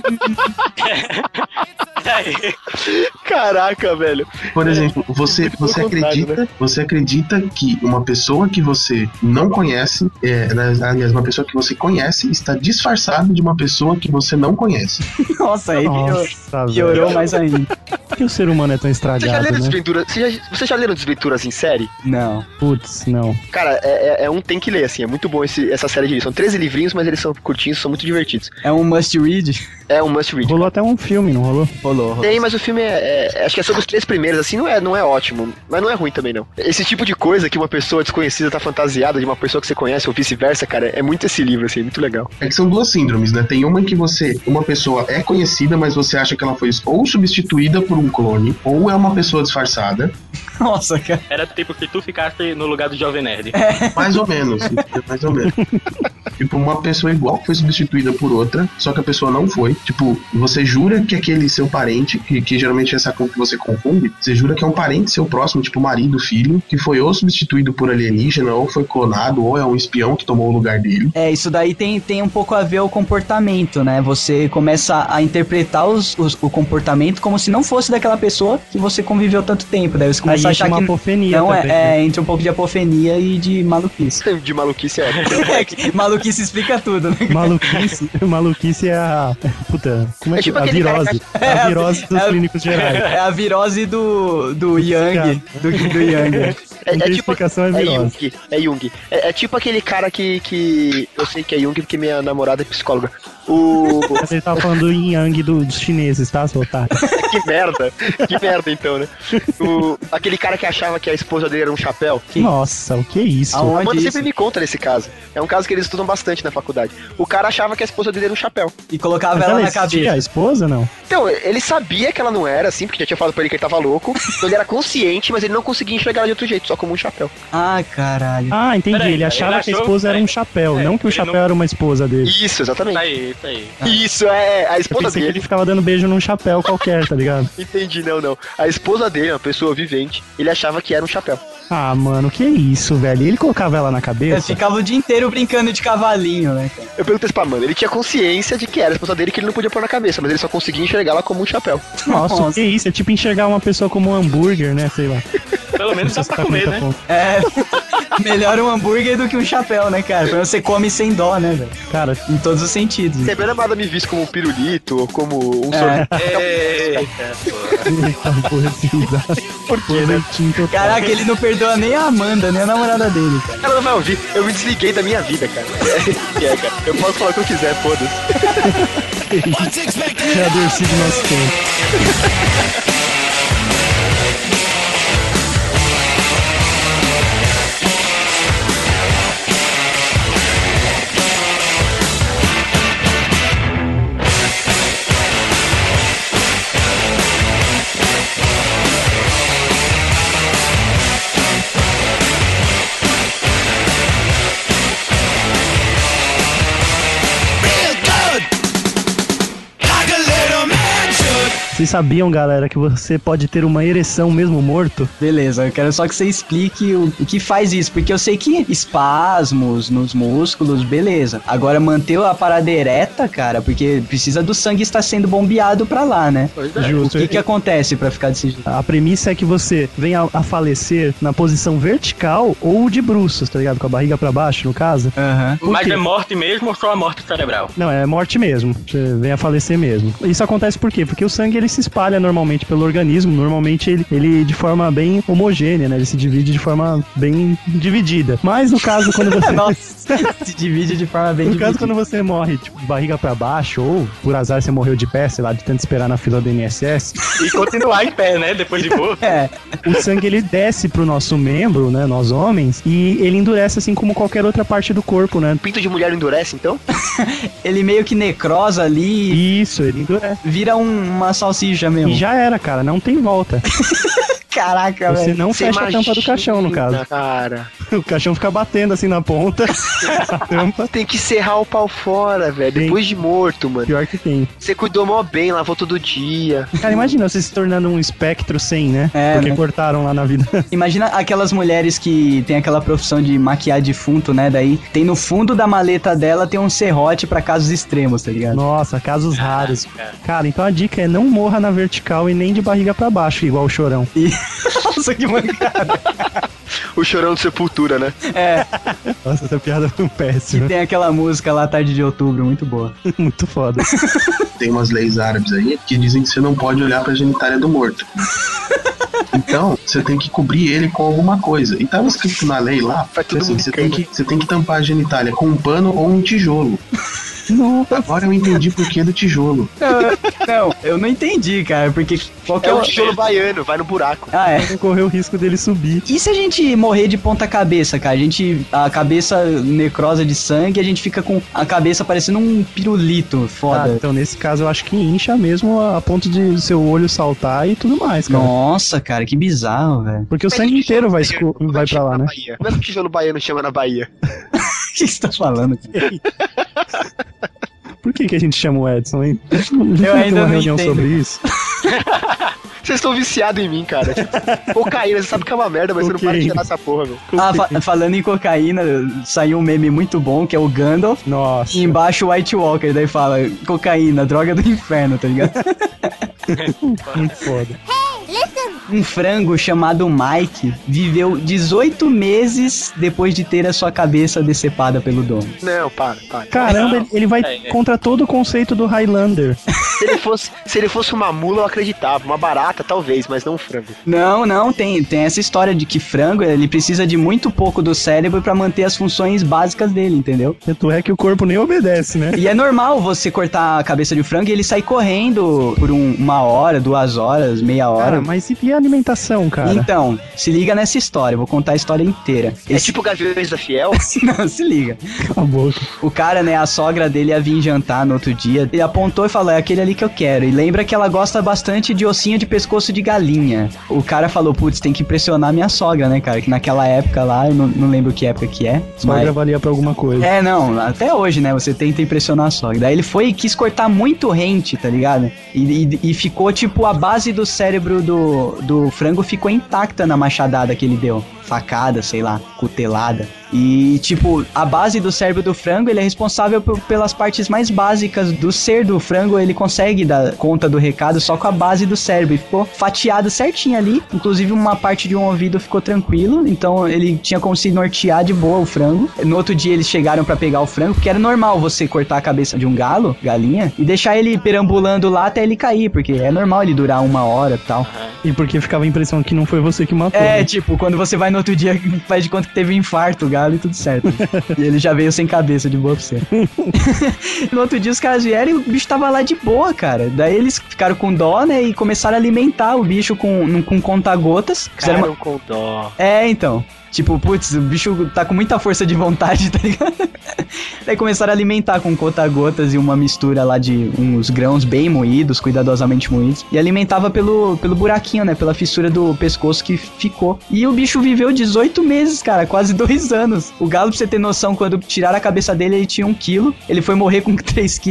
Speaker 3: Caraca, velho.
Speaker 4: Por exemplo, você,
Speaker 3: Muito
Speaker 4: você
Speaker 3: ao contrário,
Speaker 4: acredita, você acredita que uma pessoa que você não conhece, é, na- aliás, uma pessoa que você conhece está disfarçada de uma pessoa que você não conhece.
Speaker 1: nossa, aí piorou,
Speaker 2: Nossa, velho.
Speaker 1: piorou mais ainda.
Speaker 2: Por que o ser humano é tão
Speaker 3: Vocês já
Speaker 2: estragado,
Speaker 3: leram
Speaker 2: né?
Speaker 3: desventuras? Vocês já, vocês já leram desventuras em série?
Speaker 1: Não.
Speaker 2: Putz, não.
Speaker 3: Cara, é, é- é um tem que ler, assim. É muito bom esse- essa série de livros. São 13 livrinhos, mas eles são curtinhos, são muito divertidos.
Speaker 1: É um must read.
Speaker 3: É um must read.
Speaker 2: Rolou até um filme, não rolou?
Speaker 1: Rolou, rolou.
Speaker 3: Tem, mas o filme é, é- Acho que é sobre os três primeiros, assim, não é, não é ótimo, mas não é ruim também, não. Esse tipo de coisa que uma pessoa desconhecida tá fantasiada de uma pessoa que você conhece ou vice-versa, cara, é muito esse livro, assim, é muito legal.
Speaker 4: É que são duas síndromes, né? Tem uma em que você, uma pessoa é conhecida, mas você acha que ela foi ou substituída por um clone, ou é uma pessoa disfarçada,
Speaker 1: Nossa, cara.
Speaker 5: Era tipo se tu ficasse no lugar do Jovem Nerd.
Speaker 2: É.
Speaker 4: mais ou menos, entendeu? mais ou menos. Tipo, uma pessoa igual que foi substituída por outra, só que a pessoa não foi. Tipo, você jura que aquele seu parente, que, que geralmente é essa coisa que você confunde, você jura que é um parente seu próximo, tipo marido, filho, que foi ou substituído por alienígena, ou foi clonado, ou é um espião que tomou o lugar dele.
Speaker 1: É, isso daí tem, tem um pouco a ver o comportamento, né? Você começa a interpretar os, os- o comportamento como se não fosse daquela pessoa que você conviveu tanto tempo. Daí você
Speaker 2: Aí
Speaker 1: começa a achar
Speaker 2: uma
Speaker 1: que
Speaker 2: apofenia
Speaker 1: não
Speaker 2: também. né?
Speaker 1: é, é, entre um pouco de apofenia e de maluquice.
Speaker 3: De maluquice é.
Speaker 1: maluquice explica tudo, né?
Speaker 2: Maluquice, maluquice é a. Puta, como é,
Speaker 3: É tipo
Speaker 2: que a
Speaker 3: aquele cara
Speaker 2: virose. a virose dos
Speaker 1: é-
Speaker 2: clínicos gerais.
Speaker 1: É a virose do, do Yang. Do, do Yang.
Speaker 3: É,
Speaker 2: Não
Speaker 3: é
Speaker 2: tem
Speaker 3: tipo.
Speaker 2: explicação, é
Speaker 3: É
Speaker 2: virose.
Speaker 3: Jung, é Jung. É, é tipo aquele cara que, que. Eu sei que é Jung porque minha namorada é psicóloga. O.
Speaker 2: Mas ele tava falando do yin yang do- dos chineses, tá, seu otário?
Speaker 3: que merda. Que merda, então, né? O, aquele cara que achava que a esposa dele era um chapéu.
Speaker 1: Que-
Speaker 2: Nossa, o que é isso?
Speaker 1: Aonde
Speaker 3: Mano,
Speaker 1: isso?
Speaker 3: sempre me conta desse caso. É um caso que eles estudam bastante na faculdade. O cara achava que a esposa dele era um chapéu.
Speaker 1: E colocava
Speaker 2: Mas
Speaker 1: ela
Speaker 2: ela
Speaker 1: na
Speaker 2: existia,
Speaker 1: cabeça.
Speaker 2: a esposa, não?
Speaker 3: Então, ele sabia que ela não era, assim, porque já tinha falado pra ele que ele tava louco. Então ele era consciente, mas ele não conseguia enxergar ela de outro jeito, só como um chapéu.
Speaker 1: Ah, caralho.
Speaker 2: Ah, entendi.
Speaker 5: Peraí,
Speaker 2: ele achava
Speaker 5: ele
Speaker 2: que a
Speaker 5: achou-
Speaker 2: esposa era um
Speaker 5: é,
Speaker 2: chapéu,
Speaker 5: é,
Speaker 2: não que o
Speaker 5: ele
Speaker 2: chapéu
Speaker 5: não-
Speaker 2: era uma esposa dele.
Speaker 3: Isso, exatamente.
Speaker 5: Tá aí, tá aí.
Speaker 3: Isso, é a
Speaker 2: Ah. Eu
Speaker 3: esposa
Speaker 2: pensei que
Speaker 3: dele.
Speaker 2: ele ficava dando beijo num chapéu qualquer, tá ligado?
Speaker 3: Entendi, não, não. A esposa dele, uma pessoa vivente, ele achava que era um chapéu.
Speaker 2: Ah, mano, que isso, velho? Ele colocava ela na
Speaker 1: Eu
Speaker 2: cabeça?
Speaker 1: ficava o dia inteiro brincando de cavalinho, né? cara?
Speaker 3: Eu perguntei isso pra Amanda. Ele tinha consciência de que era a esposa dele que ele não podia pôr na cabeça, mas ele só conseguia enxergá-la como um chapéu.
Speaker 2: Nossa,
Speaker 1: Nossa.
Speaker 2: que isso? É tipo enxergar uma pessoa como um hambúrguer, né? Sei lá.
Speaker 5: Pelo menos dá
Speaker 2: Você
Speaker 5: pra
Speaker 2: tá com
Speaker 5: comer,
Speaker 2: muita
Speaker 5: né?
Speaker 2: fome.
Speaker 1: É, melhor um hambúrguer do que um chapéu, né, cara? Pra você come sem dó, né, velho?
Speaker 2: Cara,
Speaker 1: Em todos os sentidos.
Speaker 3: Você bem amada me visse como um pirulito, ou como um
Speaker 1: É.
Speaker 3: sorvete.
Speaker 5: Eita, pô.
Speaker 2: tá porra, Por quê, né?
Speaker 1: Caraca, ele não perdoa nem a Amanda, nem a namorada dele, cara.
Speaker 3: Ela não vai ouvir. Eu me desliguei da minha vida, cara. É, é, cara. Eu posso falar o que eu quiser, foda-se.
Speaker 2: É a Dercy do nosso tempo. Vocês sabiam, galera, que você pode ter uma ereção mesmo morto?
Speaker 1: Beleza, eu quero só que você explique o, o que faz isso, porque eu sei que espasmos nos músculos, beleza. Agora manter a parada ereta, cara, porque precisa do sangue estar sendo bombeado pra lá, né? O
Speaker 2: Justo.
Speaker 1: que que acontece pra ficar desse jeito?
Speaker 2: A premissa é que você venha a falecer na posição vertical ou de bruços, tá ligado? Com a barriga pra baixo, no caso.
Speaker 1: Aham.
Speaker 2: Por
Speaker 5: Mas
Speaker 2: quê?
Speaker 5: é morte mesmo ou só a morte cerebral?
Speaker 2: Não, é morte mesmo. Você vem a falecer mesmo. Isso acontece por quê? Porque o sangue ele se espalha normalmente pelo organismo, normalmente ele, ele de forma bem homogênea, né? Ele se divide de forma bem dividida. Mas no caso, quando você.
Speaker 1: Nossa, se divide de forma bem
Speaker 2: No caso,
Speaker 1: dividida.
Speaker 2: quando você morre, tipo, barriga pra baixo, ou por azar você morreu de pé, sei lá, de tanto esperar na fila do INSS,
Speaker 5: E continuar em pé, né? Depois de boa.
Speaker 1: É,
Speaker 2: o sangue ele desce pro nosso membro, né, nós homens, e ele endurece assim como qualquer outra parte do corpo, né?
Speaker 3: Pinto de mulher endurece, então?
Speaker 1: ele meio que necrosa ali e
Speaker 2: Isso, ele endurece.
Speaker 1: vira um- uma salsicha
Speaker 2: E
Speaker 1: mesmo.
Speaker 2: já era, cara, não tem volta.
Speaker 1: Caraca,
Speaker 2: Você
Speaker 1: velho.
Speaker 2: não
Speaker 3: Você
Speaker 2: fecha a tampa do
Speaker 3: imagina, né?
Speaker 2: caixão, no caso.
Speaker 3: Cara,
Speaker 2: O caixão fica batendo assim na ponta, a tampa.
Speaker 3: tem que serrar o pau fora, velho.
Speaker 2: Tem.
Speaker 3: Depois de morto, mano.
Speaker 2: Pior que tem.
Speaker 3: Você cuidou mó bem, lavou todo dia.
Speaker 2: Cara, imagina você se tornando um espectro sem, né?
Speaker 1: É,
Speaker 2: Porque
Speaker 1: né?
Speaker 2: cortaram lá na vida.
Speaker 1: Imagina aquelas mulheres que tem aquela profissão de maquiar defunto, né? Daí tem no fundo da maleta dela tem um serrote pra casos extremos, tá
Speaker 2: É.
Speaker 1: ligado?
Speaker 2: Nossa, casos raros. Cara, então a dica é não morra na vertical e nem de barriga pra baixo, igual o chorão.
Speaker 1: Nossa, que mancada.
Speaker 3: O chorão de sepultura, né?
Speaker 1: É,
Speaker 2: Nossa, essa piada foi um péssima.
Speaker 1: tem aquela música lá, Tarde de Outubro, muito boa.
Speaker 2: Muito foda.
Speaker 4: tem umas leis árabes aí que dizem que você não pode olhar pra genitália do morto. Então, você tem que cobrir ele com alguma coisa. E tava escrito na lei lá,
Speaker 3: Faz tudo
Speaker 4: assim, você, tem
Speaker 3: brincando.
Speaker 4: que, você tem que tampar a genitália com um pano ou um tijolo.
Speaker 2: Nossa.
Speaker 4: Agora eu entendi o porquê do tijolo.
Speaker 1: Não, eu- não, eu não entendi, cara, porque
Speaker 3: É
Speaker 1: qualquer.
Speaker 3: o tijolo baiano, vai no buraco.
Speaker 1: Ah, é.
Speaker 2: Não correu o risco dele subir.
Speaker 1: E se a gente morrer de ponta cabeça, cara? A gente. A cabeça necrosa de sangue, a gente fica com a cabeça parecendo um pirulito
Speaker 2: Ah,
Speaker 1: foda.
Speaker 2: então nesse caso eu acho que incha mesmo a a ponto de seu olho saltar e tudo mais, cara.
Speaker 1: Nossa, cara, que bizarro, velho.
Speaker 2: Porque o
Speaker 3: Mas
Speaker 2: sangue
Speaker 3: tijolo
Speaker 2: inteiro vai,
Speaker 3: baiano,
Speaker 2: esco-
Speaker 3: como é
Speaker 2: vai
Speaker 3: que
Speaker 2: pra
Speaker 3: chama
Speaker 2: lá,
Speaker 3: na
Speaker 2: né?
Speaker 3: Bahia? Como é que o tijolo baiano chama na Bahia?
Speaker 1: O que você tá falando? cara?
Speaker 2: Por que, que a gente chama o Edson, hein?
Speaker 1: Eu
Speaker 2: Tem
Speaker 1: ainda
Speaker 2: uma
Speaker 1: não
Speaker 2: reunião
Speaker 1: entendo.
Speaker 2: sobre isso.
Speaker 3: Vocês estão viciados em mim, cara. Cocaína, você sabe que é uma merda, mas você não para de
Speaker 2: Cocaína.
Speaker 3: tirar essa porra, meu.
Speaker 1: Ah, fa- falando em cocaína, saiu um meme muito bom que é o Gandalf.
Speaker 2: Nossa.
Speaker 1: E embaixo o White Walker, daí fala cocaína, droga do inferno, tá ligado?
Speaker 2: Muito foda.
Speaker 1: Um frango chamado Mike viveu 18 meses depois de ter a sua cabeça decepada pelo dono.
Speaker 3: Não, para, para.
Speaker 2: Caramba, ele, ele vai
Speaker 5: É, é.
Speaker 2: contra todo o conceito do Highlander.
Speaker 3: Se ele fosse, se ele fosse uma mula, eu acreditava. Uma barata, talvez, mas não um frango.
Speaker 1: Não, não, tem, tem essa história de que frango, ele precisa de muito pouco do cérebro pra manter as funções básicas dele, entendeu?
Speaker 2: Tanto é que o corpo nem obedece, né?
Speaker 1: E é normal você cortar a cabeça de um frango e ele sair correndo por um- uma hora, duas horas, meia hora.
Speaker 2: Cara, mas e, e a alimentação, cara?
Speaker 1: Então, se liga nessa história, eu vou contar a história inteira.
Speaker 3: É
Speaker 1: Esse...
Speaker 3: tipo o Gaviões da Fiel.
Speaker 1: Não, se liga.
Speaker 2: Cala a boca.
Speaker 1: O cara, né, a sogra dele ia vir jantar no outro dia. Ele apontou e falou: é aquele ali que eu quero. E lembra que ela gosta bastante de ossinho de pescoço de galinha. O cara falou: putz, tem que impressionar minha sogra, né, cara? Que naquela época lá, eu não, não lembro que época que é.
Speaker 2: Só
Speaker 1: mas-
Speaker 2: valia pra alguma coisa.
Speaker 1: é, não, até hoje, né? Você tenta impressionar a sogra. Daí ele foi e quis cortar muito rente, tá ligado? E, e- e ficou, tipo, a base do cérebro do, do frango ficou intacta na machadada que ele deu. Facada, sei lá, cutelada. E, tipo, a base do cérebro do frango, ele é responsável por- pelas partes mais básicas do ser do frango. Ele consegue dar conta do recado só com a base do cérebro. E ficou fatiado certinho ali. Inclusive, uma parte de um ouvido ficou tranquilo. Então, ele tinha como se nortear de boa o frango. No outro dia, eles chegaram pra pegar o frango, porque era normal você cortar a cabeça de um galo, galinha, e deixar ele perambulando lá até ele cair, porque é normal ele durar uma hora e tal.
Speaker 2: E porque ficava a impressão que não foi você que matou.
Speaker 1: É,
Speaker 2: né?
Speaker 1: tipo, quando você vai no outro dia, faz de conta que teve um infarto, o galo e tudo certo. e ele já veio sem cabeça de boa pra você. no outro dia os caras vieram e o bicho tava lá de boa, cara. Daí eles ficaram com dó, né? E começaram a alimentar o bicho com, num- com conta-gotas. Fizeram uma-
Speaker 3: Fizeram com dó.
Speaker 1: É, então. Tipo, putz, o bicho tá com muita força de vontade, tá ligado? Daí começaram a alimentar com conta-gotas e uma mistura lá de uns grãos bem moídos, cuidadosamente moídos. E alimentava pelo, pelo buraquinho, né? Pela fissura do pescoço que ficou. E o bicho viveu 18 meses, cara, quase dois anos. O galo, pra você ter noção, quando tiraram a cabeça dele, ele tinha um quilo. Ele foi morrer com 3,5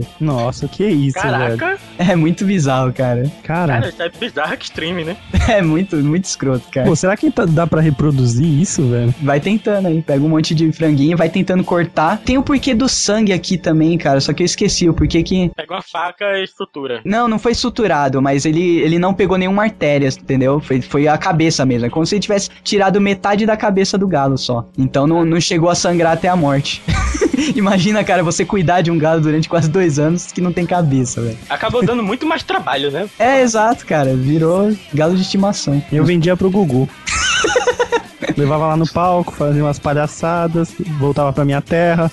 Speaker 1: kg.
Speaker 2: Nossa, que isso, velho.
Speaker 5: Caraca,
Speaker 1: É muito bizarro, cara.
Speaker 2: Cara,
Speaker 5: cara, isso é bizarro extreme, né?
Speaker 1: É muito, muito escroto, cara.
Speaker 2: pô, será que tá- dá pra reproduzir isso, velho?
Speaker 1: Vai tentando aí, pega um monte de franguinho, vai tentando cortar. Tem o porquê do sangue aqui também, cara, só que eu esqueci o porquê que.
Speaker 5: Pega uma faca e estrutura.
Speaker 1: Não, não foi suturado, mas ele, ele não pegou nenhuma artéria, entendeu? Foi, foi a cabeça mesmo. É como se ele tivesse tirado metade da cabeça do galo só. Então não, não chegou a sangrar até a morte. Imagina, cara, você cuidar de um galo durante quase dois anos que não tem cabeça, velho.
Speaker 5: Acabou dando muito mais trabalho, né?
Speaker 1: É, exato, cara. Virou galo de estimação.
Speaker 2: Eu vendia pro Gugu. Levava lá no palco, fazia umas palhaçadas, voltava pra minha terra.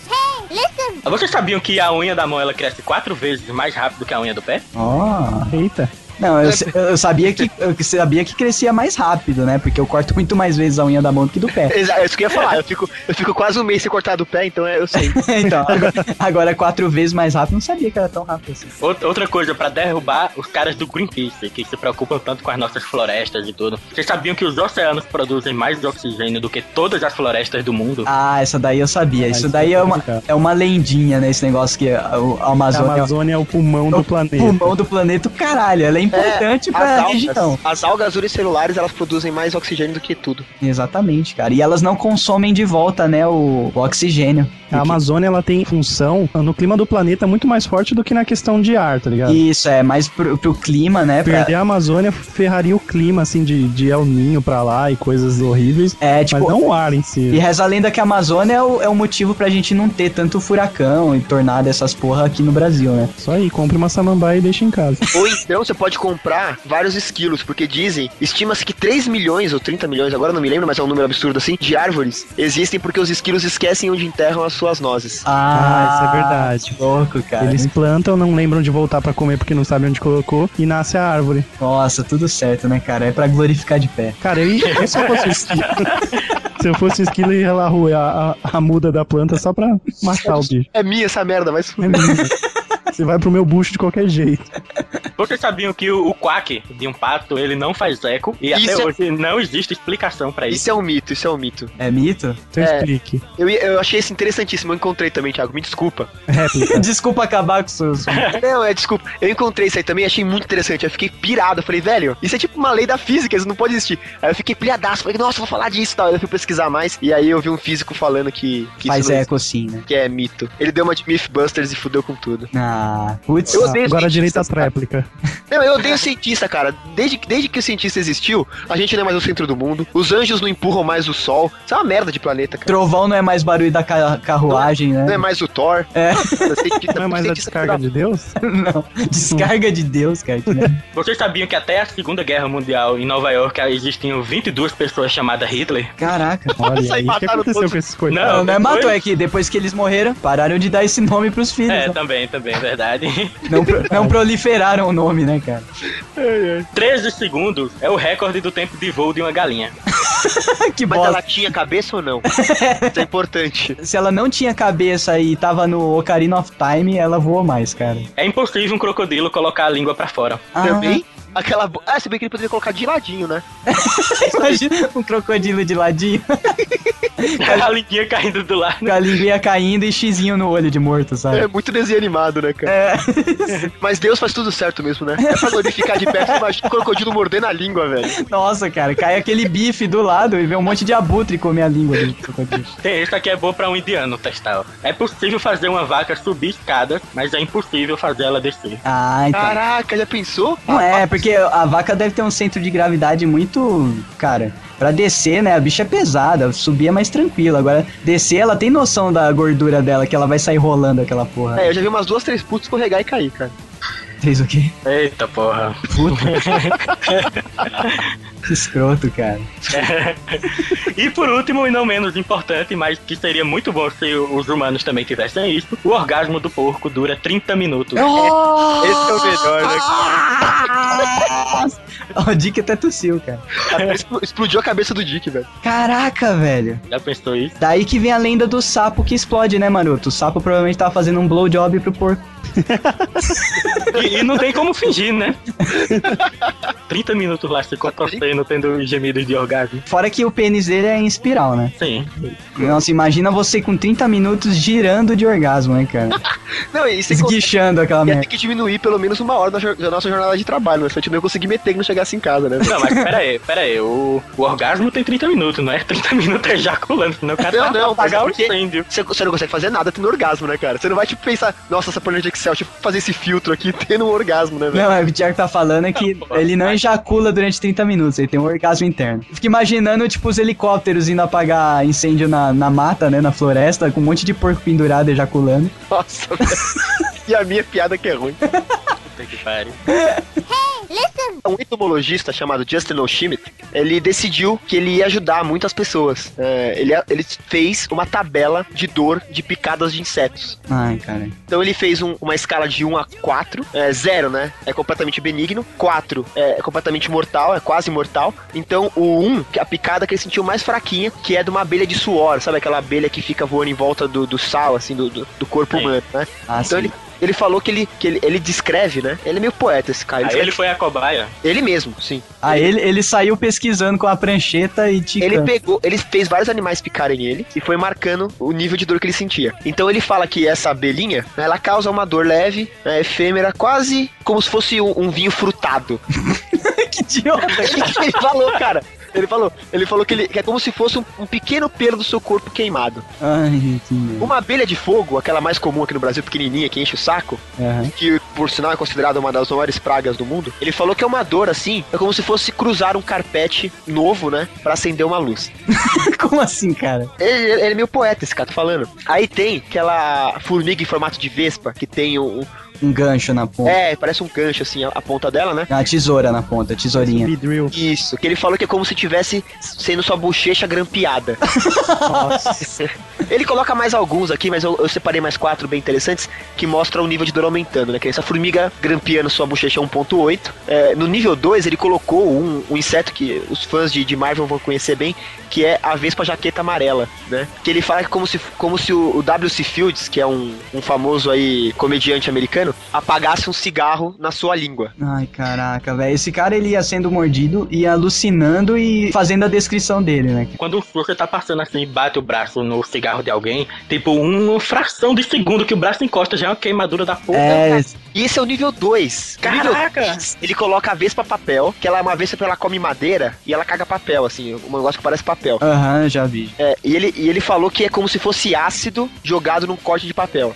Speaker 5: Vocês sabiam que a unha da mão ela cresce quatro vezes mais rápido que a unha do pé?
Speaker 1: Ó.
Speaker 2: Eita.
Speaker 1: Não,
Speaker 3: É.
Speaker 1: eu, eu sabia que eu sabia que crescia mais rápido, né? Porque eu corto muito mais vezes a unha da mão do que do pé.
Speaker 3: Exato, é isso que eu ia falar. Eu fico, eu fico quase um mês sem cortar do pé, então é- eu sei.
Speaker 1: então, agora, agora quatro vezes mais rápido, não sabia que era tão rápido assim.
Speaker 5: Outra outra coisa, pra derrubar os caras do Greenpeace, que se preocupam tanto com as nossas florestas e tudo. Vocês sabiam que os oceanos produzem mais oxigênio do que todas as florestas do mundo?
Speaker 1: Ah, essa daí eu sabia. Isso
Speaker 2: isso
Speaker 1: daí
Speaker 2: é
Speaker 1: é uma,
Speaker 2: complicado.
Speaker 1: é uma lendinha, né? Esse negócio que a, o- a
Speaker 2: A
Speaker 1: Amazônia
Speaker 2: Amazônia é o pulmão
Speaker 1: é o
Speaker 2: do planeta.
Speaker 1: pulmão do planeta, caralho. Ela é importante pra região.
Speaker 3: as algas unicelulares, elas produzem mais oxigênio do que tudo.
Speaker 1: Exatamente, cara. E elas não consomem de volta, né, o, o oxigênio.
Speaker 2: É A Amazônia, ela tem função no clima do planeta muito mais forte do que na questão de ar, tá ligado?
Speaker 1: Isso, é mais pro, pro clima, né? pra-
Speaker 2: Perder a Amazônia ferraria o clima, assim, de, de El Ninho pra lá e coisas horríveis.
Speaker 1: é, tipo,
Speaker 2: mas não o ar em si.
Speaker 1: E reza a lenda que a Amazônia é o, é o motivo pra gente não ter tanto furacão e tornado essas porra aqui no Brasil, né?
Speaker 3: é-
Speaker 2: Só aí, compre uma samambaia e deixa em casa.
Speaker 3: Ou então você pode comprar vários esquilos, porque dizem, estima-se que 3 milhões ou 30 milhões, agora eu não me lembro, mas é um número absurdo assim, de árvores existem porque os esquilos esquecem onde enterram as suas nozes.
Speaker 2: Ah, isso é verdade.
Speaker 1: que Louco,
Speaker 3: É.
Speaker 1: cara.
Speaker 2: Eles plantam, não lembram de voltar pra comer porque não sabem onde colocou e nasce a árvore.
Speaker 1: Nossa, tudo certo, né, cara? É pra glorificar de pé.
Speaker 2: Cara, eu, eu se eu fosse um esquilo. se eu fosse um esquilo, eu ia lá roer a, a, a muda da planta só pra matar o bicho.
Speaker 3: É minha essa merda, mas
Speaker 2: É lindo. Você vai pro meu bucho de qualquer jeito.
Speaker 3: Ah.
Speaker 5: Vocês sabiam que o, o quack de um pato, ele não faz eco e
Speaker 3: Isso
Speaker 5: até
Speaker 3: é-
Speaker 5: hoje não existe explicação pra isso.
Speaker 3: isso é um mito, isso é um mito.
Speaker 1: É mito?
Speaker 2: Então
Speaker 3: É.
Speaker 2: explique.
Speaker 3: Eu, ia- eu achei isso interessantíssimo, eu encontrei também, Thiago, me desculpa.
Speaker 2: Réplica.
Speaker 1: Desculpa acabar com os seus.
Speaker 3: Não, é, desculpa. Eu encontrei isso aí também, achei muito interessante. Eu fiquei pirado. Eu falei, velho, isso é tipo uma lei da física, isso não pode existir. Aí eu fiquei pilhadaço. Falei, nossa, vou falar disso e tal. Aí eu fui pesquisar mais. E aí eu vi um físico falando que, que
Speaker 1: Faz
Speaker 3: isso não
Speaker 1: eco sim, né?
Speaker 3: existe, que é mito. Ele deu uma de Mythbusters e fudeu com tudo.
Speaker 1: Ah, putz.
Speaker 3: Eu odeio
Speaker 2: Agora
Speaker 3: cientistas,
Speaker 2: direito às
Speaker 3: cara.
Speaker 2: réplica.
Speaker 3: Não, eu odeio cientista, cara. Desde, que- desde que o cientista existiu, a gente não é mais o centro do mundo. Os anjos não empurram mais o sol. Isso é uma merda de planeta, cara.
Speaker 1: Trovão não é mais barulho da ca- carruagem, né?
Speaker 3: Não é mais o Thor.
Speaker 1: É.
Speaker 3: Cientista-
Speaker 2: Não é mais a
Speaker 3: cientista-
Speaker 2: descarga de Deus?
Speaker 1: Não. Descarga de Deus, cara. que merda.
Speaker 5: Vocês sabiam que até a Segunda Guerra Mundial, em Nova York, existiam 22 pessoas chamadas Hitler?
Speaker 1: Caraca.
Speaker 2: Olha
Speaker 3: Isso aí
Speaker 2: aí, o que
Speaker 3: mataram
Speaker 2: aconteceu
Speaker 3: todos.
Speaker 2: com esses coitados?
Speaker 1: Não, não é
Speaker 5: depois-
Speaker 1: matou, é que depois que eles morreram, pararam de dar esse nome pros filhos.
Speaker 5: É,
Speaker 1: né?
Speaker 5: também, também, verdade.
Speaker 1: Não, pro- não
Speaker 3: tá.
Speaker 1: proliferaram o nome, né, cara?
Speaker 5: 13 segundos é o recorde do tempo de voo de uma galinha.
Speaker 1: que
Speaker 3: Mas tá
Speaker 1: bosta.
Speaker 3: ela tinha cabeça ou não? Isso é importante.
Speaker 1: Se ela não tinha cabeça e tava no Ocarina of Time, ela voou mais, cara.
Speaker 5: É impossível um crocodilo colocar a língua pra fora.
Speaker 1: Ah.
Speaker 3: Ah. Também? Aquela. bo- Ah, se bem que ele poderia colocar de ladinho, né?
Speaker 1: Imagina um crocodilo de ladinho,
Speaker 5: a linguinha caindo do lado.
Speaker 1: com a linguinha caindo e xizinho no olho de morto,
Speaker 3: É
Speaker 1: sabe?
Speaker 3: muito desenho animado, né, cara?
Speaker 1: É.
Speaker 3: Mas Deus faz tudo certo mesmo, né? É pra glorificar de perto, imagina o crocodilo mordendo a língua,
Speaker 1: Então.
Speaker 3: velho.
Speaker 1: Nossa, cara, cai aquele bife do lado e vê um monte de abutre comer a língua do crocodilo.
Speaker 5: Tem, isso aqui é boa pra um indiano testar. ó. É possível fazer uma vaca subir escadas, mas é impossível fazer ela descer.
Speaker 1: Ah, então.
Speaker 3: Caraca, já pensou?
Speaker 1: Não é, porque a vaca deve ter um centro de gravidade muito. Cara, pra descer, né? A bicha é pesada, subir é mais tranquilo. Agora, descer, ela tem noção da gordura dela, que ela vai sair rolando aquela porra.
Speaker 3: É, eu já vi umas duas, três putas escorregar e cair, cara. É.
Speaker 1: Fez o quê?
Speaker 5: Eita porra.
Speaker 1: Que escroto, cara.
Speaker 5: E por último, e não menos importante, mas que seria muito bom se os humanos também tivessem isso, o orgasmo do porco dura 30 minutos.
Speaker 3: Esse é o melhor, né?
Speaker 1: Ó, O Dick até tossiu, cara.
Speaker 3: cara? Expl- Ah, Explodiu a cabeça do Dick, velho.
Speaker 1: Caraca, velho.
Speaker 5: Já pensou isso?
Speaker 1: Daí que vem a lenda do sapo que explode, né, maroto? O sapo provavelmente tava fazendo um blowjob pro porco.
Speaker 5: E, e não tem como fingir, né? 30 minutos lá se contorcendo, tendo gemidos de orgasmo.
Speaker 1: Fora que o pênis dele é em espiral, né?
Speaker 5: Sim.
Speaker 1: Nossa, imagina você com 30 minutos girando de orgasmo, né, cara?
Speaker 3: Não, e você consegue...
Speaker 1: Esguichando aquela
Speaker 3: Ia ter
Speaker 1: merda.
Speaker 3: que diminuir pelo menos uma hora da jor- da nossa jornada de trabalho, né? Se a gente não ia conseguir meter que não chegasse em casa, né?
Speaker 5: Não, mas pera aí, pera aí. O, o orgasmo tem 30 minutos, não é 30 minutos ejaculando, senão o cara
Speaker 3: Não,
Speaker 5: vai
Speaker 3: não, mas
Speaker 5: apagar
Speaker 3: é
Speaker 5: o
Speaker 3: porque-
Speaker 5: incêndio.
Speaker 3: Você, você não consegue fazer nada tendo orgasmo, né, cara? Você não vai, tipo, pensar, nossa, essa planilha de Excel, tipo, fazer esse filtro aqui tendo um orgasmo, né, velho?
Speaker 1: Não, é, o Thiago tá falando é que ele não ejacula durante 30 minutos, ele tem um orgasmo interno. Fica imaginando, tipo, os helicópteros indo apagar incêndio na, na mata, né, na floresta, com um monte de porco pendurado ejaculando.
Speaker 3: Nossa, velho. E a minha piada que é ruim.
Speaker 5: Puta que pariu.
Speaker 3: Um entomologista chamado Justin O'Shimmitt, ele decidiu que ele ia ajudar muitas pessoas. É, ele, ele fez uma tabela de dor de picadas de insetos.
Speaker 1: Ai, cara.
Speaker 3: Então ele fez um- uma escala de 1 a 4. É, 0, né? É completamente benigno. 4 é, completamente mortal, é quase mortal. Então o 1, que é a picada que ele sentiu mais fraquinha, que é de uma abelha de suor, sabe? Aquela abelha que fica voando em volta do, do sal, assim, do, do- do corpo
Speaker 5: Sim.
Speaker 3: humano, né?
Speaker 1: Ah, sim.
Speaker 3: Então ele, ele falou que, ele, que ele, ele descreve, né? Ele é meio poeta esse cara. Ele,
Speaker 5: Aí Ah, ele foi a cobaia.
Speaker 3: ele mesmo, sim.
Speaker 1: Ah, ele, ele saiu pesquisando com a prancheta e ticando.
Speaker 3: Ele pegou, ele fez vários animais picarem ele e foi marcando o nível de dor que ele sentia. Então ele fala que essa abelhinha, né, ela causa uma dor leve, né, efêmera, quase como se fosse um, um vinho frutado.
Speaker 1: que idiota.
Speaker 3: ele falou, cara. Ele falou, ele falou que, ele, que é como se fosse um, um pequeno pelo do seu corpo queimado.
Speaker 1: Ai, que merda.
Speaker 3: Uma abelha de fogo, aquela mais comum aqui no Brasil, pequenininha, que enche o saco,
Speaker 1: Aham.
Speaker 3: que por sinal é considerada uma das maiores pragas do mundo, ele falou que é uma dor assim, é como se fosse cruzar um carpete novo, né, Pra acender uma luz.
Speaker 1: Como assim, cara?
Speaker 3: Ele, ele é meio poeta, esse cara, tô falando. Aí tem aquela formiga em formato de vespa, que tem um,
Speaker 1: um gancho na ponta.
Speaker 3: É, parece um gancho, assim, a, a ponta dela, né?
Speaker 1: Uma tesoura na ponta, tesourinha.
Speaker 2: Speedrill.
Speaker 3: Isso, que ele falou que é como se tivesse sendo sua bochecha grampeada. ele coloca mais alguns aqui, mas eu, eu separei mais quatro bem interessantes que mostram o nível de dor aumentando, né? Que é essa formiga grampeando sua bochecha 1.8. É, no nível 2, ele colocou um, um inseto que os fãs de, de Marvel vão conhecer bem, que é a Vespa Jaqueta Amarela, né? Que ele fala que como se, como se o, o W.C. Fields, que é um, um famoso aí comediante americano, apagasse um cigarro na sua língua.
Speaker 1: Ai, caraca, velho. Esse cara ele ia sendo mordido, ia alucinando e fazendo a descrição dele, né?
Speaker 5: Quando o Flusher tá passando assim e bate o braço no cigarro de alguém, tipo, uma fração de segundo que o braço encosta já é uma queimadura da porra.
Speaker 1: É,
Speaker 3: E esse é o nível 2.
Speaker 5: Caraca!
Speaker 3: Ele coloca a Vespa papel, que ela é uma Vespa, ela come madeira e ela caga papel, assim, um negócio que parece papel.
Speaker 1: aham, já vi.
Speaker 3: É, e, ele, e ele falou que é como se fosse ácido jogado num corte de papel.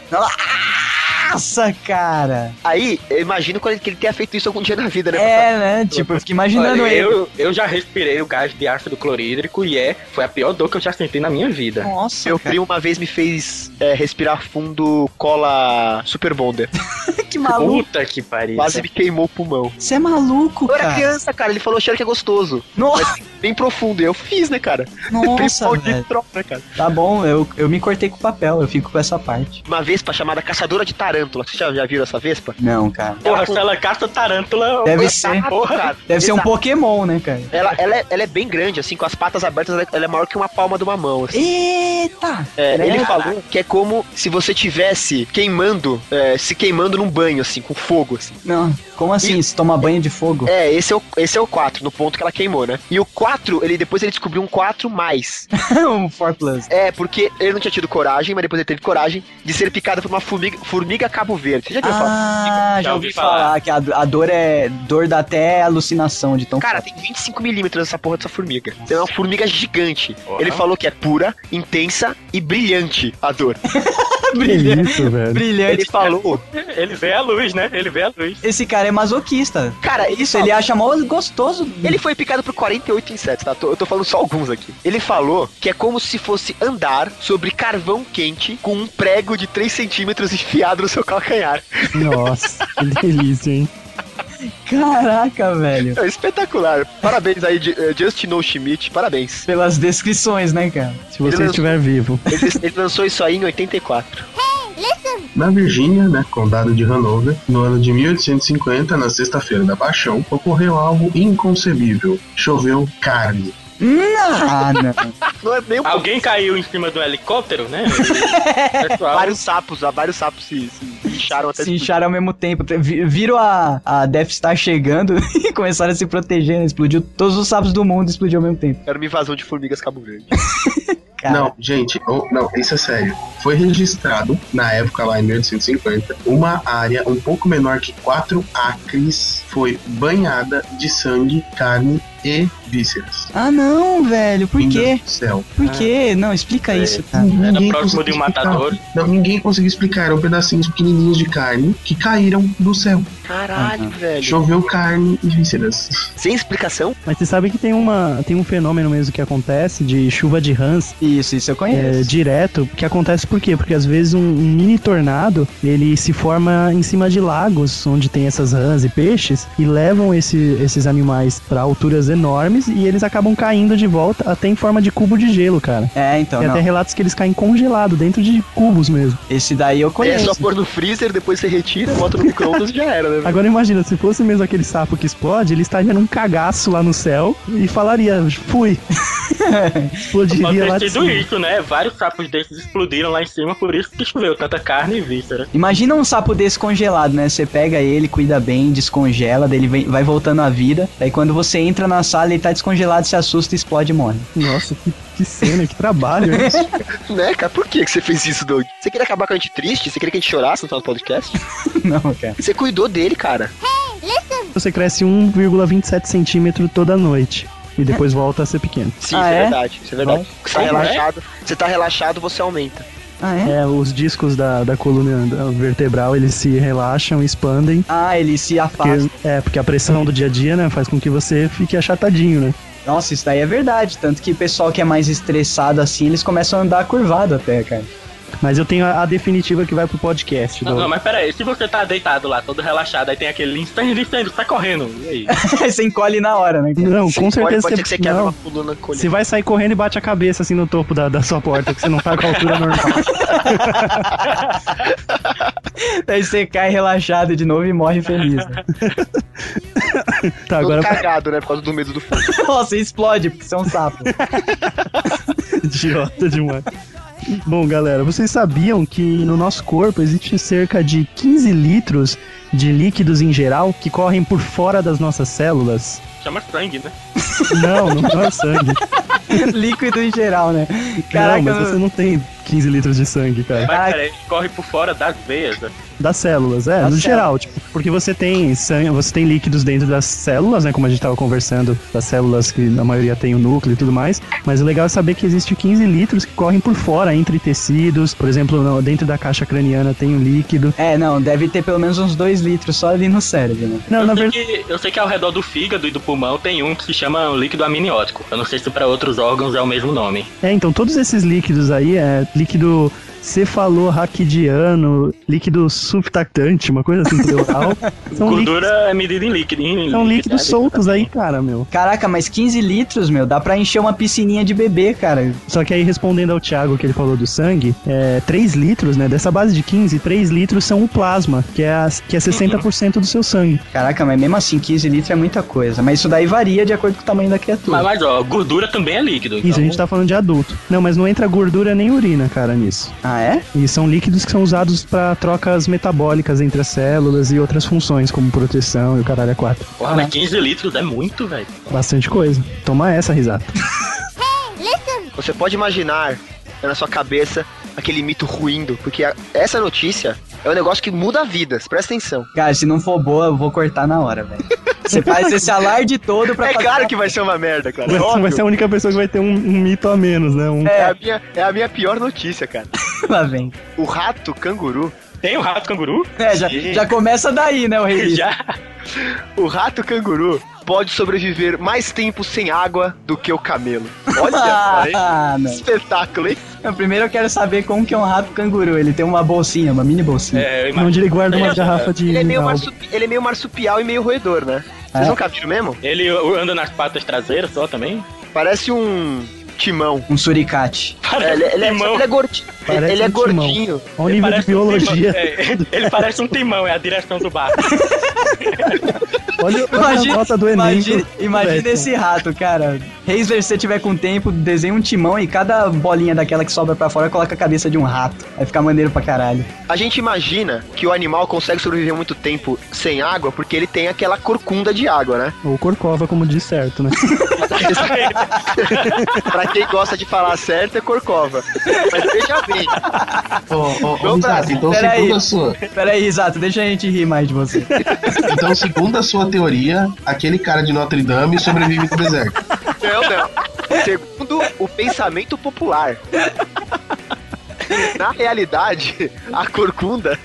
Speaker 1: Nossa, cara!
Speaker 3: Aí, eu imagino quando ele- que ele tenha feito isso algum dia na vida, né?
Speaker 1: É, né? Tipo, eu fico imaginando
Speaker 5: Olha,
Speaker 1: ele.
Speaker 5: eu, eu já respirei o gás de ácido clorídrico e é, foi a pior dor que eu já senti na minha vida.
Speaker 1: Nossa,
Speaker 3: Meu
Speaker 1: cara,
Speaker 3: primo uma vez me fez é, respirar fundo cola Super Bonder.
Speaker 1: que maluco.
Speaker 5: Puta que pariu.
Speaker 3: Tá Quase me queimou o pulmão.
Speaker 1: Você é maluco,
Speaker 3: Eu era
Speaker 1: cara.
Speaker 3: criança, cara. Ele falou, cheiro que é gostoso.
Speaker 1: Nossa,
Speaker 3: Bem profundo. E eu fiz, né, cara?
Speaker 1: nossa,
Speaker 3: Principal de
Speaker 1: velho.
Speaker 3: tropa, né, cara?
Speaker 1: Tá bom, eu, eu me cortei com papel, eu fico com essa parte.
Speaker 3: Uma vespa chamada caçadora de tarântula. Vocês já, já viram essa vespa?
Speaker 1: Não, cara.
Speaker 5: Porra,
Speaker 3: tá
Speaker 5: se ela caça tarântula,
Speaker 1: Deve
Speaker 3: Exato,
Speaker 1: ser.
Speaker 3: cara.
Speaker 1: Deve ser um
Speaker 3: Exato.
Speaker 1: Pokémon, né, cara?
Speaker 3: Ela, ela, é, ela é bem grande, assim, com as patas abertas, ela é- ela é maior que uma palma de uma mão. assim.
Speaker 1: Eita!
Speaker 3: É, ele
Speaker 1: Caraca.
Speaker 3: falou que é como se você tivesse queimando, é, se queimando num banho, assim, com fogo, assim.
Speaker 1: Não, como assim? Se toma banho de fogo?
Speaker 3: É, esse é o, esse é o 4, no ponto que ela queimou, né? E o 4, ele, depois ele descobriu um 4 mais.
Speaker 1: um 4 Plus.
Speaker 3: É, porque ele não tinha tido coragem, mas depois ele teve coragem de ser picado por uma formiga, formiga cabo verde. Você já viu falar?
Speaker 1: Ah, já ouvi
Speaker 5: ouvi
Speaker 1: falar que a, a dor é. Dor dá até alucinação de tão
Speaker 3: Cara, tem 25 milímetros essa porra dessa formiga. É uma formiga gigante.
Speaker 5: Porra.
Speaker 3: Ele falou que é pura, intensa e brilhante a dor.
Speaker 2: Que isso, velho.
Speaker 1: brilhante.
Speaker 3: Ele falou,
Speaker 5: ele vê a luz, né? Ele vê a luz.
Speaker 1: Esse cara é masoquista.
Speaker 3: cara, ele
Speaker 1: É
Speaker 3: é,
Speaker 1: Isso, ele acha mó gostoso.
Speaker 3: Ele foi picado por 48 insetos, tá? Tô- eu tô falando só alguns aqui. Ele falou que é como se fosse andar sobre carvão quente com um prego de 3 centímetros enfiado no seu calcanhar.
Speaker 2: Nossa, que delícia, hein?
Speaker 1: Caraca, velho.
Speaker 3: É espetacular. Parabéns aí, Ju- eh, Justin No Schmidt, parabéns.
Speaker 1: Pelas descrições, né, cara?
Speaker 2: Se você estiver vivo.
Speaker 3: Ele, ele lançou isso aí em 84.
Speaker 4: Na Virgínia, né, condado de Hanover, no ano de 1850, na sexta-feira da Paixão, ocorreu algo inconcebível. Choveu carne.
Speaker 1: Ah, não.
Speaker 3: Não é nem
Speaker 1: Ah,
Speaker 3: um pouco.
Speaker 5: Alguém caiu em cima de um helicóptero, né? Pessoal,
Speaker 3: Vários sapos, ah, vários sapos se, se incharam até
Speaker 1: se incharam ao mesmo tempo. Vi- Viram a, a Death Star chegando e começaram a se proteger, né? Explodiu todos os sapos do mundo, explodiu ao mesmo tempo.
Speaker 3: Era uma invasão de formigas cabo grande.
Speaker 1: Cara,
Speaker 4: Não, gente, oh, não, isso é sério. Foi registrado, na época lá em 1850, uma área um pouco menor que 4 acres foi banhada de sangue, carne e vísceras.
Speaker 1: Ah, não, velho. Por
Speaker 4: Meu
Speaker 1: quê?
Speaker 4: Deus do céu.
Speaker 1: Por quê? Não, explica
Speaker 3: É.
Speaker 1: isso, tá? cara.
Speaker 5: Era
Speaker 4: Ninguém
Speaker 5: próximo de
Speaker 4: conseguiu
Speaker 5: um
Speaker 4: explicar.
Speaker 5: matador.
Speaker 4: Não, ninguém conseguiu explicar. Eram pedacinhos pequenininhos de carne que caíram do céu.
Speaker 3: Caralho, velho.
Speaker 4: Choveu carne e vísceras.
Speaker 3: Sem explicação?
Speaker 2: Mas vocês sabem que tem, uma, tem um fenômeno mesmo que acontece de chuva de Hans
Speaker 1: Isso, isso eu
Speaker 2: é,
Speaker 1: conheço.
Speaker 2: direto, que acontece por quê? Porque às vezes um, um mini tornado, ele se forma em cima de lagos, onde tem essas rãs e peixes, e levam esse, esses animais pra alturas enormes, e eles acabam caindo de volta, até em forma de cubo de gelo, cara.
Speaker 1: É, então,
Speaker 2: Tem até
Speaker 1: não.
Speaker 2: relatos que eles caem congelado dentro de cubos mesmo.
Speaker 1: Esse daí eu
Speaker 3: É
Speaker 1: conheço.
Speaker 3: só pôr no freezer, depois você retira, bota no micro-ondas e já era, né? velho?
Speaker 2: Agora imagina, se fosse mesmo aquele sapo que explode, ele estaria num cagaço lá no céu e falaria, fui.
Speaker 5: Pode
Speaker 2: Explodiria lá
Speaker 5: ter
Speaker 2: de
Speaker 5: sido
Speaker 2: cima.
Speaker 5: isso, né? Vários sapos desses explodiram lá em cima, por isso que choveu tanta carne e víscera.
Speaker 1: Imagina um sapo descongelado, né? Você pega ele, cuida bem, descongela, daí ele vem- vai voltando à vida. Aí quando você entra na sala, ele tá descongelado, se assusta, explode e morre.
Speaker 2: Nossa, que, que cena, que trabalho. né?
Speaker 3: Né, cara? Por que que você fez isso, Doug? Você queria acabar com a gente triste? Você queria que a gente chorasse no final do podcast?
Speaker 1: Não, cara.
Speaker 3: Você cuidou dele, cara.
Speaker 2: Você cresce 1,27 centímetro toda noite. E depois volta a ser pequeno.
Speaker 3: Sim,
Speaker 1: Ah,
Speaker 3: isso é?
Speaker 1: é?
Speaker 3: verdade. Isso é verdade. Você tá
Speaker 5: Como é?
Speaker 3: relaxado, você tá relaxado, você aumenta.
Speaker 1: Ah, é?
Speaker 2: É, os discos da, da coluna da vertebral, eles se relaxam, expandem.
Speaker 1: Ah, ele se afasta.
Speaker 2: Porque, é, porque a pressão do dia a dia, né, faz com que você fique achatadinho, né?
Speaker 1: Nossa, isso daí é verdade. Tanto que o pessoal que é mais estressado assim, eles começam a andar curvado até, cara.
Speaker 2: Mas eu tenho a, a definitiva que vai pro podcast.
Speaker 5: Não,
Speaker 2: do-
Speaker 5: não, mas pera aí, se você tá deitado lá, todo relaxado, aí tem aquele incêndio, incêndio, tá correndo. E aí?
Speaker 1: você encolhe na hora, né? cara?
Speaker 2: Não, com
Speaker 3: Pode-
Speaker 2: certeza
Speaker 3: pode, ser que você quebre
Speaker 2: não.
Speaker 3: uma coluna colhida.
Speaker 2: Você vai sair correndo e bate a cabeça assim no topo da, da sua porta, que você não tá com a altura normal.
Speaker 1: Daí você cai relaxado de novo e morre feliz. Né?
Speaker 2: Tá,
Speaker 3: Todo
Speaker 2: agora
Speaker 3: cagado, né? Por causa do medo do fogo.
Speaker 1: Nossa, explode, porque você é um sapo.
Speaker 2: Idiota demais. Bom, galera, vocês sabiam que no nosso corpo existe cerca de 15 litros de líquidos em geral que correm por fora das nossas células?
Speaker 5: Chama sangue, né?
Speaker 2: Não, não é sangue.
Speaker 1: Líquido em geral, né? Caraca, eu
Speaker 2: não, mas
Speaker 1: não- assim,
Speaker 2: você não tem 15 litros de sangue, cara.
Speaker 5: Mas
Speaker 1: Ah,
Speaker 5: pera aí, corre por fora das veias, né?
Speaker 2: Das células,
Speaker 1: Das
Speaker 2: é, no
Speaker 1: células.
Speaker 2: geral, tipo, porque você tem sangue, você tem líquidos dentro das células, né? Como a gente tava conversando, das células que na maioria tem o núcleo e tudo mais. Mas o legal é saber que existe 15 litros que correm por fora, entre tecidos. Por exemplo, no- dentro da caixa craniana tem um líquido.
Speaker 1: É, não, deve ter pelo menos uns 2 litros só ali no cérebro, né?
Speaker 2: Não,
Speaker 5: eu,
Speaker 2: na
Speaker 5: sei
Speaker 2: verdade.
Speaker 5: que, eu sei que ao redor do fígado e do pulmão tem um que se chama líquido amniótico. Eu não sei se pra outros órgãos é o mesmo nome.
Speaker 2: É, então todos esses líquidos aí, é líquido cefalorraquidiano, líquido subtactante, uma coisa assim, pleural. São
Speaker 5: Gordura
Speaker 2: líquidos,
Speaker 5: é medida em líquido. Em
Speaker 2: são líquidos
Speaker 5: é,
Speaker 2: soltos aí, cara, meu.
Speaker 1: Caraca, mas 15 litros, meu, dá pra encher uma piscininha de bebê, cara.
Speaker 2: Só que aí, respondendo ao Thiago que ele falou do sangue, é, 3 litros, né? Dessa base de 15, 3 litros são o plasma, que é, as- que é 60% do seu sangue.
Speaker 1: Caraca, mas mesmo assim, 15 litros é muita coisa. Mas isso daí varia de acordo com o tamanho da criatura.
Speaker 5: Mas, mas, ó, gordura também é líquido.
Speaker 2: Isso, a gente tá falando de adulto. Não, mas não entra gordura nem urina, cara, nisso.
Speaker 1: Ah, é?
Speaker 2: E são líquidos que são usados pra trocas metabólicas entre as células e outras funções, como proteção e o caralho a quatro.
Speaker 5: Porra, mas 15 litros é muito, velho.
Speaker 2: Bastante coisa. Toma essa, risada.
Speaker 3: Você pode imaginar né, na sua cabeça aquele mito ruindo, porque a- essa notícia é um negócio que muda vidas, presta atenção.
Speaker 1: Cara, se não for boa, eu vou cortar na hora, velho. Você faz esse alarde todo pra
Speaker 3: É
Speaker 1: fazer-
Speaker 3: claro que vai ser uma merda, cara.
Speaker 2: Você
Speaker 3: É óbvio.
Speaker 2: vai ser a única pessoa que vai ter um, um mito a menos, né? Um...
Speaker 3: É a, minha, é a minha pior notícia, cara.
Speaker 1: Lá vem.
Speaker 3: O rato canguru.
Speaker 5: Tem o rato canguru?
Speaker 1: É, já,
Speaker 3: Sim.
Speaker 1: já começa daí, né, o rei?
Speaker 5: Já.
Speaker 3: O rato canguru pode sobreviver mais tempo sem água do que o camelo. Olha só, hein?
Speaker 1: Ah, não.
Speaker 3: Espetáculo, hein?
Speaker 1: Não, Primeiro eu quero saber como que é um rato canguru. Ele tem uma bolsinha, uma mini bolsinha.
Speaker 5: É, eu imagino.
Speaker 2: Hum. Onde ele guarda uma
Speaker 5: Ele-
Speaker 2: garrafa de
Speaker 3: Ele é, meio
Speaker 2: mineral.
Speaker 3: marsupi- ele é meio marsupial e meio roedor, né? Vocês
Speaker 1: É.
Speaker 3: nunca viram mesmo?
Speaker 5: Ele anda nas patas traseiras só também?
Speaker 3: Parece um timão.
Speaker 1: Um suricate.
Speaker 3: É, ele, ele é,
Speaker 5: um timão.
Speaker 3: ele é gordinho.
Speaker 2: Parece
Speaker 3: ele é
Speaker 2: um timão.
Speaker 3: gordinho.
Speaker 2: Olha o nível de
Speaker 5: parece um
Speaker 2: biologia.
Speaker 5: timão. É, ele parece um timão, é a direção do barco.
Speaker 2: Olha, olha a nota do Enem.
Speaker 1: imagina,
Speaker 2: do- do
Speaker 1: imagina
Speaker 2: Edson.
Speaker 1: esse rato, cara. Reisler, se você tiver com tempo, desenha um timão e cada bolinha daquela que sobra pra fora coloca a cabeça de um rato. Vai ficar maneiro pra caralho.
Speaker 3: A gente imagina que o animal consegue sobreviver muito tempo sem água porque ele tem aquela corcunda de água, né?
Speaker 2: Ou corcova, como diz certo, né?
Speaker 3: pra quem gosta de falar certo, é corcova. Mas veja bem,
Speaker 4: Ô, ô, ô,
Speaker 3: Ô,
Speaker 4: Isaac,
Speaker 3: Brasil,
Speaker 4: então
Speaker 1: peraí.
Speaker 4: segundo, a sua,
Speaker 1: Pera aí, Zato, deixa a gente rir mais de você.
Speaker 4: então, segundo a sua teoria, aquele cara de Notre Dame sobrevive no deserto.
Speaker 3: não, não. Segundo o pensamento popular. Na realidade, a corcunda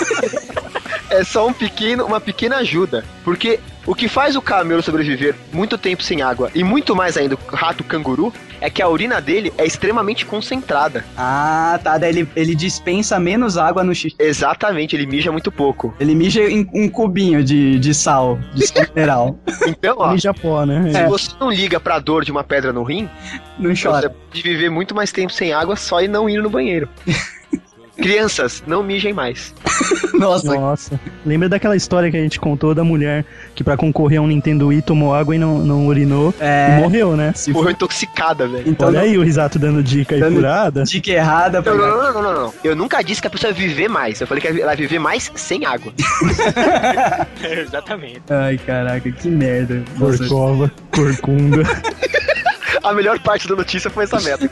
Speaker 3: é só um pequeno, uma pequena ajuda. Porque o que faz o camelo sobreviver muito tempo sem água e muito mais ainda o rato canguru é que a urina dele é extremamente concentrada.
Speaker 1: Ah, tá. Daí ele, ele dispensa menos água no xixi.
Speaker 3: Exatamente, ele mija muito pouco.
Speaker 1: Ele mija em um cubinho de, de sal, de sal mineral.
Speaker 3: Então, ó,
Speaker 2: Ele Japó,
Speaker 1: É,
Speaker 2: né?
Speaker 3: se você não liga pra dor de uma pedra no rim,
Speaker 1: Não
Speaker 3: você
Speaker 1: chora.
Speaker 3: pode viver muito mais tempo sem água só e não indo no banheiro. Crianças, não mijem mais. é-
Speaker 1: Nossa,
Speaker 2: Nossa. Lembra daquela história que a gente contou da mulher que pra concorrer a um Nintendo Wii tomou água e não, não urinou
Speaker 1: É.
Speaker 2: e morreu, né?
Speaker 1: se for
Speaker 3: Morreu intoxicada, velho.
Speaker 1: então,
Speaker 2: Olha aí o Risato dando dica aí
Speaker 1: Dando-
Speaker 2: furada.
Speaker 1: dica errada.
Speaker 3: Não,
Speaker 1: pô.
Speaker 3: não, não, não, não, não. Eu nunca disse que a pessoa ia viver mais. Eu falei que ela ia viver mais sem água.
Speaker 5: É, Exatamente.
Speaker 1: Ai, caraca, que merda. Nossa.
Speaker 2: Corcova, corcunda.
Speaker 3: A melhor parte da notícia foi essa meta.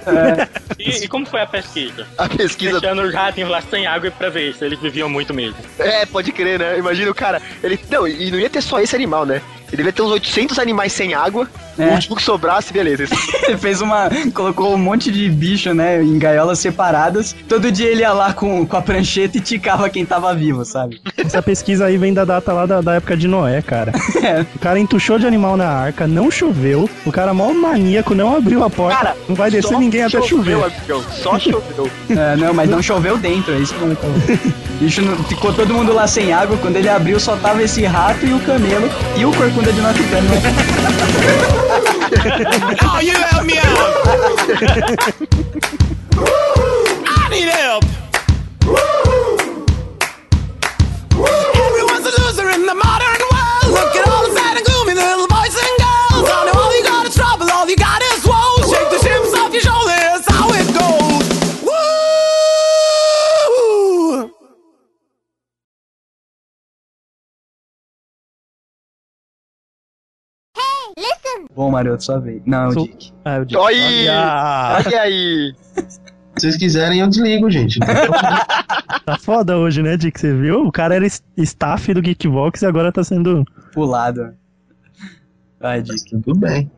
Speaker 5: E, e como foi a pesquisa?
Speaker 3: A pesquisa.
Speaker 5: Deixando os ratinhos lá sem água pra ver se eles viviam muito mesmo.
Speaker 3: É, pode crer, né? Imagina o cara. Ele. Não, e não ia ter só esse animal, né? Ele devia ter uns 800 animais sem água.
Speaker 1: É.
Speaker 3: O último que sobrasse, beleza.
Speaker 1: Ele fez uma. colocou um monte de bicho, né, em gaiolas separadas. Todo dia ele ia lá com, com a prancheta e ticava quem tava vivo, sabe?
Speaker 2: Essa pesquisa aí vem da data lá da, da época de Noé, cara.
Speaker 1: É.
Speaker 2: O cara entuchou de animal na arca, não choveu. O cara mal maníaco, não abriu a porta.
Speaker 3: Cara,
Speaker 2: não vai descer
Speaker 3: Só
Speaker 2: ninguém até chover.
Speaker 3: choveu, amigão. Só choveu.
Speaker 1: É, não, mas não choveu dentro, é isso que eu tô- Bicho, não- ficou todo mundo lá sem água. Quando ele abriu, só tava esse rato e o camelo e o corcunda de Notre Dame.
Speaker 9: Oh, you help me out! I need help! Everyone's a loser in the modern world. Look at all the sad and gloomy little boys and girls. I know all you got is trouble, all you got is woe. Shake the shims off your shoulders, how it goes. Woo!
Speaker 8: Hey, listen.
Speaker 1: Bom, Maroto, sua vez. Não,
Speaker 2: Sou-
Speaker 1: Dick.
Speaker 2: Ah, eu digo.
Speaker 3: Olha,
Speaker 2: Ah,
Speaker 3: olha aí.
Speaker 4: Se vocês quiserem, eu desligo, gente.
Speaker 2: tá foda hoje, né, Dick? Você viu? O cara era es- staff do Geekbox e agora tá sendo.
Speaker 1: Pulado. Vai, Dick.
Speaker 4: Tudo bem.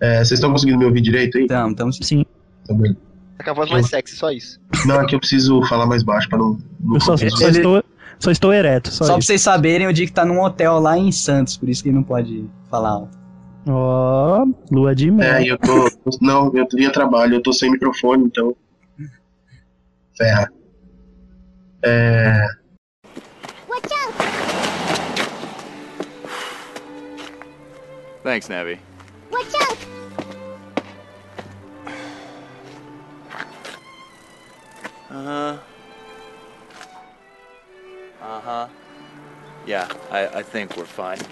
Speaker 4: É, vocês estão conseguindo me ouvir direito aí?
Speaker 1: Tamo, tamo sim.
Speaker 2: Sim.
Speaker 4: Tá bem.
Speaker 3: Tá com a voz mais sexy, só isso.
Speaker 4: Não, aqui eu preciso falar mais baixo pra não. não
Speaker 2: Eu só, só
Speaker 1: Ele-
Speaker 2: estou, só estou ereto. Só,
Speaker 1: Só pra
Speaker 2: isso.
Speaker 1: vocês saberem, o Dick tá num hotel lá em Santos, por isso que ele não pode falar alto.
Speaker 2: Ó, lua de mel.
Speaker 4: É, e eu tô. Não, eu tinha trabalho, eu tô sem microfone, então. Ferra.
Speaker 8: Watch out.
Speaker 9: Thanks, Navi.
Speaker 8: Watch out.
Speaker 9: Uh huh. Uh huh. Yeah, I, I think we're fine.